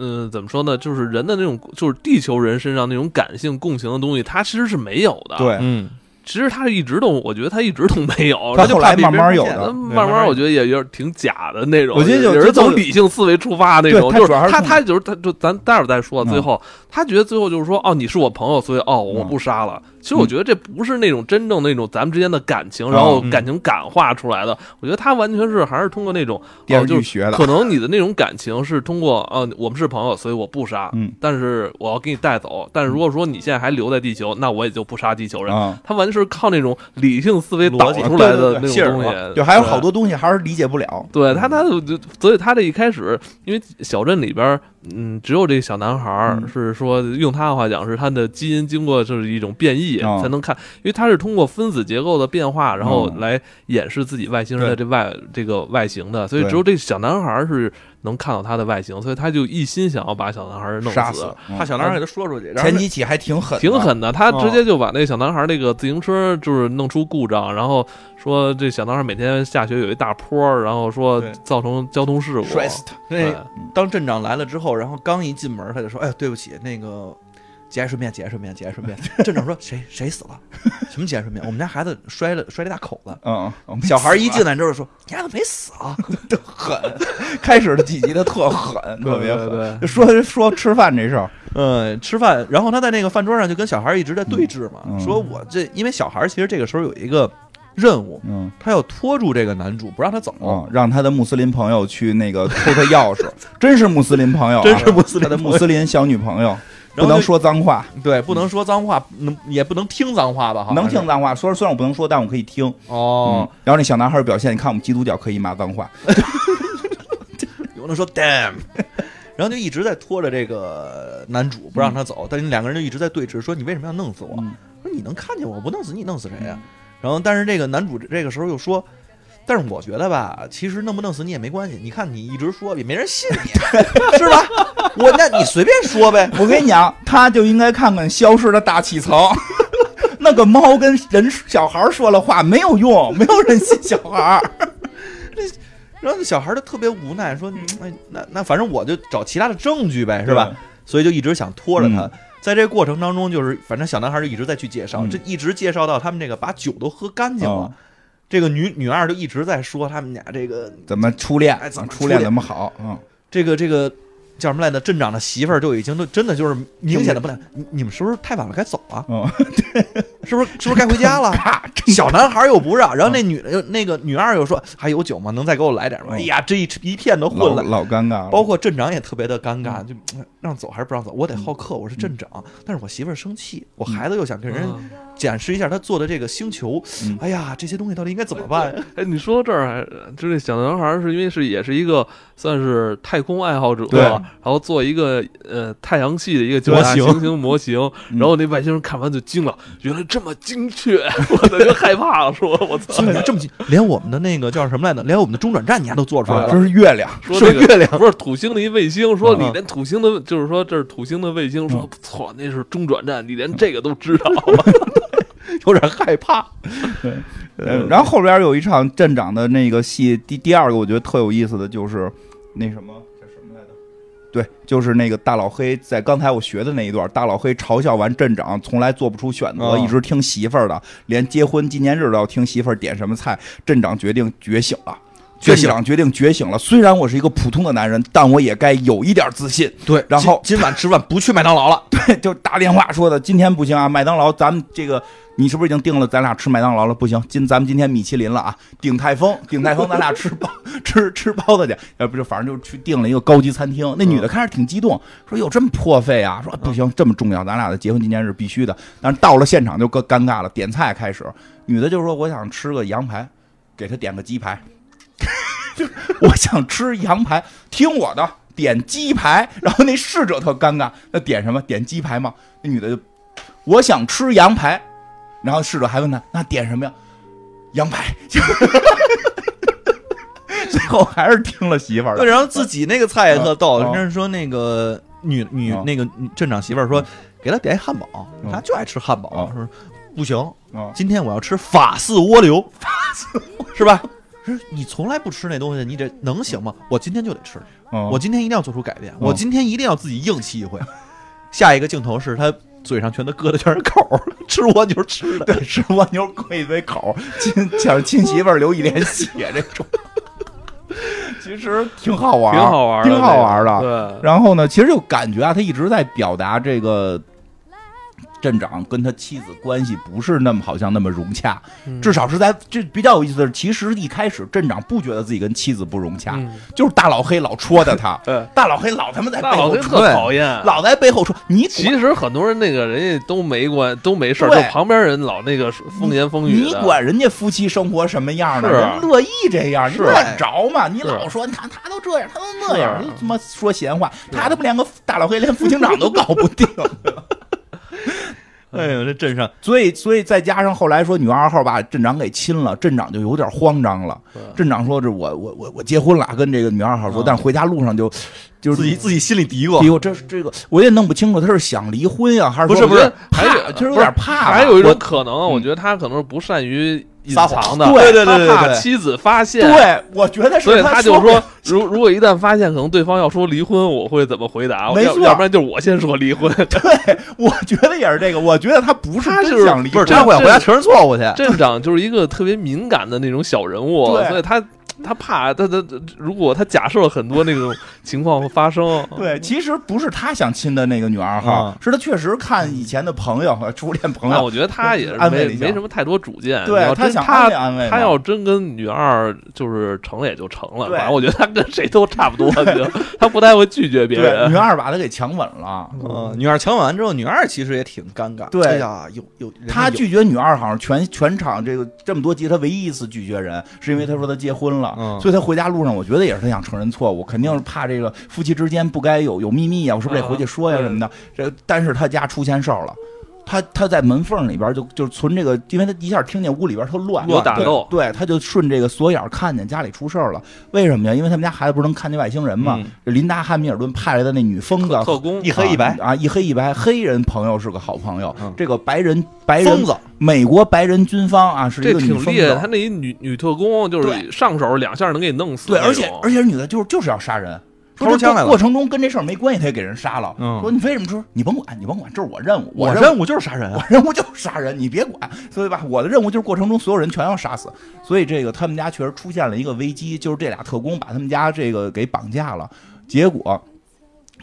[SPEAKER 1] 嗯，怎么说呢？就是人的那种，就是地球人身上那种感性共情的东西，他其实是没有的。，
[SPEAKER 2] 对，
[SPEAKER 3] 嗯，
[SPEAKER 1] 其实他一直都，我觉得他一直都没有。
[SPEAKER 2] 他
[SPEAKER 1] 就
[SPEAKER 2] 后来
[SPEAKER 1] 怕被别人
[SPEAKER 2] 慢慢有
[SPEAKER 1] 发现他
[SPEAKER 2] 的对
[SPEAKER 1] 慢
[SPEAKER 3] 慢慢
[SPEAKER 1] 慢
[SPEAKER 3] 有
[SPEAKER 1] 我觉得也有点挺假的那种。
[SPEAKER 2] 我觉得就
[SPEAKER 1] 也
[SPEAKER 2] 就是就是
[SPEAKER 1] 从理性思维出发那种。
[SPEAKER 2] 对他
[SPEAKER 1] 就是
[SPEAKER 2] 主要是
[SPEAKER 1] 他，
[SPEAKER 2] 冲
[SPEAKER 1] 他就是他，就咱待会儿再说。
[SPEAKER 2] 嗯
[SPEAKER 1] 最后他觉得最后就是说，哦，你是我朋友，所以哦，我
[SPEAKER 2] 嗯
[SPEAKER 1] 不杀了。其实我觉得这不是那种真正那种咱们之间的感情，
[SPEAKER 2] 嗯
[SPEAKER 1] 然后感情感化出来的。我觉得他完全是还是通过那种
[SPEAKER 2] 电
[SPEAKER 1] 哦
[SPEAKER 2] 视
[SPEAKER 1] 就
[SPEAKER 2] 剧
[SPEAKER 1] 是
[SPEAKER 2] 学的
[SPEAKER 1] 可能你的那种感情是通过呃，我们是朋友，所以我不杀，
[SPEAKER 2] 嗯，
[SPEAKER 1] 但是我要给你带走。但是如果说你现在还留在地球，那我也就不杀地球人。
[SPEAKER 2] 啊
[SPEAKER 1] 他完全是靠那种理性思维导
[SPEAKER 3] 逻辑
[SPEAKER 1] 嗯出来的
[SPEAKER 2] 对对对
[SPEAKER 1] 那
[SPEAKER 2] 信儿
[SPEAKER 1] 种东
[SPEAKER 2] 嘛
[SPEAKER 1] 西，
[SPEAKER 2] 就还有
[SPEAKER 1] 对
[SPEAKER 2] 好。多东西还是理解不了。
[SPEAKER 1] 对他，他就就所以他这一开始，因为小镇里边儿，嗯，只有这小男孩儿
[SPEAKER 2] 嗯
[SPEAKER 1] 是说，用他的话讲是他的基因经过就是一种变异
[SPEAKER 2] 哦
[SPEAKER 1] 才能看，因为他是通过分子结构的变化，然后
[SPEAKER 2] 哦
[SPEAKER 1] 来掩饰自己外星人的这外这个外形的，所以只有这小男孩儿是能看到他的外形，所以他就一心想要把小男孩儿弄
[SPEAKER 2] 杀
[SPEAKER 1] 死
[SPEAKER 2] 死。嗯
[SPEAKER 3] 怕小男孩给他说出去，然后
[SPEAKER 2] 前几起还挺 狠，
[SPEAKER 1] 挺。狠的，他
[SPEAKER 2] 哦
[SPEAKER 1] 直接就把那小男孩那个自行车就是弄出故障，然后说这小男孩每天下雪有一大坡，然后说
[SPEAKER 3] 对
[SPEAKER 1] 造成交通事故。
[SPEAKER 2] 摔死他！
[SPEAKER 3] 那当镇长来了之后，然后刚一进门，他就说：“哎，对不起，那个节哀顺变，节哀顺变，节哀顺变。”镇长说：“谁谁死了？什么节哀顺变？我们家孩子摔了摔了一大口子。
[SPEAKER 2] 嗯，嗯”
[SPEAKER 3] 小孩一进
[SPEAKER 2] 死
[SPEAKER 3] 来之后说：“你孩子没死啊
[SPEAKER 2] 了狠，开始的几集他特狠，
[SPEAKER 1] 对
[SPEAKER 2] 特别
[SPEAKER 1] 对
[SPEAKER 2] 狠。
[SPEAKER 1] 对
[SPEAKER 2] 说说吃饭这事儿，？”
[SPEAKER 3] 嗯，吃饭，然后他在那个饭桌上就跟小孩一直在对峙嘛，
[SPEAKER 2] 嗯嗯
[SPEAKER 3] 说我这因为小孩其实这个时候有一个任务，
[SPEAKER 2] 嗯，
[SPEAKER 3] 他要拖住这个男主不让他走。
[SPEAKER 2] 哦，让他的穆斯林朋友去那个偷他钥匙，真是穆斯林朋友啊，
[SPEAKER 3] 真是穆斯林
[SPEAKER 2] 他的穆斯林小女朋友，不
[SPEAKER 3] 然
[SPEAKER 2] 能
[SPEAKER 3] 后就
[SPEAKER 2] 说脏话，
[SPEAKER 3] 对，不能说脏话，能也不能听脏话吧？好像
[SPEAKER 2] 能
[SPEAKER 3] 啊是
[SPEAKER 2] 听脏话。虽然虽然我不能说，但我可以听。
[SPEAKER 3] 哦
[SPEAKER 2] 嗯。，然后那小男孩表现，你看我们基督教可以骂脏话，
[SPEAKER 3] 有人说 damn，然后就一直在拖着这个男主不让他走，但是两个人就一直在对峙，说你为什么要弄死我？
[SPEAKER 2] 嗯
[SPEAKER 3] 说你能看见我，我不弄死你，弄死谁呀、然后，但是这个男主这个时候又说，但是我觉得吧，其实弄不弄死你也没关系。你看你一直说，也没人信你， 是吧？我那你随便说呗。
[SPEAKER 2] 我跟你讲，他就应该看看消失的大气层。 那个猫跟人小孩说了话没有用，没有人信小孩。
[SPEAKER 3] 然后那小孩儿就特别无奈，说，
[SPEAKER 2] 嗯
[SPEAKER 3] 哎，那那反正我就找其他的证据呗，是吧？所以就一直想拖着他。
[SPEAKER 2] 嗯
[SPEAKER 3] 在这个过程当中，就是反正小男孩就一直在去介绍，
[SPEAKER 2] 嗯
[SPEAKER 3] 这一直介绍到他们这个把酒都喝干净了。
[SPEAKER 2] 嗯
[SPEAKER 3] 这个女女二就一直在说他们俩这个
[SPEAKER 2] 怎么初恋？
[SPEAKER 3] 哎怎么
[SPEAKER 2] 初
[SPEAKER 3] 初恋
[SPEAKER 2] 怎么好？嗯，
[SPEAKER 3] 这个这个叫什么来着？镇长的媳妇儿就已经都真的就是明显的不太，你你们是不是太晚了该走啊？
[SPEAKER 2] 嗯
[SPEAKER 3] 是不是是不是该回 家了？
[SPEAKER 2] 咔，
[SPEAKER 3] 小男孩又不让，然后那女的又那个女二又说还有酒吗？能再给我来点吗？
[SPEAKER 2] 嗯
[SPEAKER 3] 哎呀，这一一片都混
[SPEAKER 2] 老
[SPEAKER 3] 了。
[SPEAKER 2] 老尴尬了。
[SPEAKER 3] 包括镇长也特别的尴尬，就嗯让走还是不让走？我得好客，我是镇长，但是我媳妇儿生气，我孩子又想跟人
[SPEAKER 1] 嗯
[SPEAKER 3] 展示一下他做的这个星球
[SPEAKER 2] 嗯。
[SPEAKER 3] 哎呀，这些东西到底应该怎么办？
[SPEAKER 1] 哎，你说到这儿还就这小男孩儿是因为是也是一个算是太空爱好者，
[SPEAKER 2] 对
[SPEAKER 1] 然后做一个呃太阳系的一个九
[SPEAKER 3] 模
[SPEAKER 1] 大
[SPEAKER 3] 型
[SPEAKER 1] 行星模型，
[SPEAKER 2] 嗯
[SPEAKER 1] 然后那外星人看完就惊了，原来这么精确， 我操就害怕了，说我操
[SPEAKER 3] 现，在这么近，连我们的那个叫什么来着？连我们的中转站你还都做出来
[SPEAKER 2] 啊，
[SPEAKER 3] 了
[SPEAKER 2] 这。是月亮，
[SPEAKER 1] 说
[SPEAKER 3] 说
[SPEAKER 1] 这个
[SPEAKER 3] 月亮
[SPEAKER 1] 不是土星的一卫星，说
[SPEAKER 3] 嗯
[SPEAKER 1] 你连土星的，就是说这是土星的卫星，说不错，那是中转站，你连这个都知道，
[SPEAKER 3] 有点害怕。
[SPEAKER 2] 嗯，然后后边有一场镇长的那个戏，第第二个我觉得特有意思的就是那什么叫什么来着？对，就是那个大老黑在刚才我学的那一段，大老黑嘲笑完镇长，从来做不出选择，
[SPEAKER 3] 啊
[SPEAKER 2] 一直听媳妇儿的，连结婚纪念日都要听媳妇儿点什么菜。镇长决定觉醒了，
[SPEAKER 3] 觉
[SPEAKER 2] 镇
[SPEAKER 3] 醒
[SPEAKER 2] 长决定觉醒了。虽然我是一个普通的男人，但我也该有一点自信。
[SPEAKER 3] 对，
[SPEAKER 2] 然后
[SPEAKER 3] 今今晚吃饭不去麦当劳了。
[SPEAKER 2] 就打电话说的，今天不行啊，麦当劳，咱们这个你是不是已经定了？咱俩吃麦当劳了，不行，今咱们今天米其林了啊，鼎泰丰，鼎泰丰，咱俩吃包吃吃包子去，要不就反正就去订了一个高级餐厅。那女的开始挺激动，说哟这么破费啊，说不行，这么重要，咱俩的结婚纪念日必须的。但是到了现场就更尴尬了，点菜开始，女的就说我想吃个羊排，给她点个鸡排。 我想吃羊排，听我的，点鸡排。然后那侍者特尴尬，那点什么？点鸡排吗？那女的就，我想吃羊排。然后侍者还问他，那点什么呀？羊排。 最后还是听了媳妇儿
[SPEAKER 3] 对，
[SPEAKER 2] 的。
[SPEAKER 3] 然后自己那个菜也特逗，
[SPEAKER 2] 啊啊
[SPEAKER 3] 人家说那个女女
[SPEAKER 2] 啊
[SPEAKER 3] 那个女镇长媳妇儿说，给他点一汉堡，
[SPEAKER 2] 嗯
[SPEAKER 3] 他就爱吃汉堡
[SPEAKER 2] 啊，
[SPEAKER 3] 说不行，
[SPEAKER 2] 啊
[SPEAKER 3] 今天我要吃法式蜗牛，法式是吧？是你从来不吃那东西，你这能行吗？我今天就得吃，
[SPEAKER 2] 嗯
[SPEAKER 3] 我今天一定要做出改变，我今天一定要自己硬气一回。下一个镜头是他嘴上全都搁的全是口儿，吃蜗牛吃的，
[SPEAKER 2] 对吃蜗牛跪一堆口，亲想亲媳妇儿流一脸血这种， 其实挺好玩儿，
[SPEAKER 1] 挺好玩儿的，
[SPEAKER 2] 挺好玩儿的。
[SPEAKER 1] 这个对。
[SPEAKER 2] 然后呢，其实就感觉啊，他一直在表达这个镇长跟他妻子关系不是那么好像那么融洽，
[SPEAKER 1] 嗯
[SPEAKER 2] 至少是在这比较有意思的是，其实一开始镇长不觉得自己跟妻子不融洽，
[SPEAKER 1] 嗯，
[SPEAKER 2] 就是大老黑老戳的他
[SPEAKER 1] 对，
[SPEAKER 2] 大老黑老他妈在背
[SPEAKER 1] 大老
[SPEAKER 2] 后
[SPEAKER 1] 黑
[SPEAKER 2] 戳
[SPEAKER 1] 特，讨厌，
[SPEAKER 2] 老在背后说你管
[SPEAKER 1] 其实很多人那个人家都没关都没事儿，就
[SPEAKER 2] 对
[SPEAKER 1] 旁边人老那个风言风语
[SPEAKER 2] 你
[SPEAKER 1] 的。
[SPEAKER 2] 管人家夫妻生活什么样呢？
[SPEAKER 1] 是啊
[SPEAKER 2] 人乐意这样，你
[SPEAKER 1] 是啊
[SPEAKER 2] 管着嘛？你老
[SPEAKER 1] 是啊
[SPEAKER 2] 说你看他都这样，他都那
[SPEAKER 1] 是啊
[SPEAKER 2] 样，你他妈说闲话，他他妈连个大老黑连副警长都搞 不定。
[SPEAKER 3] 哎呦，这镇上
[SPEAKER 2] 所以，所以再加上后来说女二号把镇长给亲了，镇长就有点慌张了。
[SPEAKER 1] 对
[SPEAKER 2] 镇长说：“这我我我我结婚了，跟这个女二号
[SPEAKER 1] 啊
[SPEAKER 2] 说，
[SPEAKER 3] 嗯
[SPEAKER 2] 但是回家路上就就是
[SPEAKER 3] 自己自己心里嗯嘀咕
[SPEAKER 2] 哎，呦，这这个我也弄不清楚，他是想离婚呀、还是
[SPEAKER 1] 不是
[SPEAKER 2] 说
[SPEAKER 1] 不是还有
[SPEAKER 2] 怕，其实有点怕吧。
[SPEAKER 1] 还有一种
[SPEAKER 2] 我
[SPEAKER 1] 可能啊，我觉得他可能不善于隐
[SPEAKER 3] 撒谎
[SPEAKER 1] 藏的，
[SPEAKER 2] 对
[SPEAKER 3] 对对对对
[SPEAKER 1] 他怕
[SPEAKER 3] 对
[SPEAKER 1] 妻子发现，
[SPEAKER 2] 对，我觉得是
[SPEAKER 1] 所以他就
[SPEAKER 2] 不
[SPEAKER 1] 说，如如果一旦发现，可能对方要说离婚，我会怎么回答？
[SPEAKER 2] 没
[SPEAKER 1] 要
[SPEAKER 2] 错
[SPEAKER 1] 要不然就是我先说离婚。
[SPEAKER 2] 对， 我觉得也是这个，我觉得他不是
[SPEAKER 1] 他就
[SPEAKER 2] 真
[SPEAKER 1] 是
[SPEAKER 2] 想离
[SPEAKER 3] 不
[SPEAKER 2] 婚，
[SPEAKER 3] 是他会
[SPEAKER 1] 这
[SPEAKER 3] 回家承认错误去。
[SPEAKER 1] 镇长就是一个特别敏感的那种小人物
[SPEAKER 2] 对，
[SPEAKER 1] 所以他他怕他他他如果他假设很多那种情况会发生，
[SPEAKER 2] 对，其实不是他想亲的那个女二号，
[SPEAKER 1] 啊
[SPEAKER 3] 嗯
[SPEAKER 2] 是他确实看以前的朋友、呃初恋朋
[SPEAKER 1] 那
[SPEAKER 2] 友，
[SPEAKER 1] 我觉得他也是
[SPEAKER 2] 安慰
[SPEAKER 1] 没
[SPEAKER 2] 了一下
[SPEAKER 1] 没什么太多主见。你
[SPEAKER 2] 对
[SPEAKER 1] 要真
[SPEAKER 2] 想安
[SPEAKER 1] 他
[SPEAKER 2] 慰安慰嘛。
[SPEAKER 1] 他要真跟女二就是成了也就成了，
[SPEAKER 2] 对
[SPEAKER 1] 反正我觉得他跟谁都差不多，就他不太会拒绝别
[SPEAKER 2] 对
[SPEAKER 1] 人
[SPEAKER 2] 女。二把他给强吻了，
[SPEAKER 3] 嗯，女二强吻完之后，女二其实也挺尴尬。
[SPEAKER 2] 对
[SPEAKER 3] 哎呀，有有人家
[SPEAKER 2] 他
[SPEAKER 3] 有
[SPEAKER 2] 拒绝女二好像全全场这个这么多集，他唯一一次拒绝人，是因为他说他结婚了，
[SPEAKER 3] 嗯
[SPEAKER 2] 所以他回家路上，我觉得也是他想承认错误，肯定是怕这个夫妻之间不该有有秘密呀，我是不是
[SPEAKER 3] 嗯
[SPEAKER 2] 得回去说呀
[SPEAKER 1] 啊
[SPEAKER 2] 什么的。这但是他家出现事儿了。他他在门缝里边就就存这个，因为他一下听见屋里边特乱，
[SPEAKER 1] 有打
[SPEAKER 2] 对
[SPEAKER 1] 斗
[SPEAKER 2] 对，他就顺这个锁眼儿看见家里出事儿了。为什么呀？因为他们家孩子不是能看见外星人吗？
[SPEAKER 3] 嗯
[SPEAKER 2] 这琳达汉密尔顿派来的那女疯子
[SPEAKER 1] 特工
[SPEAKER 3] 一黑一白
[SPEAKER 2] 啊，一黑一白，黑人朋友是个好朋友，
[SPEAKER 3] 嗯
[SPEAKER 2] 这个白人白人
[SPEAKER 3] 疯子，
[SPEAKER 2] 美国白人军方啊，是一
[SPEAKER 1] 这
[SPEAKER 2] 个女
[SPEAKER 1] 挺
[SPEAKER 2] 疯
[SPEAKER 1] 厉害，他
[SPEAKER 2] 子，
[SPEAKER 1] 那一女女特工就
[SPEAKER 2] 对
[SPEAKER 1] 是上手两下能给你弄死
[SPEAKER 2] 对，
[SPEAKER 1] 那种。
[SPEAKER 2] 而且而且女的就是就是要杀人。说
[SPEAKER 3] 掏
[SPEAKER 2] 这
[SPEAKER 3] 出枪来了
[SPEAKER 2] 过程中跟这事儿没关系，他也给人杀了。
[SPEAKER 3] 嗯
[SPEAKER 2] 说你为什么说你甭管，你甭管，这是我任务，
[SPEAKER 3] 我
[SPEAKER 2] 任务
[SPEAKER 3] 任务就是杀人
[SPEAKER 2] 我
[SPEAKER 3] 啊。
[SPEAKER 2] 任务就是杀人，你别管，所以吧，我的任务就是过程中所有人全要杀死。所以这个他们家确实出现了一个危机，就是这俩特工把他们家这个给绑架了，结果。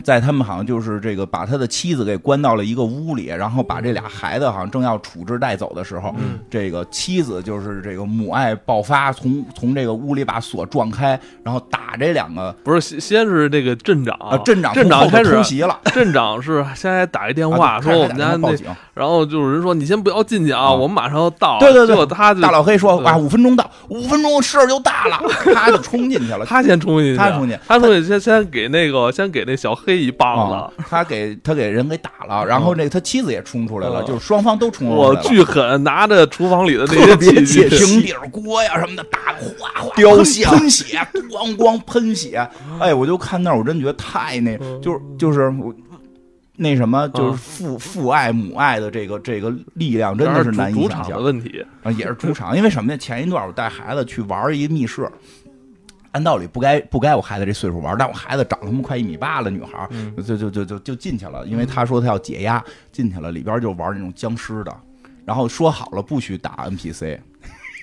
[SPEAKER 2] 在他们好像就是这个，把他的妻子给关到了一个屋里，然后把这俩孩子好像正要处置带走的时候，
[SPEAKER 1] 嗯
[SPEAKER 2] 这个妻子就是这个母爱爆发，从从这个屋里把锁撞开，然后打这两个
[SPEAKER 1] 不是先先是这个镇长
[SPEAKER 2] 啊镇长
[SPEAKER 1] 镇
[SPEAKER 2] 从
[SPEAKER 1] 长
[SPEAKER 2] 后头
[SPEAKER 1] 开始
[SPEAKER 2] 突袭了，
[SPEAKER 1] 镇长是先还打一电
[SPEAKER 2] 啊
[SPEAKER 1] 话
[SPEAKER 2] 对
[SPEAKER 1] 说我们
[SPEAKER 2] 开
[SPEAKER 1] 家
[SPEAKER 2] 始打电
[SPEAKER 1] 那
[SPEAKER 2] 话报，警，
[SPEAKER 1] 然后就是人说你先不要进去啊，
[SPEAKER 2] 啊
[SPEAKER 1] 我们马上要到。
[SPEAKER 2] 对对对
[SPEAKER 1] 结果他就
[SPEAKER 2] 大老黑说：“
[SPEAKER 1] 对
[SPEAKER 2] 哇，五分钟到，五分钟事儿就大了。”他就冲进去 了。
[SPEAKER 1] 他先冲进去，
[SPEAKER 2] 他冲进去
[SPEAKER 1] 他冲进去先先给那个先给那小黑一棒
[SPEAKER 2] 啊
[SPEAKER 1] 子，！
[SPEAKER 2] 他给他给人给打了，然后那个他妻子也冲出来了，
[SPEAKER 1] 嗯
[SPEAKER 2] 就是双方都冲出来
[SPEAKER 1] 我
[SPEAKER 2] 了，
[SPEAKER 1] 巨狠，拿着厨房里的那
[SPEAKER 2] 特别
[SPEAKER 1] 些器
[SPEAKER 2] 解
[SPEAKER 1] 具，
[SPEAKER 2] 平底儿锅呀什么的打，哗哗
[SPEAKER 3] 雕
[SPEAKER 2] 喷
[SPEAKER 3] 像
[SPEAKER 2] 喷血，咣咣喷血。哎，我就看那儿，我真觉得太那，
[SPEAKER 1] 嗯
[SPEAKER 2] 就是就是我那什么，就是
[SPEAKER 1] 嗯
[SPEAKER 2] 父父爱母爱的这个这个力量真
[SPEAKER 1] 当
[SPEAKER 2] 的
[SPEAKER 1] 然
[SPEAKER 2] 是难
[SPEAKER 1] 主
[SPEAKER 2] 以
[SPEAKER 1] 主
[SPEAKER 2] 想
[SPEAKER 1] 场
[SPEAKER 2] 象
[SPEAKER 1] 的。问题，
[SPEAKER 2] 啊，也是主场，因为什么呀？前一段我带孩子去玩一密室，按道理不该不该我孩子这岁数玩，但我孩子长他妈快一米八了，女孩儿
[SPEAKER 3] 嗯
[SPEAKER 2] 就就就就就进去了，因为他说他要解压，进去了里边就玩那种僵尸的，然后说好了不许打 NPC，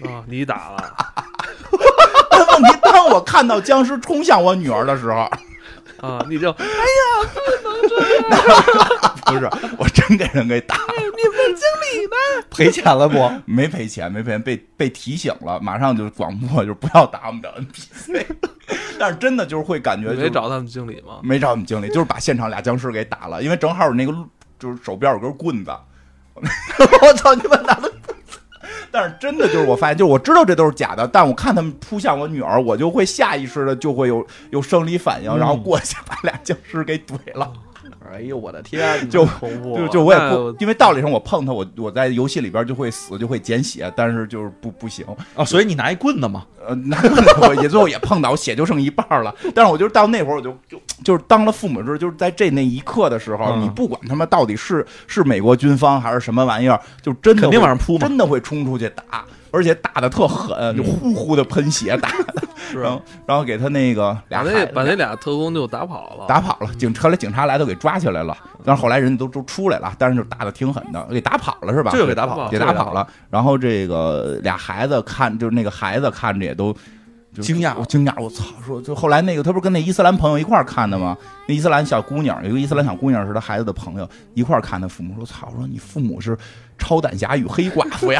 [SPEAKER 1] 啊，你打了，
[SPEAKER 2] 但问题当我看到僵尸冲向我女儿的时候，
[SPEAKER 1] 啊，你就
[SPEAKER 2] 不是我真给人给打了，
[SPEAKER 3] 赔钱了 不？
[SPEAKER 2] 没赔钱，没赔钱，被被提醒了，马上就广播就不要打我们的 NPC，但 是真的就是会感觉就是
[SPEAKER 1] 没找他们经理吗？
[SPEAKER 2] 没找我们经理，就是把现场俩僵尸给打了，因为正好有那个路就是手边有根棍子，我操你们拿的棍子！但是真的就是我发现，就是我知道这都是假的，但我看他们扑向我女儿，我就会下意识的就会有有生理反应，然后过去把俩僵尸给怼了。
[SPEAKER 3] 哎呦我的天，
[SPEAKER 2] 就
[SPEAKER 1] 恐怖
[SPEAKER 2] 就就我也
[SPEAKER 1] 那
[SPEAKER 2] 不，因为道理上我碰他，我我在游戏里边就会死，就会减血，但是就是不不行。
[SPEAKER 3] 啊！所以你拿一棍子嘛，
[SPEAKER 2] 呃，那我也最后也碰到，血就剩一半儿了。但是我就是到那会儿，我就就就是当了父母之后，就是在这那一刻的时候，
[SPEAKER 3] 嗯
[SPEAKER 2] 你不管他妈到底是是美国军方还是什么玩意儿，就真的
[SPEAKER 3] 肯定
[SPEAKER 2] 会
[SPEAKER 3] 往上扑嘛嗯
[SPEAKER 2] 真的会冲出去打，而且打的特狠，就呼呼的喷血打，
[SPEAKER 1] 是
[SPEAKER 3] 啊
[SPEAKER 2] 然后然后给他那个
[SPEAKER 1] 把
[SPEAKER 2] 俩孩
[SPEAKER 1] 那
[SPEAKER 2] 子
[SPEAKER 1] 把那俩特工就打跑
[SPEAKER 3] 哦
[SPEAKER 1] 了，
[SPEAKER 2] 打跑了，警后来警察来都给抓起来了，但是后来人家都都出来了，但是就打的挺狠的，给打跑了是吧？
[SPEAKER 3] 这就给打跑
[SPEAKER 1] 啊
[SPEAKER 3] 了，
[SPEAKER 2] 给
[SPEAKER 1] 这
[SPEAKER 2] 打
[SPEAKER 1] 个
[SPEAKER 2] 跑了。然后这个俩孩子看，就是那个孩子看着也都就
[SPEAKER 3] 惊讶
[SPEAKER 2] 我惊讶，我操！说就后来那个他不是跟那伊斯兰朋友一块儿看的吗？那伊斯兰小姑娘有一个伊斯兰小姑娘是他孩子的朋友，一块儿看他父母说：“操！我说你父母是超胆侠与黑寡 妇呀！”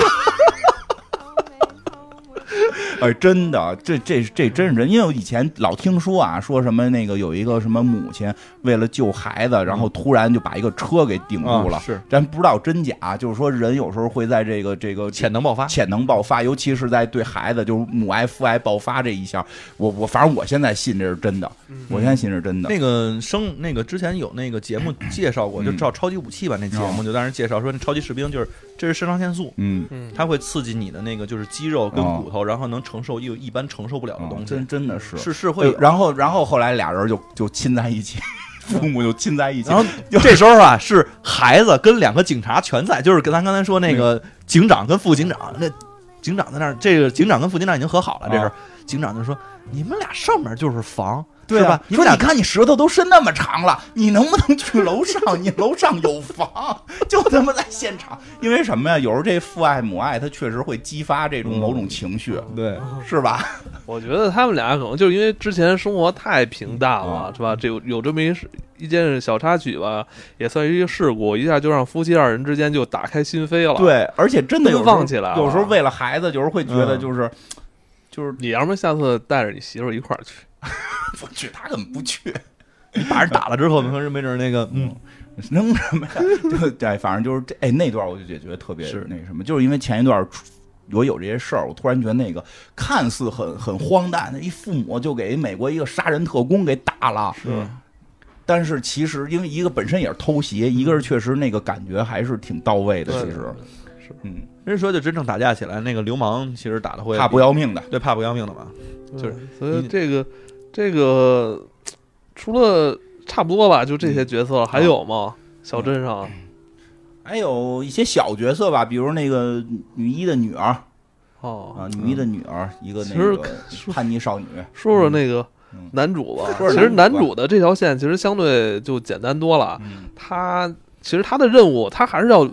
[SPEAKER 2] 哎，真的，这这这真是人，因为我以前老听说啊，说什么那个有一个什么母亲为了救孩子，然后突然就把一个车给顶住了，
[SPEAKER 3] 啊是
[SPEAKER 2] 咱不知道真假，就是说人有时候会在这个这个
[SPEAKER 3] 潜能爆发。
[SPEAKER 2] 潜能爆发，尤其是在对孩子就是母爱父爱爆发这一下，我我反正我现在信这是真的，
[SPEAKER 1] 嗯
[SPEAKER 2] 我现在信这是真的。
[SPEAKER 3] 那个生那个之前有那个节目介绍过，
[SPEAKER 2] 嗯哦
[SPEAKER 3] 就照超级武器吧，那节目就当时介绍说，那超级士兵就是这是肾上腺素，
[SPEAKER 2] 嗯，
[SPEAKER 1] 嗯，
[SPEAKER 3] 它会刺激你的那个就是肌肉跟
[SPEAKER 2] 哦
[SPEAKER 3] 骨头，然后能承受一一般承受不了的
[SPEAKER 2] 啊
[SPEAKER 3] 东西
[SPEAKER 2] 真，真的是
[SPEAKER 3] 是是会有。
[SPEAKER 2] 呃然后然后后来俩人就就亲在一起，父母就亲在一起，
[SPEAKER 3] 然后这时候啊，是孩子跟两个警察全在，就是跟咱刚才说那个
[SPEAKER 2] 嗯
[SPEAKER 3] 警长跟副警长，那
[SPEAKER 2] 哦
[SPEAKER 3] 警长在那儿，这个警长跟副警长已经和好了，这事儿。警长就说：“你们俩上面就是房，
[SPEAKER 2] 对
[SPEAKER 3] 是吧
[SPEAKER 2] 吧？？
[SPEAKER 3] 啊你
[SPEAKER 2] 说
[SPEAKER 3] 们俩
[SPEAKER 2] 你看你舌头都伸那么长了，你能不能去楼上？你楼上有房，就他妈在现场。因为什么呀？有时候这父爱母爱，它确实会激发这种某种情绪，
[SPEAKER 3] 对，
[SPEAKER 2] 是吧？
[SPEAKER 1] 我觉得他们俩可能就是因为之前生活太平淡了，
[SPEAKER 2] 嗯
[SPEAKER 1] 是吧？这有有这么一事一件小插曲吧，也算是一个事故，一下就让夫妻二人之间就打开心扉了。，
[SPEAKER 2] 对，而且真的有时
[SPEAKER 1] 奔
[SPEAKER 2] 候
[SPEAKER 1] 放起来了
[SPEAKER 2] 有时候为了孩子，有时候会觉得
[SPEAKER 3] 嗯
[SPEAKER 2] 就是。就是
[SPEAKER 1] 你要么下次带着你媳妇儿一块儿去，
[SPEAKER 2] 不去，他根本不去，
[SPEAKER 3] 你把人打了之后，没准没准那个，嗯，
[SPEAKER 2] 扔什么呀？就对，反正就是这哎，那段我就觉觉得特别
[SPEAKER 3] 是
[SPEAKER 2] 那什么，就是因为前一段出我有这些事儿，我突然觉得那个看似很很荒诞，那一父母就给美国一个杀人特工给打了，
[SPEAKER 3] 是
[SPEAKER 1] 啊
[SPEAKER 2] 但是其实因为一个本身也是偷袭，一个是确实那个感觉还是挺到位的，
[SPEAKER 1] 嗯对
[SPEAKER 2] 其实，嗯，
[SPEAKER 3] 人家说就真正打架起来，那个流氓其实打的会
[SPEAKER 2] 怕不要命的，
[SPEAKER 3] 对怕不要命的嘛，就是
[SPEAKER 2] 嗯
[SPEAKER 1] 所以
[SPEAKER 3] 你
[SPEAKER 1] 这个这个除了差不多吧，就这些角色了，还有吗？
[SPEAKER 2] 嗯
[SPEAKER 1] 小镇上
[SPEAKER 2] 还有一些小角色吧，比如那个女一的女儿
[SPEAKER 1] 哦，
[SPEAKER 2] 啊，女一的女儿，一个
[SPEAKER 1] 其
[SPEAKER 2] 那
[SPEAKER 1] 实
[SPEAKER 2] 个
[SPEAKER 1] 说
[SPEAKER 2] 叛逆少女，
[SPEAKER 1] 说说那个
[SPEAKER 2] 嗯
[SPEAKER 1] 男主吧。
[SPEAKER 2] 说说
[SPEAKER 1] 其实
[SPEAKER 2] 男
[SPEAKER 1] 男
[SPEAKER 2] 主吧
[SPEAKER 1] 主的这条线其实相对就简单多了，
[SPEAKER 2] 嗯，
[SPEAKER 1] 他其实他的任务，他还是要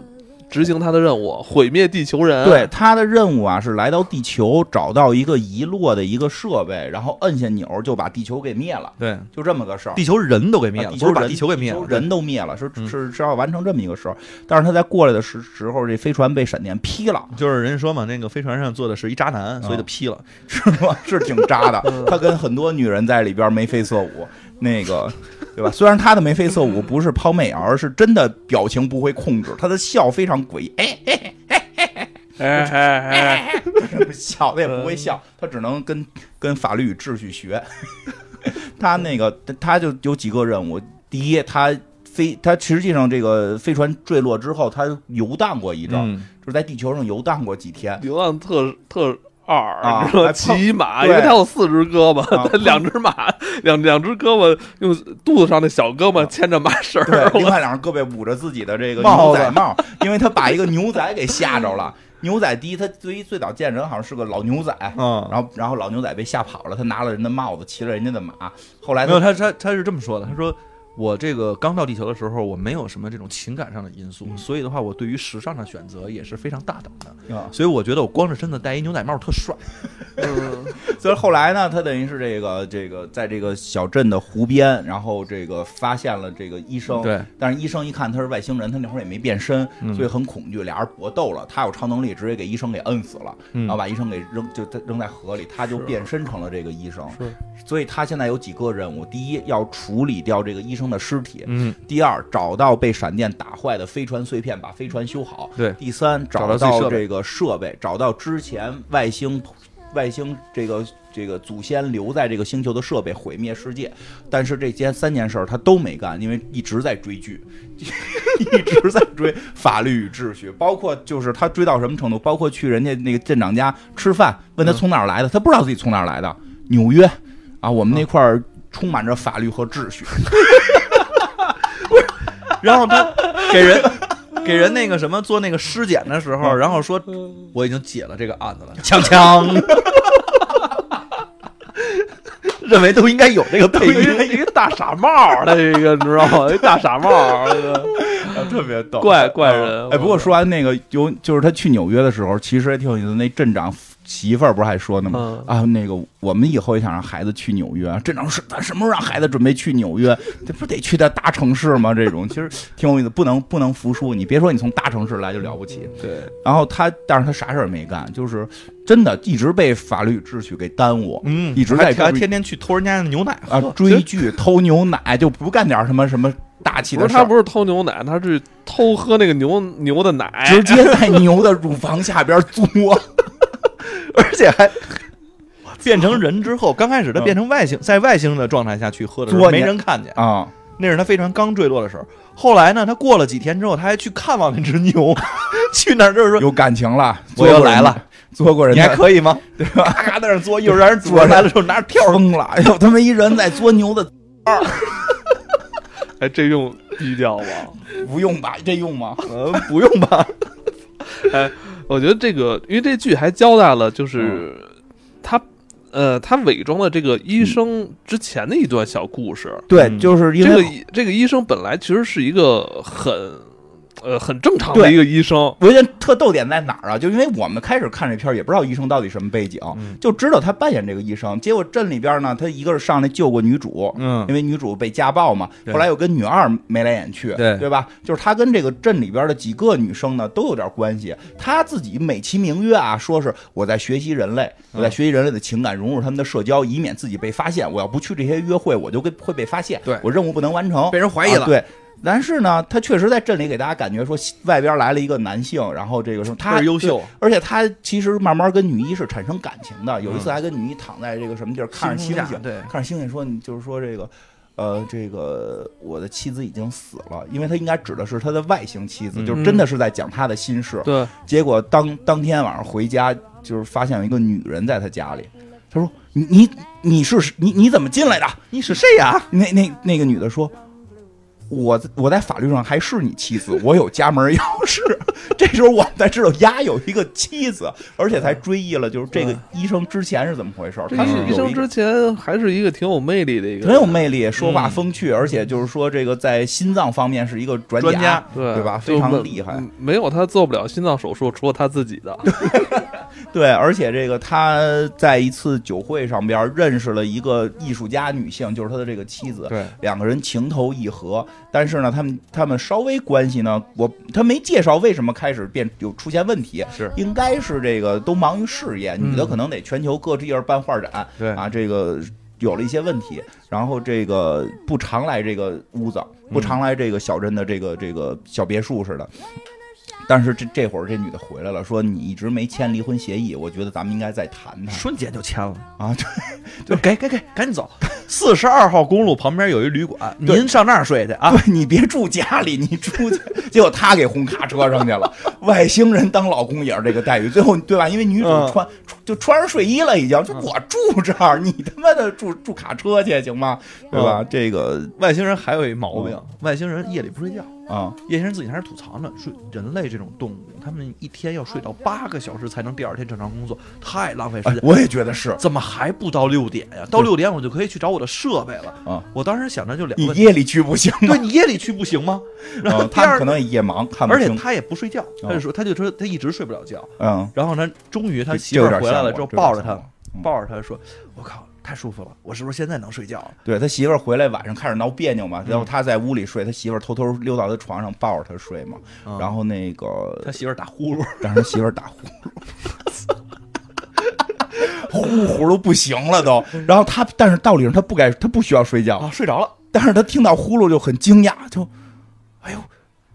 [SPEAKER 1] 执行他的任务，毁灭地球人。
[SPEAKER 2] 对，，他的任务啊是来到地球，找到一个遗落的一个设备，然后摁下钮就把地球给灭了，
[SPEAKER 3] 对，
[SPEAKER 2] 就这么个事儿。
[SPEAKER 3] 地球人都给灭
[SPEAKER 2] 把
[SPEAKER 3] 了，
[SPEAKER 2] 啊地
[SPEAKER 3] 不
[SPEAKER 2] 球
[SPEAKER 3] 是把
[SPEAKER 2] 人
[SPEAKER 3] 地球给灭
[SPEAKER 2] 地
[SPEAKER 3] 了，
[SPEAKER 2] 球人都灭了，是
[SPEAKER 3] 嗯
[SPEAKER 2] 是是要完成这么一个事儿。但是他在过来的时时候，这飞船被闪电劈了，
[SPEAKER 3] 就是人家说嘛，那个飞船上坐的是一渣
[SPEAKER 2] 啊
[SPEAKER 3] 男，所以就劈了。
[SPEAKER 2] 是吗？是挺渣的。
[SPEAKER 1] 嗯
[SPEAKER 2] 他跟很多女人在里边眉飞色舞，那个对吧？虽然他的眉飞色舞不是抛媚而是真的表情不会控制，他的笑非常诡异，哎，
[SPEAKER 1] 哎哎哎，
[SPEAKER 2] 笑他也
[SPEAKER 3] 嗯
[SPEAKER 2] 不会笑，他只能跟跟法律与秩序学。 他那个他就有几个任务，第一，他飞，他实际上这个飞船坠落之后，他游荡过一阵儿，
[SPEAKER 3] 嗯，
[SPEAKER 2] 就是在地球上游荡过几天。
[SPEAKER 1] 流浪特特二，
[SPEAKER 2] 啊
[SPEAKER 1] 你知道
[SPEAKER 2] 还
[SPEAKER 1] 吗
[SPEAKER 2] 碰
[SPEAKER 1] 骑马，
[SPEAKER 2] 对
[SPEAKER 1] 因为他有四只胳膊，
[SPEAKER 2] 啊
[SPEAKER 1] 他 两只马，两两只胳膊用肚子上那小胳
[SPEAKER 2] 啊
[SPEAKER 1] 膊牵着马绳
[SPEAKER 2] 对
[SPEAKER 1] 儿，，
[SPEAKER 2] 另外两人胳膊捂着自己的这个
[SPEAKER 3] 帽
[SPEAKER 2] 牛
[SPEAKER 3] 子
[SPEAKER 2] 仔帽，因为他把一个牛仔给吓着了。牛仔第一，他最最早见人好像是个老牛仔，
[SPEAKER 3] 嗯，
[SPEAKER 2] 然后然后老牛仔被吓跑了，他拿了人的帽子，骑了人家的马。后来
[SPEAKER 3] 没有
[SPEAKER 2] 他
[SPEAKER 3] 他他他是这么说的，他说。我这个刚到地球的时候，我没有什么这种情感上的因
[SPEAKER 2] 嗯
[SPEAKER 3] 素，所以的话，我对于时尚的选择也是非常大胆的。
[SPEAKER 2] 啊，
[SPEAKER 3] 所以我觉得我光着身子戴一牛仔帽特帅。
[SPEAKER 1] 嗯
[SPEAKER 2] 所以后来呢，他等于是这个这个在这个小镇的湖边，然后这个发现了这个医生，
[SPEAKER 3] 对，
[SPEAKER 2] 但是医生一看他是外星人，他那会儿也没变身，
[SPEAKER 3] 嗯
[SPEAKER 2] 所以很恐惧，俩人搏斗了。他有超能力，直接给医生给摁死了，
[SPEAKER 3] 嗯
[SPEAKER 2] 然后把医生给扔就扔在河里，他就是变身成了这个医生。
[SPEAKER 1] 是
[SPEAKER 2] 所以他现在有几个任务：第一，要处理掉这个医生的尸体；
[SPEAKER 3] 嗯，
[SPEAKER 2] 第二，找到被闪电打坏的飞船碎片，把飞船修好；
[SPEAKER 3] 对
[SPEAKER 2] 第三，
[SPEAKER 3] 找
[SPEAKER 2] 找
[SPEAKER 3] 到自己设
[SPEAKER 2] 到
[SPEAKER 3] 备
[SPEAKER 2] 这个设备，找到之前外星外星这个这个祖先留在这个星球的设备，毁灭世界。但是这件三件事儿他都没干，因为一直在追剧， 一直在追法律与秩序，包括就是他追到什么程度，包括去人家那个镇长家吃饭，问
[SPEAKER 3] 嗯
[SPEAKER 2] 他从哪儿来的，他不知道自己从哪儿来的，纽约啊，我们那块儿充满着法律和秩 序。
[SPEAKER 3] 然后他给人给人那个什么做那个尸检的时
[SPEAKER 2] 嗯
[SPEAKER 3] 候，然后说我已经解了这个案子了，锵 锵，认为都应该有这个 配
[SPEAKER 1] 一个
[SPEAKER 3] 音，
[SPEAKER 1] 一个大傻帽儿，他一个你知道 吗？一大傻帽儿，那个
[SPEAKER 2] 特别逗
[SPEAKER 1] 怪怪人
[SPEAKER 2] 哎，不过说完那个有，就是他去纽约的时候，其实也挺有意思。那镇长媳妇儿不是还说呢吗？啊，那个我们以后也想让孩子去纽约。镇长说是咱什么时候让孩子准备去纽约？ 这不得去的大城市吗？这种其实挺有意思，不能不能服输。你别说你从大城市来就了不起，
[SPEAKER 3] 对，
[SPEAKER 2] 然后他，但是他啥事儿也没干，就是真的一直被法律与秩序给耽误，
[SPEAKER 3] 嗯，
[SPEAKER 2] 一直在
[SPEAKER 3] 还还
[SPEAKER 2] 追
[SPEAKER 3] 天天去偷人家的牛奶
[SPEAKER 2] 啊
[SPEAKER 3] 喝，
[SPEAKER 2] 追剧、偷牛奶，就不干点什么什么大气
[SPEAKER 1] 不是
[SPEAKER 2] 的事
[SPEAKER 1] 他
[SPEAKER 2] 儿。
[SPEAKER 1] 不是偷牛奶，他是偷喝那个牛牛的奶，
[SPEAKER 2] 直接在牛的乳房下边 嘬，
[SPEAKER 3] 而且还。 变成人之后，刚开始他变成外星，在外星的状态下去喝的时候，
[SPEAKER 2] 作
[SPEAKER 3] 没
[SPEAKER 2] 孽
[SPEAKER 3] 人看见。
[SPEAKER 2] 啊，
[SPEAKER 3] 那是他飞船刚坠落的时候。后来呢，他过了几天之后，他还去看望那只 牛，去那儿就是说
[SPEAKER 2] 有感情了，
[SPEAKER 3] 我又来了，
[SPEAKER 2] 做过人
[SPEAKER 3] 你
[SPEAKER 2] 的
[SPEAKER 3] 还可以吗？对吧？咔咔在那儿嘬，一会儿让人嘬来了之后拿着跳
[SPEAKER 2] 跳疯了，哎呦，他们一人在做牛的，
[SPEAKER 1] 哎，这用低调吗？
[SPEAKER 2] 不用吧？这用吗？
[SPEAKER 3] 呃，不用吧？
[SPEAKER 2] 嗯
[SPEAKER 1] 我觉得这个，因为这剧还交代了，就是他呃，他伪装了这个医生之前的一段小故事。
[SPEAKER 2] 对，
[SPEAKER 3] 嗯
[SPEAKER 2] 就是因
[SPEAKER 1] 这
[SPEAKER 2] 为
[SPEAKER 1] 个医这个医生本来其实是一个很呃很正常的
[SPEAKER 2] 对
[SPEAKER 1] 一个医生，
[SPEAKER 2] 我觉得特逗点在哪儿啊？就因为我们开始看这片儿，也不知道医生到底什么背景，
[SPEAKER 3] 嗯
[SPEAKER 2] 就知道他扮演这个医生。结果镇里边呢，他一个是上来救过女主，
[SPEAKER 3] 嗯
[SPEAKER 2] 因为女主被家暴嘛，
[SPEAKER 3] 对
[SPEAKER 2] 后来又跟女二眉来眼去，
[SPEAKER 3] 对
[SPEAKER 2] 吧？就是他跟这个镇里边的几个女生呢都有点关系。他自己美其名曰啊，说是我在学习人类，
[SPEAKER 3] 嗯
[SPEAKER 2] 我在学习人类的情感，融入他们的社交，以免自己被发现。我要不去这些约会，我就跟会被发现，
[SPEAKER 3] 对
[SPEAKER 2] 我任务不能完成，
[SPEAKER 3] 被人怀疑了
[SPEAKER 2] 啊对。但是呢，他确实在镇里给大家感觉说，外边来了一个男性，然后这个什么，
[SPEAKER 3] 倍
[SPEAKER 2] 他
[SPEAKER 3] 儿优秀
[SPEAKER 2] 对而且他其实慢慢跟女一是产生感情的。有一次还跟女一躺在这个什么地儿看着星
[SPEAKER 3] 嗯星
[SPEAKER 2] 星，
[SPEAKER 3] 空下对
[SPEAKER 2] 看着星星说，你就是说这个，呃，这个我的妻子已经死了，因为他应该指的是他的外星妻子，
[SPEAKER 3] 嗯
[SPEAKER 2] 就是真的是在讲他的心事。
[SPEAKER 1] 对，
[SPEAKER 2] 结果当当天晚上回家，就是发现有一个女人在他家里，他说你你你是你你怎么进来的？
[SPEAKER 3] 你是谁呀？
[SPEAKER 2] 那那那个女的说，我在我在法律上还是你妻子，我有家门钥匙。 这时候我们才知道丫有一个妻子，而且
[SPEAKER 3] 嗯
[SPEAKER 2] 才追忆了就是这个医生之前是怎么回事儿。
[SPEAKER 1] 这
[SPEAKER 2] 他是
[SPEAKER 3] 有
[SPEAKER 1] 医
[SPEAKER 2] 一
[SPEAKER 1] 生
[SPEAKER 2] 个
[SPEAKER 1] 之前还是一个挺有魅力的一个，
[SPEAKER 2] 很有魅力，说话风趣，而且就是说这个在心脏方面是一个专
[SPEAKER 3] 专家
[SPEAKER 1] 对
[SPEAKER 2] 对吧
[SPEAKER 1] 就
[SPEAKER 2] 非常
[SPEAKER 1] 没
[SPEAKER 2] 厉害
[SPEAKER 1] 嗯没有他做不了心脏手术，除了他自己 的。
[SPEAKER 2] 对，而且这个他在一次酒会上边认识了一个艺术家女性，就是他的这个妻子。
[SPEAKER 3] 对，
[SPEAKER 2] 两个人情投意合，但是呢，他们他们稍微关系呢，我他没介绍为什么开始变有出现问题，
[SPEAKER 3] 是
[SPEAKER 2] 应该是这个都忙于事业，女的可能得全球各地儿办画展，
[SPEAKER 3] 对
[SPEAKER 2] 啊，这个有了一些问题，然后这个不常来这个屋子，不常来这个小镇的这个这个小别墅似的。但是这这会儿这女的回来了，说你一直没签离婚协议，我觉得咱们应该再谈谈
[SPEAKER 3] 瞬间就签了，
[SPEAKER 2] 啊。对
[SPEAKER 3] 就给给给，赶紧走。 四十二号公路旁边有一旅馆，
[SPEAKER 2] 对
[SPEAKER 3] 您上那儿睡去啊。
[SPEAKER 2] 对你别住家里，你住去，结果他给轰卡车上去了。外星人当老公也是这个待遇，最后对吧？因为女主
[SPEAKER 3] 嗯
[SPEAKER 2] 穿、就穿上睡衣了，已经就我住这儿，你他妈的住住卡车去行吗？对吧？这个
[SPEAKER 3] 外星人还有一毛病
[SPEAKER 2] 嗯，
[SPEAKER 3] 外星人夜里不睡觉。
[SPEAKER 2] 啊、
[SPEAKER 3] 夜行人自己还是吐槽呢，睡人类这种动物，他们一天要睡到八个小时才能第二天正常工作，太浪费时
[SPEAKER 2] 哎
[SPEAKER 3] 间。
[SPEAKER 2] 我也觉得是。
[SPEAKER 3] 怎么还不到六点呀？到六点我就可以去找我的设备了。
[SPEAKER 2] 啊，
[SPEAKER 3] 我当时想着就两
[SPEAKER 2] 你
[SPEAKER 3] 个问题，
[SPEAKER 2] 夜里去不行吗
[SPEAKER 3] 对？你夜里去不行吗？ 然后
[SPEAKER 2] 啊，
[SPEAKER 3] 第
[SPEAKER 2] 他们
[SPEAKER 3] 二
[SPEAKER 2] 可，能也夜盲，看不
[SPEAKER 3] 而且
[SPEAKER 2] 清。啊
[SPEAKER 3] 他也不睡觉，他就说他就说他一直睡不了觉。
[SPEAKER 2] 嗯，
[SPEAKER 3] 然后呢，终于他
[SPEAKER 2] 这
[SPEAKER 3] 媳妇
[SPEAKER 2] 这有
[SPEAKER 3] 儿
[SPEAKER 2] 点
[SPEAKER 3] 回来
[SPEAKER 2] 像
[SPEAKER 3] 了
[SPEAKER 2] 我
[SPEAKER 3] 之后，
[SPEAKER 2] 这有点
[SPEAKER 3] 抱着
[SPEAKER 2] 像
[SPEAKER 3] 他
[SPEAKER 2] 我嗯，
[SPEAKER 3] 抱着他说：“我靠，太舒服了，我是不是现在能睡觉了？”
[SPEAKER 2] 对他媳妇儿回来晚上开始闹别扭
[SPEAKER 3] 嗯
[SPEAKER 2] 嘛，然后他在屋里睡，他媳妇儿偷偷溜到他床上抱着他睡嘛，
[SPEAKER 3] 嗯
[SPEAKER 2] 然后那个
[SPEAKER 3] 他媳妇儿打呼噜，
[SPEAKER 2] 让他媳妇儿打呼噜， 呼呼噜不行了都。然后他，但是道理上他不该，他不需要睡觉
[SPEAKER 3] 啊，，睡着了。
[SPEAKER 2] 但是他听到呼噜就很惊讶，就，哎呦，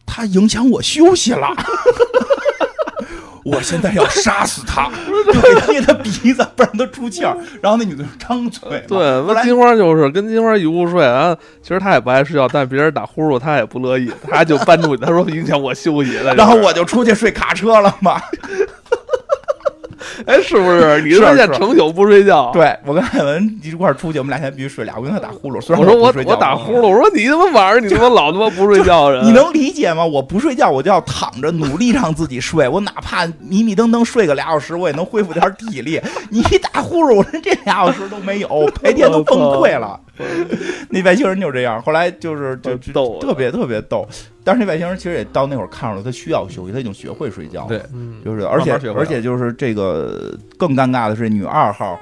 [SPEAKER 2] 他影响我休 息了。我现在要杀死 他！就给捏他鼻子，不让他出气儿。然后那女的就张嘴 嘛，
[SPEAKER 1] 对，
[SPEAKER 2] 后
[SPEAKER 1] 那
[SPEAKER 2] 来
[SPEAKER 1] 金花就是跟金花一屋睡啊。其实她也不爱睡觉，但别人打呼噜她也不乐意，她就搬出去，她说影响我休息了。
[SPEAKER 2] 然后我就出去睡卡车了嘛。
[SPEAKER 1] 哎，是不是？你
[SPEAKER 2] 是啊
[SPEAKER 1] 说现在
[SPEAKER 2] 是
[SPEAKER 1] 长久不睡觉？
[SPEAKER 2] 对我跟艾文一块儿出去，我们俩现在必须睡俩。我跟他打呼噜，虽然
[SPEAKER 1] 我说
[SPEAKER 2] 我
[SPEAKER 1] 我
[SPEAKER 2] 不睡觉
[SPEAKER 1] 我打
[SPEAKER 2] 嗯
[SPEAKER 1] 呼噜，我说你他妈晚上你他妈老他妈不睡觉人，
[SPEAKER 2] 你能理解吗？我不睡觉，我就要躺着，努力让自己睡。我哪怕迷迷瞪瞪睡个俩小时，我也能恢复点体力。你一打呼噜，我连这俩小时都没有，白天都崩溃了。 那外星人就这样，后来就是就就
[SPEAKER 1] 逗啊
[SPEAKER 2] 特别特别逗。但是那外星人其实也到那会儿看出来，他需要休息，他已经学会睡觉了。
[SPEAKER 3] 对
[SPEAKER 1] 嗯
[SPEAKER 2] 就是而且
[SPEAKER 3] 慢慢学会了
[SPEAKER 2] 而且就是这个更尴尬的是女二号，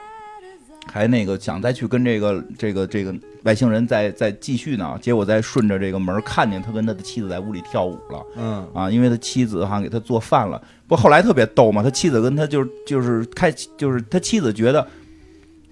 [SPEAKER 2] 还那个想再去跟这个这个这个外星人再再继续呢，结果再顺着这个门看见他跟他的妻子在屋里跳舞了
[SPEAKER 3] 嗯，
[SPEAKER 2] 啊，因为他妻子好像给他做饭了。不，后来特别逗嘛，他妻子跟他就是就是开就是他妻子觉得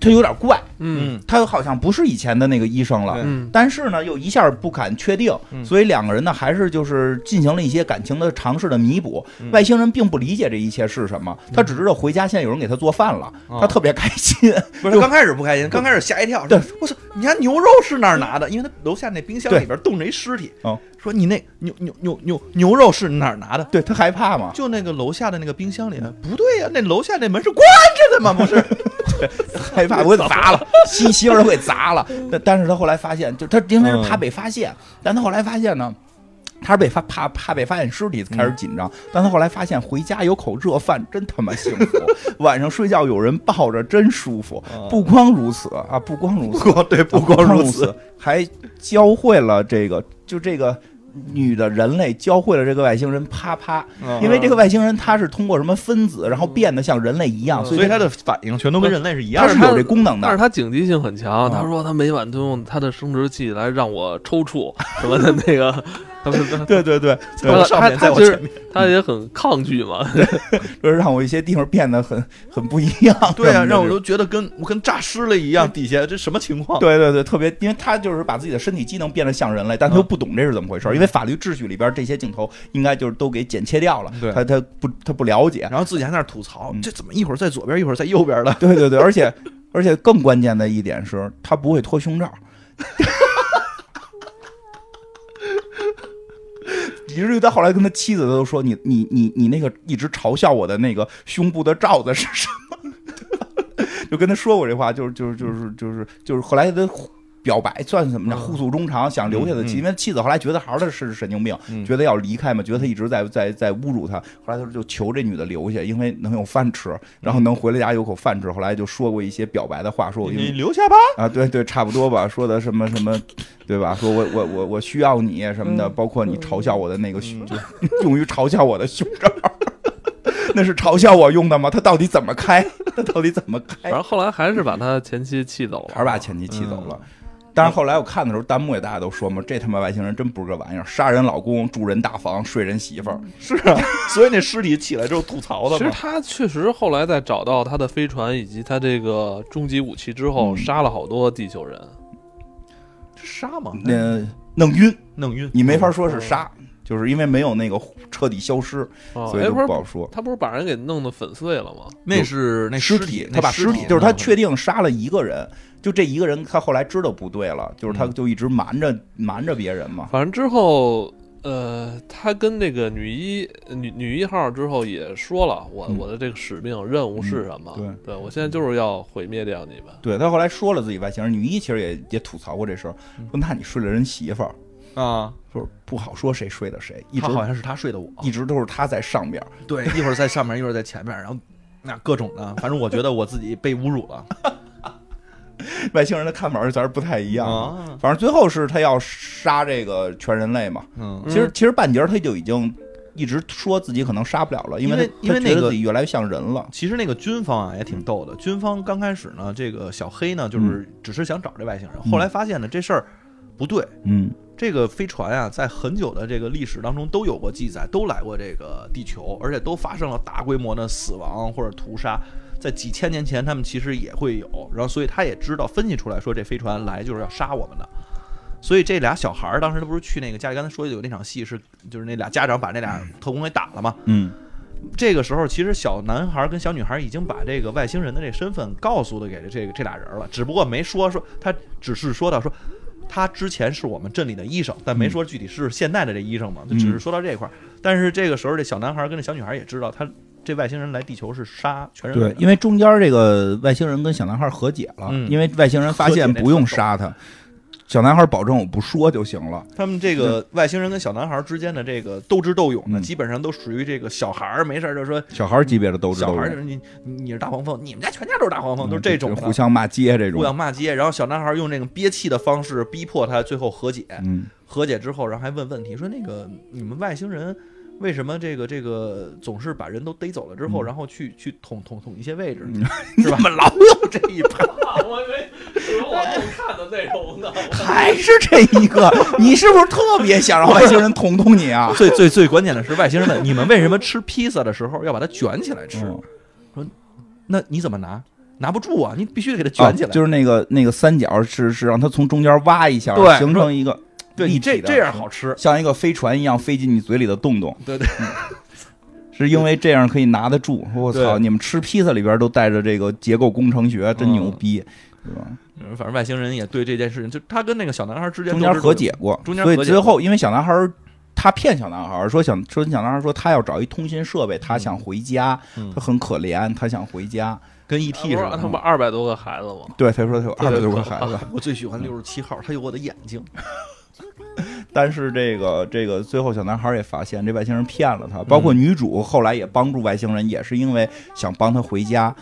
[SPEAKER 2] 他有点怪，
[SPEAKER 1] 嗯
[SPEAKER 2] 他好像不是以前的那个医生了
[SPEAKER 3] 对。
[SPEAKER 1] 嗯
[SPEAKER 2] 但是呢，又一下不敢确定，
[SPEAKER 3] 嗯
[SPEAKER 2] 所以两个人呢还是就是进行了一些感情的尝试的弥补。
[SPEAKER 3] 嗯
[SPEAKER 2] 外星人并不理解这一切是什么，他只知道回家现在有人给他做饭了，
[SPEAKER 3] 哦
[SPEAKER 2] 他特别开心。
[SPEAKER 3] 不是刚开始不开心，刚开始吓一跳，
[SPEAKER 2] 对
[SPEAKER 3] 说我操，你家牛肉是哪儿拿的？因为他楼下那冰箱
[SPEAKER 2] 对
[SPEAKER 3] 里边冻着一尸体
[SPEAKER 2] 哦，
[SPEAKER 3] 说你那牛牛牛牛牛肉是哪儿拿的？
[SPEAKER 2] 对他害怕嘛，
[SPEAKER 3] 就那个楼下的那个冰箱里，不对呀、那楼下那门是关着的吗？不是，
[SPEAKER 2] 害怕我给 砸了，媳媳妇
[SPEAKER 3] 嗯
[SPEAKER 2] 儿给砸了。但但是他后来发现，就他因为是怕被发现，但他后来发现呢，他是被发怕怕被发现尸体开始紧
[SPEAKER 3] 嗯
[SPEAKER 2] 张，但他后来发现回家有口热饭真他妈幸福，晚上睡觉有人抱着真舒服。
[SPEAKER 3] 嗯
[SPEAKER 2] 不光如此啊， 不光如此，
[SPEAKER 3] 光 对，
[SPEAKER 2] 啊光如，，还教会了这个就这个女的人类教会了这个外星人啪啪，
[SPEAKER 3] 嗯
[SPEAKER 2] 因为这个外星人他是通过什么分子，然后变得像人类一样，
[SPEAKER 1] 嗯
[SPEAKER 2] 所
[SPEAKER 3] 所以
[SPEAKER 2] 他
[SPEAKER 3] 他的反应全都跟人类是一样
[SPEAKER 2] 他
[SPEAKER 3] 的。
[SPEAKER 2] 是有这功能
[SPEAKER 1] 但是
[SPEAKER 2] 的。
[SPEAKER 1] 他警惕性很强，
[SPEAKER 2] 嗯
[SPEAKER 1] 他说他每晚都用他的生殖器来让我抽搐什么的， 那个他们他
[SPEAKER 2] 对对 对，
[SPEAKER 3] 在我上面，在
[SPEAKER 1] 他
[SPEAKER 3] 我
[SPEAKER 1] 其实
[SPEAKER 3] 前面。
[SPEAKER 1] 他也很抗拒嘛，
[SPEAKER 2] 就是让我一些地方变得很很不一样。
[SPEAKER 3] 对啊，
[SPEAKER 2] 什么的
[SPEAKER 3] 让我都觉得跟我跟诈尸了一样，底下这什么情况？
[SPEAKER 2] 对对对，特别，因为他就是把自己的身体机能变得像人类，但他又不懂这是怎么回事
[SPEAKER 3] 嗯
[SPEAKER 2] 儿，因为法律秩序里边这些镜头应该就是都给剪切掉了，
[SPEAKER 3] 对
[SPEAKER 2] 他他不他不了解，
[SPEAKER 3] 然后自己还在那儿吐槽
[SPEAKER 2] 嗯，
[SPEAKER 3] 这怎么一会儿在左边，一会儿在右边的？
[SPEAKER 2] 对对对，而且而且更关键的一点是，他不会脱胸罩。以至于他后来跟他妻子都说：“你你你你那个一直嘲笑我的那个胸部的罩子是什么？” 就跟他说过这话，就是就是就是就是就是后来他表白算是怎么着，
[SPEAKER 1] 嗯
[SPEAKER 2] 互诉衷肠，想留下他妻，
[SPEAKER 3] 嗯嗯
[SPEAKER 2] 因为妻子后来觉得孩儿是神经病，
[SPEAKER 3] 嗯
[SPEAKER 2] 觉得要离开嘛，觉得他一直在在在侮辱他，后来他就求这女的留下，因为能有饭吃，然
[SPEAKER 3] 嗯
[SPEAKER 2] 后能回了家有口饭吃。后来就说过一些表白的话，说我因
[SPEAKER 3] 你
[SPEAKER 2] 为
[SPEAKER 3] 留下吧。
[SPEAKER 2] 啊，对对，差不多吧，说的什么什么，对吧？说我我我我需要你什么的，
[SPEAKER 1] 嗯
[SPEAKER 2] 包括你嘲笑我的那个胸，就 用于嘲笑我的胸罩，那是嘲笑我用的吗？他到底怎么开？他到底怎么开
[SPEAKER 1] 反？正后来还是把他前妻气走了，
[SPEAKER 2] 哎还是把前妻气走了。嗯但是后来我看的时候，弹幕也大家都说嘛，这他妈外星人真不是个玩意儿，杀人老公，住人大房，睡人媳妇儿，
[SPEAKER 3] 是啊，所以那尸体起来之后吐槽
[SPEAKER 1] 其
[SPEAKER 3] 的
[SPEAKER 1] 实
[SPEAKER 3] 嘛。
[SPEAKER 1] 他确实后来在找到他的飞船以及他这个终极武器之后，
[SPEAKER 2] 嗯
[SPEAKER 1] 杀了好多地球人。
[SPEAKER 3] 杀嘛，
[SPEAKER 1] 嗯
[SPEAKER 2] 那弄晕。
[SPEAKER 3] 弄晕
[SPEAKER 2] 你没法说是杀，就是因为没有那个彻底消失，
[SPEAKER 1] 啊，
[SPEAKER 2] 所以
[SPEAKER 1] 哎，
[SPEAKER 2] 就
[SPEAKER 1] 不是
[SPEAKER 2] 不好说。
[SPEAKER 1] 他不是把人给弄得粉碎了吗？
[SPEAKER 3] 那是那
[SPEAKER 2] 尸
[SPEAKER 3] 体，嗯
[SPEAKER 2] 他把尸体，就是他确定杀了一个人，就这一个人，他后来知道不对了，就是他
[SPEAKER 3] 嗯
[SPEAKER 2] 就一直瞒着瞒着别人嘛。
[SPEAKER 1] 反正之后，呃，他跟那个女一呃女女一号之后也说了，我、
[SPEAKER 2] 嗯
[SPEAKER 1] 我的这个使命任务是什么？
[SPEAKER 2] 嗯
[SPEAKER 1] 对，我现在就是要毁灭掉你们。
[SPEAKER 2] 对他后来说了自己外星人，女一其实也也吐槽过这事儿，
[SPEAKER 3] 嗯
[SPEAKER 2] 说那你睡了人媳妇儿，
[SPEAKER 3] 啊，
[SPEAKER 2] 说不好说谁睡的谁，一直
[SPEAKER 3] 他好像是他睡的我，
[SPEAKER 2] 一直都是他在上边儿，
[SPEAKER 3] 对，一会儿在上面，一会儿在前面，然后那各种的，反正我觉得我自己被侮辱 了
[SPEAKER 2] 外星人的看法儿咱是不太一样
[SPEAKER 3] 啊
[SPEAKER 2] 的。。反正最后是他要杀这个全人类嘛，
[SPEAKER 3] 嗯，
[SPEAKER 2] 其实其实半截儿他就已经一直说自己可能杀不了了，因为
[SPEAKER 3] 因
[SPEAKER 2] 他
[SPEAKER 3] 为因为
[SPEAKER 2] 他觉
[SPEAKER 3] 那
[SPEAKER 2] 得
[SPEAKER 3] 个
[SPEAKER 2] 自己越来越像人了。
[SPEAKER 3] 其实那个军方啊也挺逗的，军方刚开始呢，这个小黑呢就是只是想找这外星人，
[SPEAKER 2] 嗯
[SPEAKER 3] 后来发现呢这事儿不对。
[SPEAKER 2] 嗯
[SPEAKER 3] 这个飞船啊，在很久的这个历史当中都有过记载，都来过这个地球，而且都发生了大规模的死亡或者屠杀，在几千年前他们其实也会有，然后所以他也知道分析出来说这飞船来就是要杀我们的，所以这俩小孩儿当时不是去那个家里，刚才说有那场戏是就是那俩家长把那俩特工给打了嘛，
[SPEAKER 2] 嗯
[SPEAKER 3] 这个时候，其实小男孩跟小女孩已经把这个外星人的这身份告诉了给这个这俩人了，只不过没说说他只是说到说他之前是我们镇里的医生，但没说具体是现在的这医生
[SPEAKER 2] 嗯
[SPEAKER 3] 嘛，就只是说到这一块儿。但是这个时候，这小男孩跟这小女孩也知道，他这外星人来地球是杀全人类
[SPEAKER 2] 对
[SPEAKER 3] 的，，
[SPEAKER 2] 因为中间这个外星人跟小男孩和解了，
[SPEAKER 3] 嗯
[SPEAKER 2] 因为外星人发现不用杀他，小男孩保证我不说就行了。
[SPEAKER 3] 他们这个外星人跟小男孩之间的这个斗智斗勇呢，
[SPEAKER 2] 嗯
[SPEAKER 3] 基本上都属于这个小孩儿没事儿就说。
[SPEAKER 2] 小孩级别的都知道
[SPEAKER 3] 小孩儿就是你，你你是大黄蜂，你们家全家都是大黄蜂，
[SPEAKER 2] 嗯
[SPEAKER 3] 都是这种的
[SPEAKER 2] 互相骂街这
[SPEAKER 3] 互
[SPEAKER 2] 种
[SPEAKER 3] 相。骂街，然后小男孩用那种憋气的方式逼迫他最后和解，
[SPEAKER 2] 嗯，
[SPEAKER 3] 和解之后，然后还问问题，说那个你们外星人为什么这个这个总是把人都逮走了之
[SPEAKER 2] 嗯
[SPEAKER 3] 后，然后去去捅捅捅一些位置，是吧？
[SPEAKER 2] 怎么老有这一 趴？
[SPEAKER 1] 我以为是我看的内容呢。
[SPEAKER 2] 还是这一 个？你是不是特别想让外星人捅捅你啊？
[SPEAKER 3] 最最最关键的是，外星人问你们为什么吃披萨的时候要把它卷起来吃？
[SPEAKER 2] 嗯
[SPEAKER 3] 那你怎么拿？拿不住啊，你必须得给它卷起来。
[SPEAKER 2] 啊就是那个那个三角是是让他从中间挖一下，
[SPEAKER 3] 对
[SPEAKER 2] 形成一个
[SPEAKER 3] 对你
[SPEAKER 2] 立
[SPEAKER 3] 这
[SPEAKER 2] 体的
[SPEAKER 3] 这样好吃，
[SPEAKER 2] 像一个飞船一样飞进你嘴里的洞洞。
[SPEAKER 3] 对对
[SPEAKER 2] 是因为这样可以拿得住。我操，
[SPEAKER 3] 对
[SPEAKER 2] 你们吃披萨里边都带着这个结构工程学，真牛逼，对吧？
[SPEAKER 3] 嗯反正外星人也对这件事情，就他跟那个小男孩之间
[SPEAKER 2] 中
[SPEAKER 3] 都是
[SPEAKER 2] 间和解过，
[SPEAKER 3] 中间
[SPEAKER 2] 所
[SPEAKER 3] 和解
[SPEAKER 2] 以
[SPEAKER 3] 过
[SPEAKER 2] 最后因为小男孩儿。他骗小男孩儿说想说小男孩儿说他要找一通信设备，他想回家，
[SPEAKER 3] 嗯啊
[SPEAKER 2] 他很可怜，他想回家。
[SPEAKER 3] 跟
[SPEAKER 1] 不
[SPEAKER 3] ET
[SPEAKER 1] 是
[SPEAKER 3] 似
[SPEAKER 1] 他
[SPEAKER 3] 的。
[SPEAKER 1] 们二百多个孩子吗？
[SPEAKER 2] 对，他说他有二
[SPEAKER 1] 对
[SPEAKER 2] 十多
[SPEAKER 1] 对
[SPEAKER 2] 个孩子，
[SPEAKER 3] 我最喜欢六十七号，他有我的眼睛。
[SPEAKER 2] 但是这个这个最后小男孩也发现这外星人骗了他，包括女主后来也帮助外星人，也是因为想帮他回家。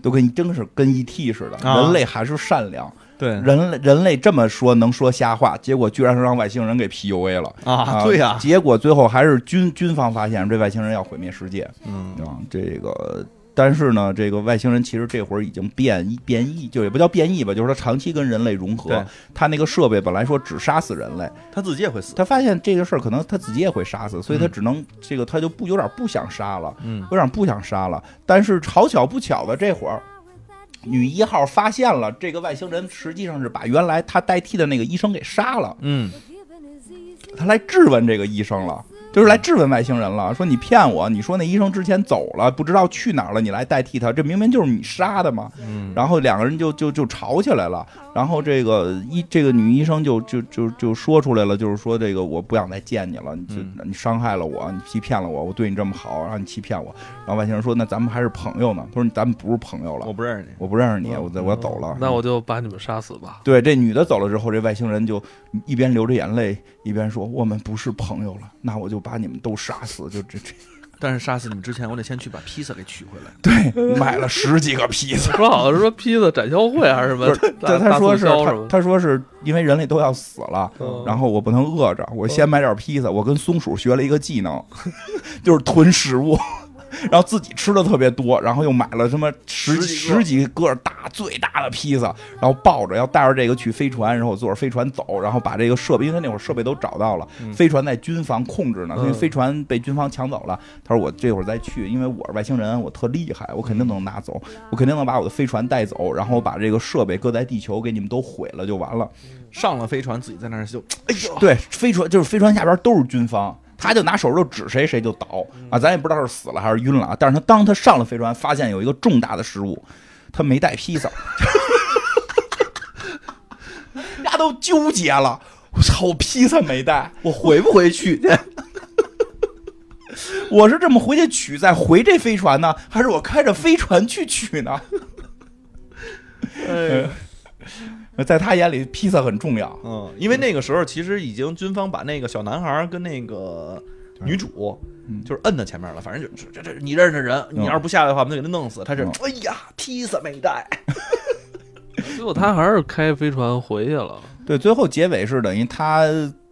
[SPEAKER 2] 都跟真是跟 E.T. 似的，
[SPEAKER 3] 啊
[SPEAKER 2] 人类还是善良，
[SPEAKER 3] 对
[SPEAKER 2] 人类人类这么说能说瞎话，结果居然是让外星人给 PUA 了
[SPEAKER 3] 啊，对呀，
[SPEAKER 2] 结果最后还是军军方发现这外星人要毁灭世界
[SPEAKER 3] 嗯
[SPEAKER 2] 啊，这个。但是呢，这个外星人其实这会儿已经变变异，就也不叫变异吧，就是他长期跟人类融合
[SPEAKER 3] 对。
[SPEAKER 2] 他那个设备本来说只杀死人类，
[SPEAKER 3] 他自己也会死，
[SPEAKER 2] 他发现这个事儿可能他自己也会杀死，所以他
[SPEAKER 3] 嗯
[SPEAKER 2] 只能、这个他就不有点不想杀了，
[SPEAKER 3] 嗯
[SPEAKER 2] 有点不想杀了。但是好巧不巧的，这会儿女一号发现了这个外星人实际上是把原来他代替的那个医生给杀了，
[SPEAKER 3] 嗯，
[SPEAKER 2] 他来质问这个医生了。就是来质问外星人了，说你骗我，你说那医生之前走了，不知道去哪儿了，你来代替他，这明明就是你杀的嘛。
[SPEAKER 3] 嗯
[SPEAKER 2] 然后两个人就就就吵起来了，然后这个医这个女医生就就就就说出来了，就是说这个我不想再见你了，你就、
[SPEAKER 3] 嗯
[SPEAKER 2] 你伤害了我，你欺骗了我，我对你这么好，然后你欺骗我，然后外星人说那咱们还是朋友呢，他说咱们不是朋友了
[SPEAKER 3] 我，不认识你，
[SPEAKER 2] 我不认识你，我我要走了，
[SPEAKER 1] 嗯那我就把你们杀死吧。
[SPEAKER 2] 对，这女的走了之后，这外星人就一边流着眼泪，一边说：“我们不是朋友了，那我就把你们都杀死。”就这这，
[SPEAKER 3] 但是杀死你们之前，我得先去把披萨给取回来。
[SPEAKER 2] 对，买了十几个披萨。
[SPEAKER 1] 说好是说披萨展销会还啊是什 么
[SPEAKER 2] 不是？
[SPEAKER 1] 大
[SPEAKER 2] 但他说
[SPEAKER 1] 大
[SPEAKER 2] 是
[SPEAKER 1] 促销什
[SPEAKER 2] 他
[SPEAKER 1] 么的？
[SPEAKER 2] 他说是因为人类都要死了，
[SPEAKER 1] 嗯
[SPEAKER 2] 然后我不能饿着，我先买点披萨。我跟松鼠学了一个技能， 就是囤食物， 然后自己吃的特别多，然后又买了什么十几
[SPEAKER 3] 十
[SPEAKER 2] 十几个大最大的披萨，然后抱着要带着这个去飞船，然后我坐着飞船走，然后把这个设备，因为他那会儿设备都找到了，飞船在军方控制呢，因为
[SPEAKER 1] 嗯
[SPEAKER 2] 飞船被军方抢走了。他说我这会儿再去，因为我是外星人，我特厉害，我肯定能拿走，我肯定能把我的飞船带走，然后把这个设备搁在地球给你们都毁了就完了。
[SPEAKER 3] 上了飞船，自己在那儿就，哎呦，
[SPEAKER 2] 对，飞船就是飞船下边都是军方，他就拿手指头指谁谁就倒啊，咱也不知道是死了还是晕了啊。但是他当他上了飞船，发现有一个重大的失误，他没带披萨， 丫都纠结了，我操，我披萨没带，
[SPEAKER 3] 我回不回去？
[SPEAKER 2] 我是这么回去取，再回这飞船呢，还是我开着飞船去取呢？
[SPEAKER 1] 哎
[SPEAKER 2] 在他眼里，披萨很重要。
[SPEAKER 3] 嗯，因为那个时候其实已经军方把那个小男孩儿跟那个女主
[SPEAKER 2] 嗯
[SPEAKER 3] 就是摁在前面了，反正就是这这这你认识人，你要是不下来的话，我们就给他弄死。他是
[SPEAKER 2] 嗯
[SPEAKER 3] 哎呀，披萨没带，
[SPEAKER 1] 结果他还是开飞船回去了。
[SPEAKER 2] 对，最后结尾是等于他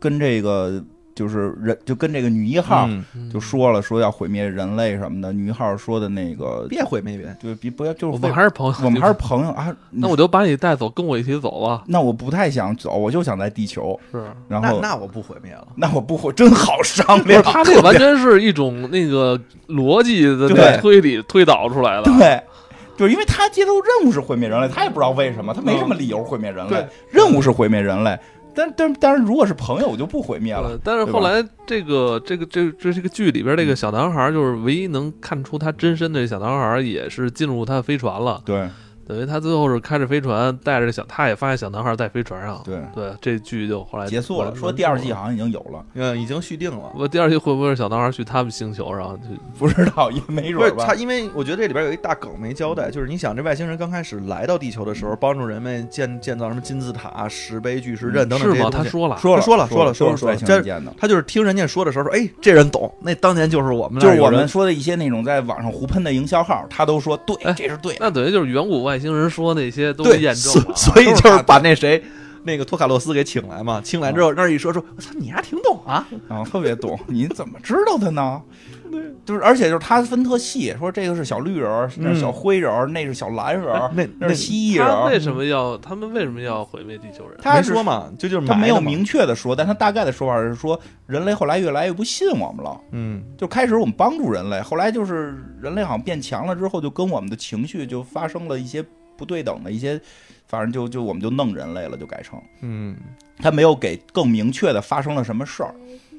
[SPEAKER 2] 跟这个就是人，就跟这个女一号。
[SPEAKER 3] 嗯
[SPEAKER 2] 就说了说要毁灭人类什么的。女一号说的那个，
[SPEAKER 3] 别毁灭别。
[SPEAKER 2] 对，别不要，就是
[SPEAKER 1] 我们还是朋友，
[SPEAKER 2] 我们还是朋友啊。
[SPEAKER 1] 那我就把你带走，跟我一起走吧。
[SPEAKER 2] 那我不太想走，我就想在地球。
[SPEAKER 1] 是，
[SPEAKER 2] 然
[SPEAKER 3] 那
[SPEAKER 2] 后
[SPEAKER 3] 那我不毁灭了，
[SPEAKER 2] 那我不会，真好商
[SPEAKER 1] 不是
[SPEAKER 2] 量。
[SPEAKER 1] 他这完全是一种那个逻辑的那
[SPEAKER 2] 对
[SPEAKER 1] 个推理推导出来的。
[SPEAKER 3] 啊
[SPEAKER 2] 对。就是因为他接受任务是毁灭人类，他也不知道为什么，他没什么理由毁灭人类
[SPEAKER 3] 啊对。
[SPEAKER 2] 任务是毁灭人类，但但但是如果是朋友，我就不毁灭了
[SPEAKER 1] 呃。但是
[SPEAKER 2] 对
[SPEAKER 1] 后
[SPEAKER 2] 吧嗯
[SPEAKER 1] 来这个这个这这这个剧里边这个小男孩，就是唯一能看出他真身的小男孩，也是进入他的飞船了。
[SPEAKER 2] 对
[SPEAKER 1] 等于他最后是开着飞船，带着小，他也发现小男孩在飞船上。
[SPEAKER 2] 对，
[SPEAKER 1] 对，这剧就后来
[SPEAKER 2] 结束了。
[SPEAKER 1] 完
[SPEAKER 2] 说第二季
[SPEAKER 1] 结束了
[SPEAKER 2] 好像已经有了，
[SPEAKER 3] 嗯，已经续订了。
[SPEAKER 1] 我第二季会不会是小男孩去他们星球上去？
[SPEAKER 2] 不知道也没
[SPEAKER 3] 不是
[SPEAKER 2] 准吧
[SPEAKER 3] 他，。因为我觉得这里边有一大梗没交代，就是你想这外星人刚开始来到地球的时候，帮助人们建建造什么金字塔、石碑、巨石阵等等
[SPEAKER 1] 嗯是
[SPEAKER 3] 这些
[SPEAKER 1] 吗？
[SPEAKER 3] 东西。
[SPEAKER 1] 他说了，
[SPEAKER 2] 说了
[SPEAKER 3] 他说了
[SPEAKER 2] 说
[SPEAKER 3] 说了说了
[SPEAKER 2] 就是外星
[SPEAKER 3] 说了
[SPEAKER 2] 人见的。
[SPEAKER 3] 他就是听人家说的时候说，哎，这人懂，那当年就是我们那
[SPEAKER 2] 就
[SPEAKER 3] 儿
[SPEAKER 2] 是
[SPEAKER 3] 有
[SPEAKER 2] 我
[SPEAKER 3] 人，
[SPEAKER 2] 们说的一些那种在网上胡喷的营销号，他都说对，
[SPEAKER 1] 哎
[SPEAKER 2] 这是对的。
[SPEAKER 1] 那等于就是远古外星人说那些都
[SPEAKER 3] 对
[SPEAKER 1] 验证了。啊
[SPEAKER 3] 所以就是把那谁。那个托卡洛斯给请来嘛，请来之后那儿一说说，我操，你还挺懂啊！
[SPEAKER 2] 然 后特别懂，你怎么知道的呢？对，就是而且就是他分特细，说这个是小绿人儿，那是
[SPEAKER 3] 嗯
[SPEAKER 2] 小灰人儿，那是小蓝人儿，
[SPEAKER 3] 那
[SPEAKER 2] 啊那是蜥蜴人
[SPEAKER 1] 他为
[SPEAKER 2] 儿。
[SPEAKER 1] 什么要他们为什么要毁灭地球人？
[SPEAKER 2] 他
[SPEAKER 3] 没
[SPEAKER 2] 是
[SPEAKER 3] 说嘛，这就是
[SPEAKER 2] 他没
[SPEAKER 3] 埋
[SPEAKER 2] 有
[SPEAKER 3] 嗯的嘛
[SPEAKER 2] 明，确的说，但他大概的说法是说，人类后来越来越不信我们了。
[SPEAKER 3] 嗯，
[SPEAKER 2] 就开始我们帮助人类，后来就是人类好像变强了之后，就跟我们的情绪就发生了一些不对等的一些，反正就就我们就弄人类了，就改成。
[SPEAKER 3] 嗯，
[SPEAKER 2] 他没有给更明确的发生了什么事儿，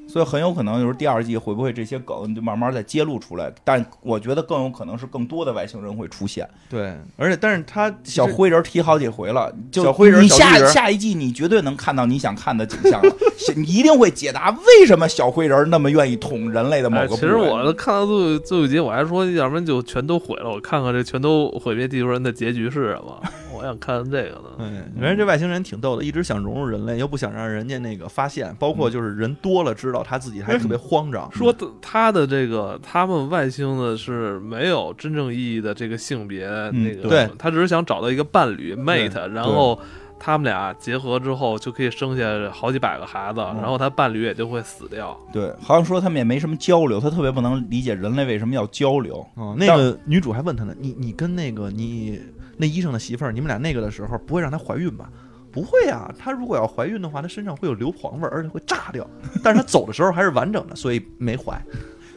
[SPEAKER 2] 所以很有可能就是第二季会不会这些梗就慢慢再揭露出来。但我觉得更有可能是更多的外星人会出现。
[SPEAKER 3] 对，而且但是他
[SPEAKER 2] 小
[SPEAKER 3] 这
[SPEAKER 2] 灰人提好几回了，就
[SPEAKER 3] 小灰人
[SPEAKER 2] 你
[SPEAKER 3] 小
[SPEAKER 2] 下
[SPEAKER 3] 绿人
[SPEAKER 2] 下一季你绝对能看到你想看的景象 了，你一定会解答为什么小灰人那么愿意捅人类的某
[SPEAKER 1] 哎，
[SPEAKER 2] 个部
[SPEAKER 1] 其
[SPEAKER 2] 位。
[SPEAKER 1] 实我看到最后最后一集，我还说，要不然就全都毁了，我看看这全都毁灭地球人的结局是什么。我我想看看这个呢。
[SPEAKER 3] 嗯，反正这外星人挺逗的，一直想融入人类，又不想让人家那个发现，包括就是人多了知道他自己还特别慌张，
[SPEAKER 1] 说的他的这个，他们外星的是没有真正意义的这个性别，
[SPEAKER 2] 嗯
[SPEAKER 1] 那个
[SPEAKER 3] 对
[SPEAKER 1] 他只是想找到一个伴侣 mate，然后他们俩结合之后就可以生下好几百个孩子，
[SPEAKER 2] 嗯
[SPEAKER 1] 然后他伴侣也就会死掉。
[SPEAKER 2] 对，好像说他们也没什么交流，他特别不能理解人类为什么要交流。
[SPEAKER 3] 哦，那个女主还问他呢，你你跟那个你那医生的媳妇儿，你们俩那个的时候不会让她怀孕吧？不会啊，她如果要怀孕的话，她身上会有硫磺味儿，而且会炸掉。但是她走的时候还是完整的，所以没怀。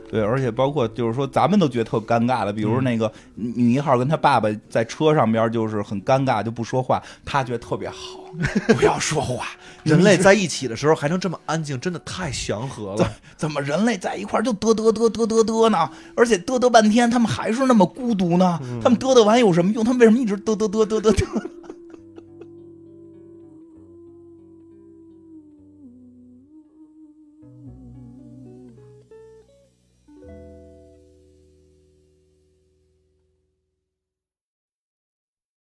[SPEAKER 2] 对，而且包括就是说，咱们都觉得特尴尬的，比如那个女一号跟她爸爸在车上边就是很尴尬，就不说话，她觉得特别 好，不要说话，
[SPEAKER 3] 人类在一起的时候还能这么安静，真的太祥和了。
[SPEAKER 2] 怎么人类在一块儿就嘚嘚嘚嘚嘚嘚呢？而且嘚嘚半天，他们还是那么孤独呢？他们嘚嘚完有什么用？他们为什么一直嘚嘚嘚嘚嘚嘚？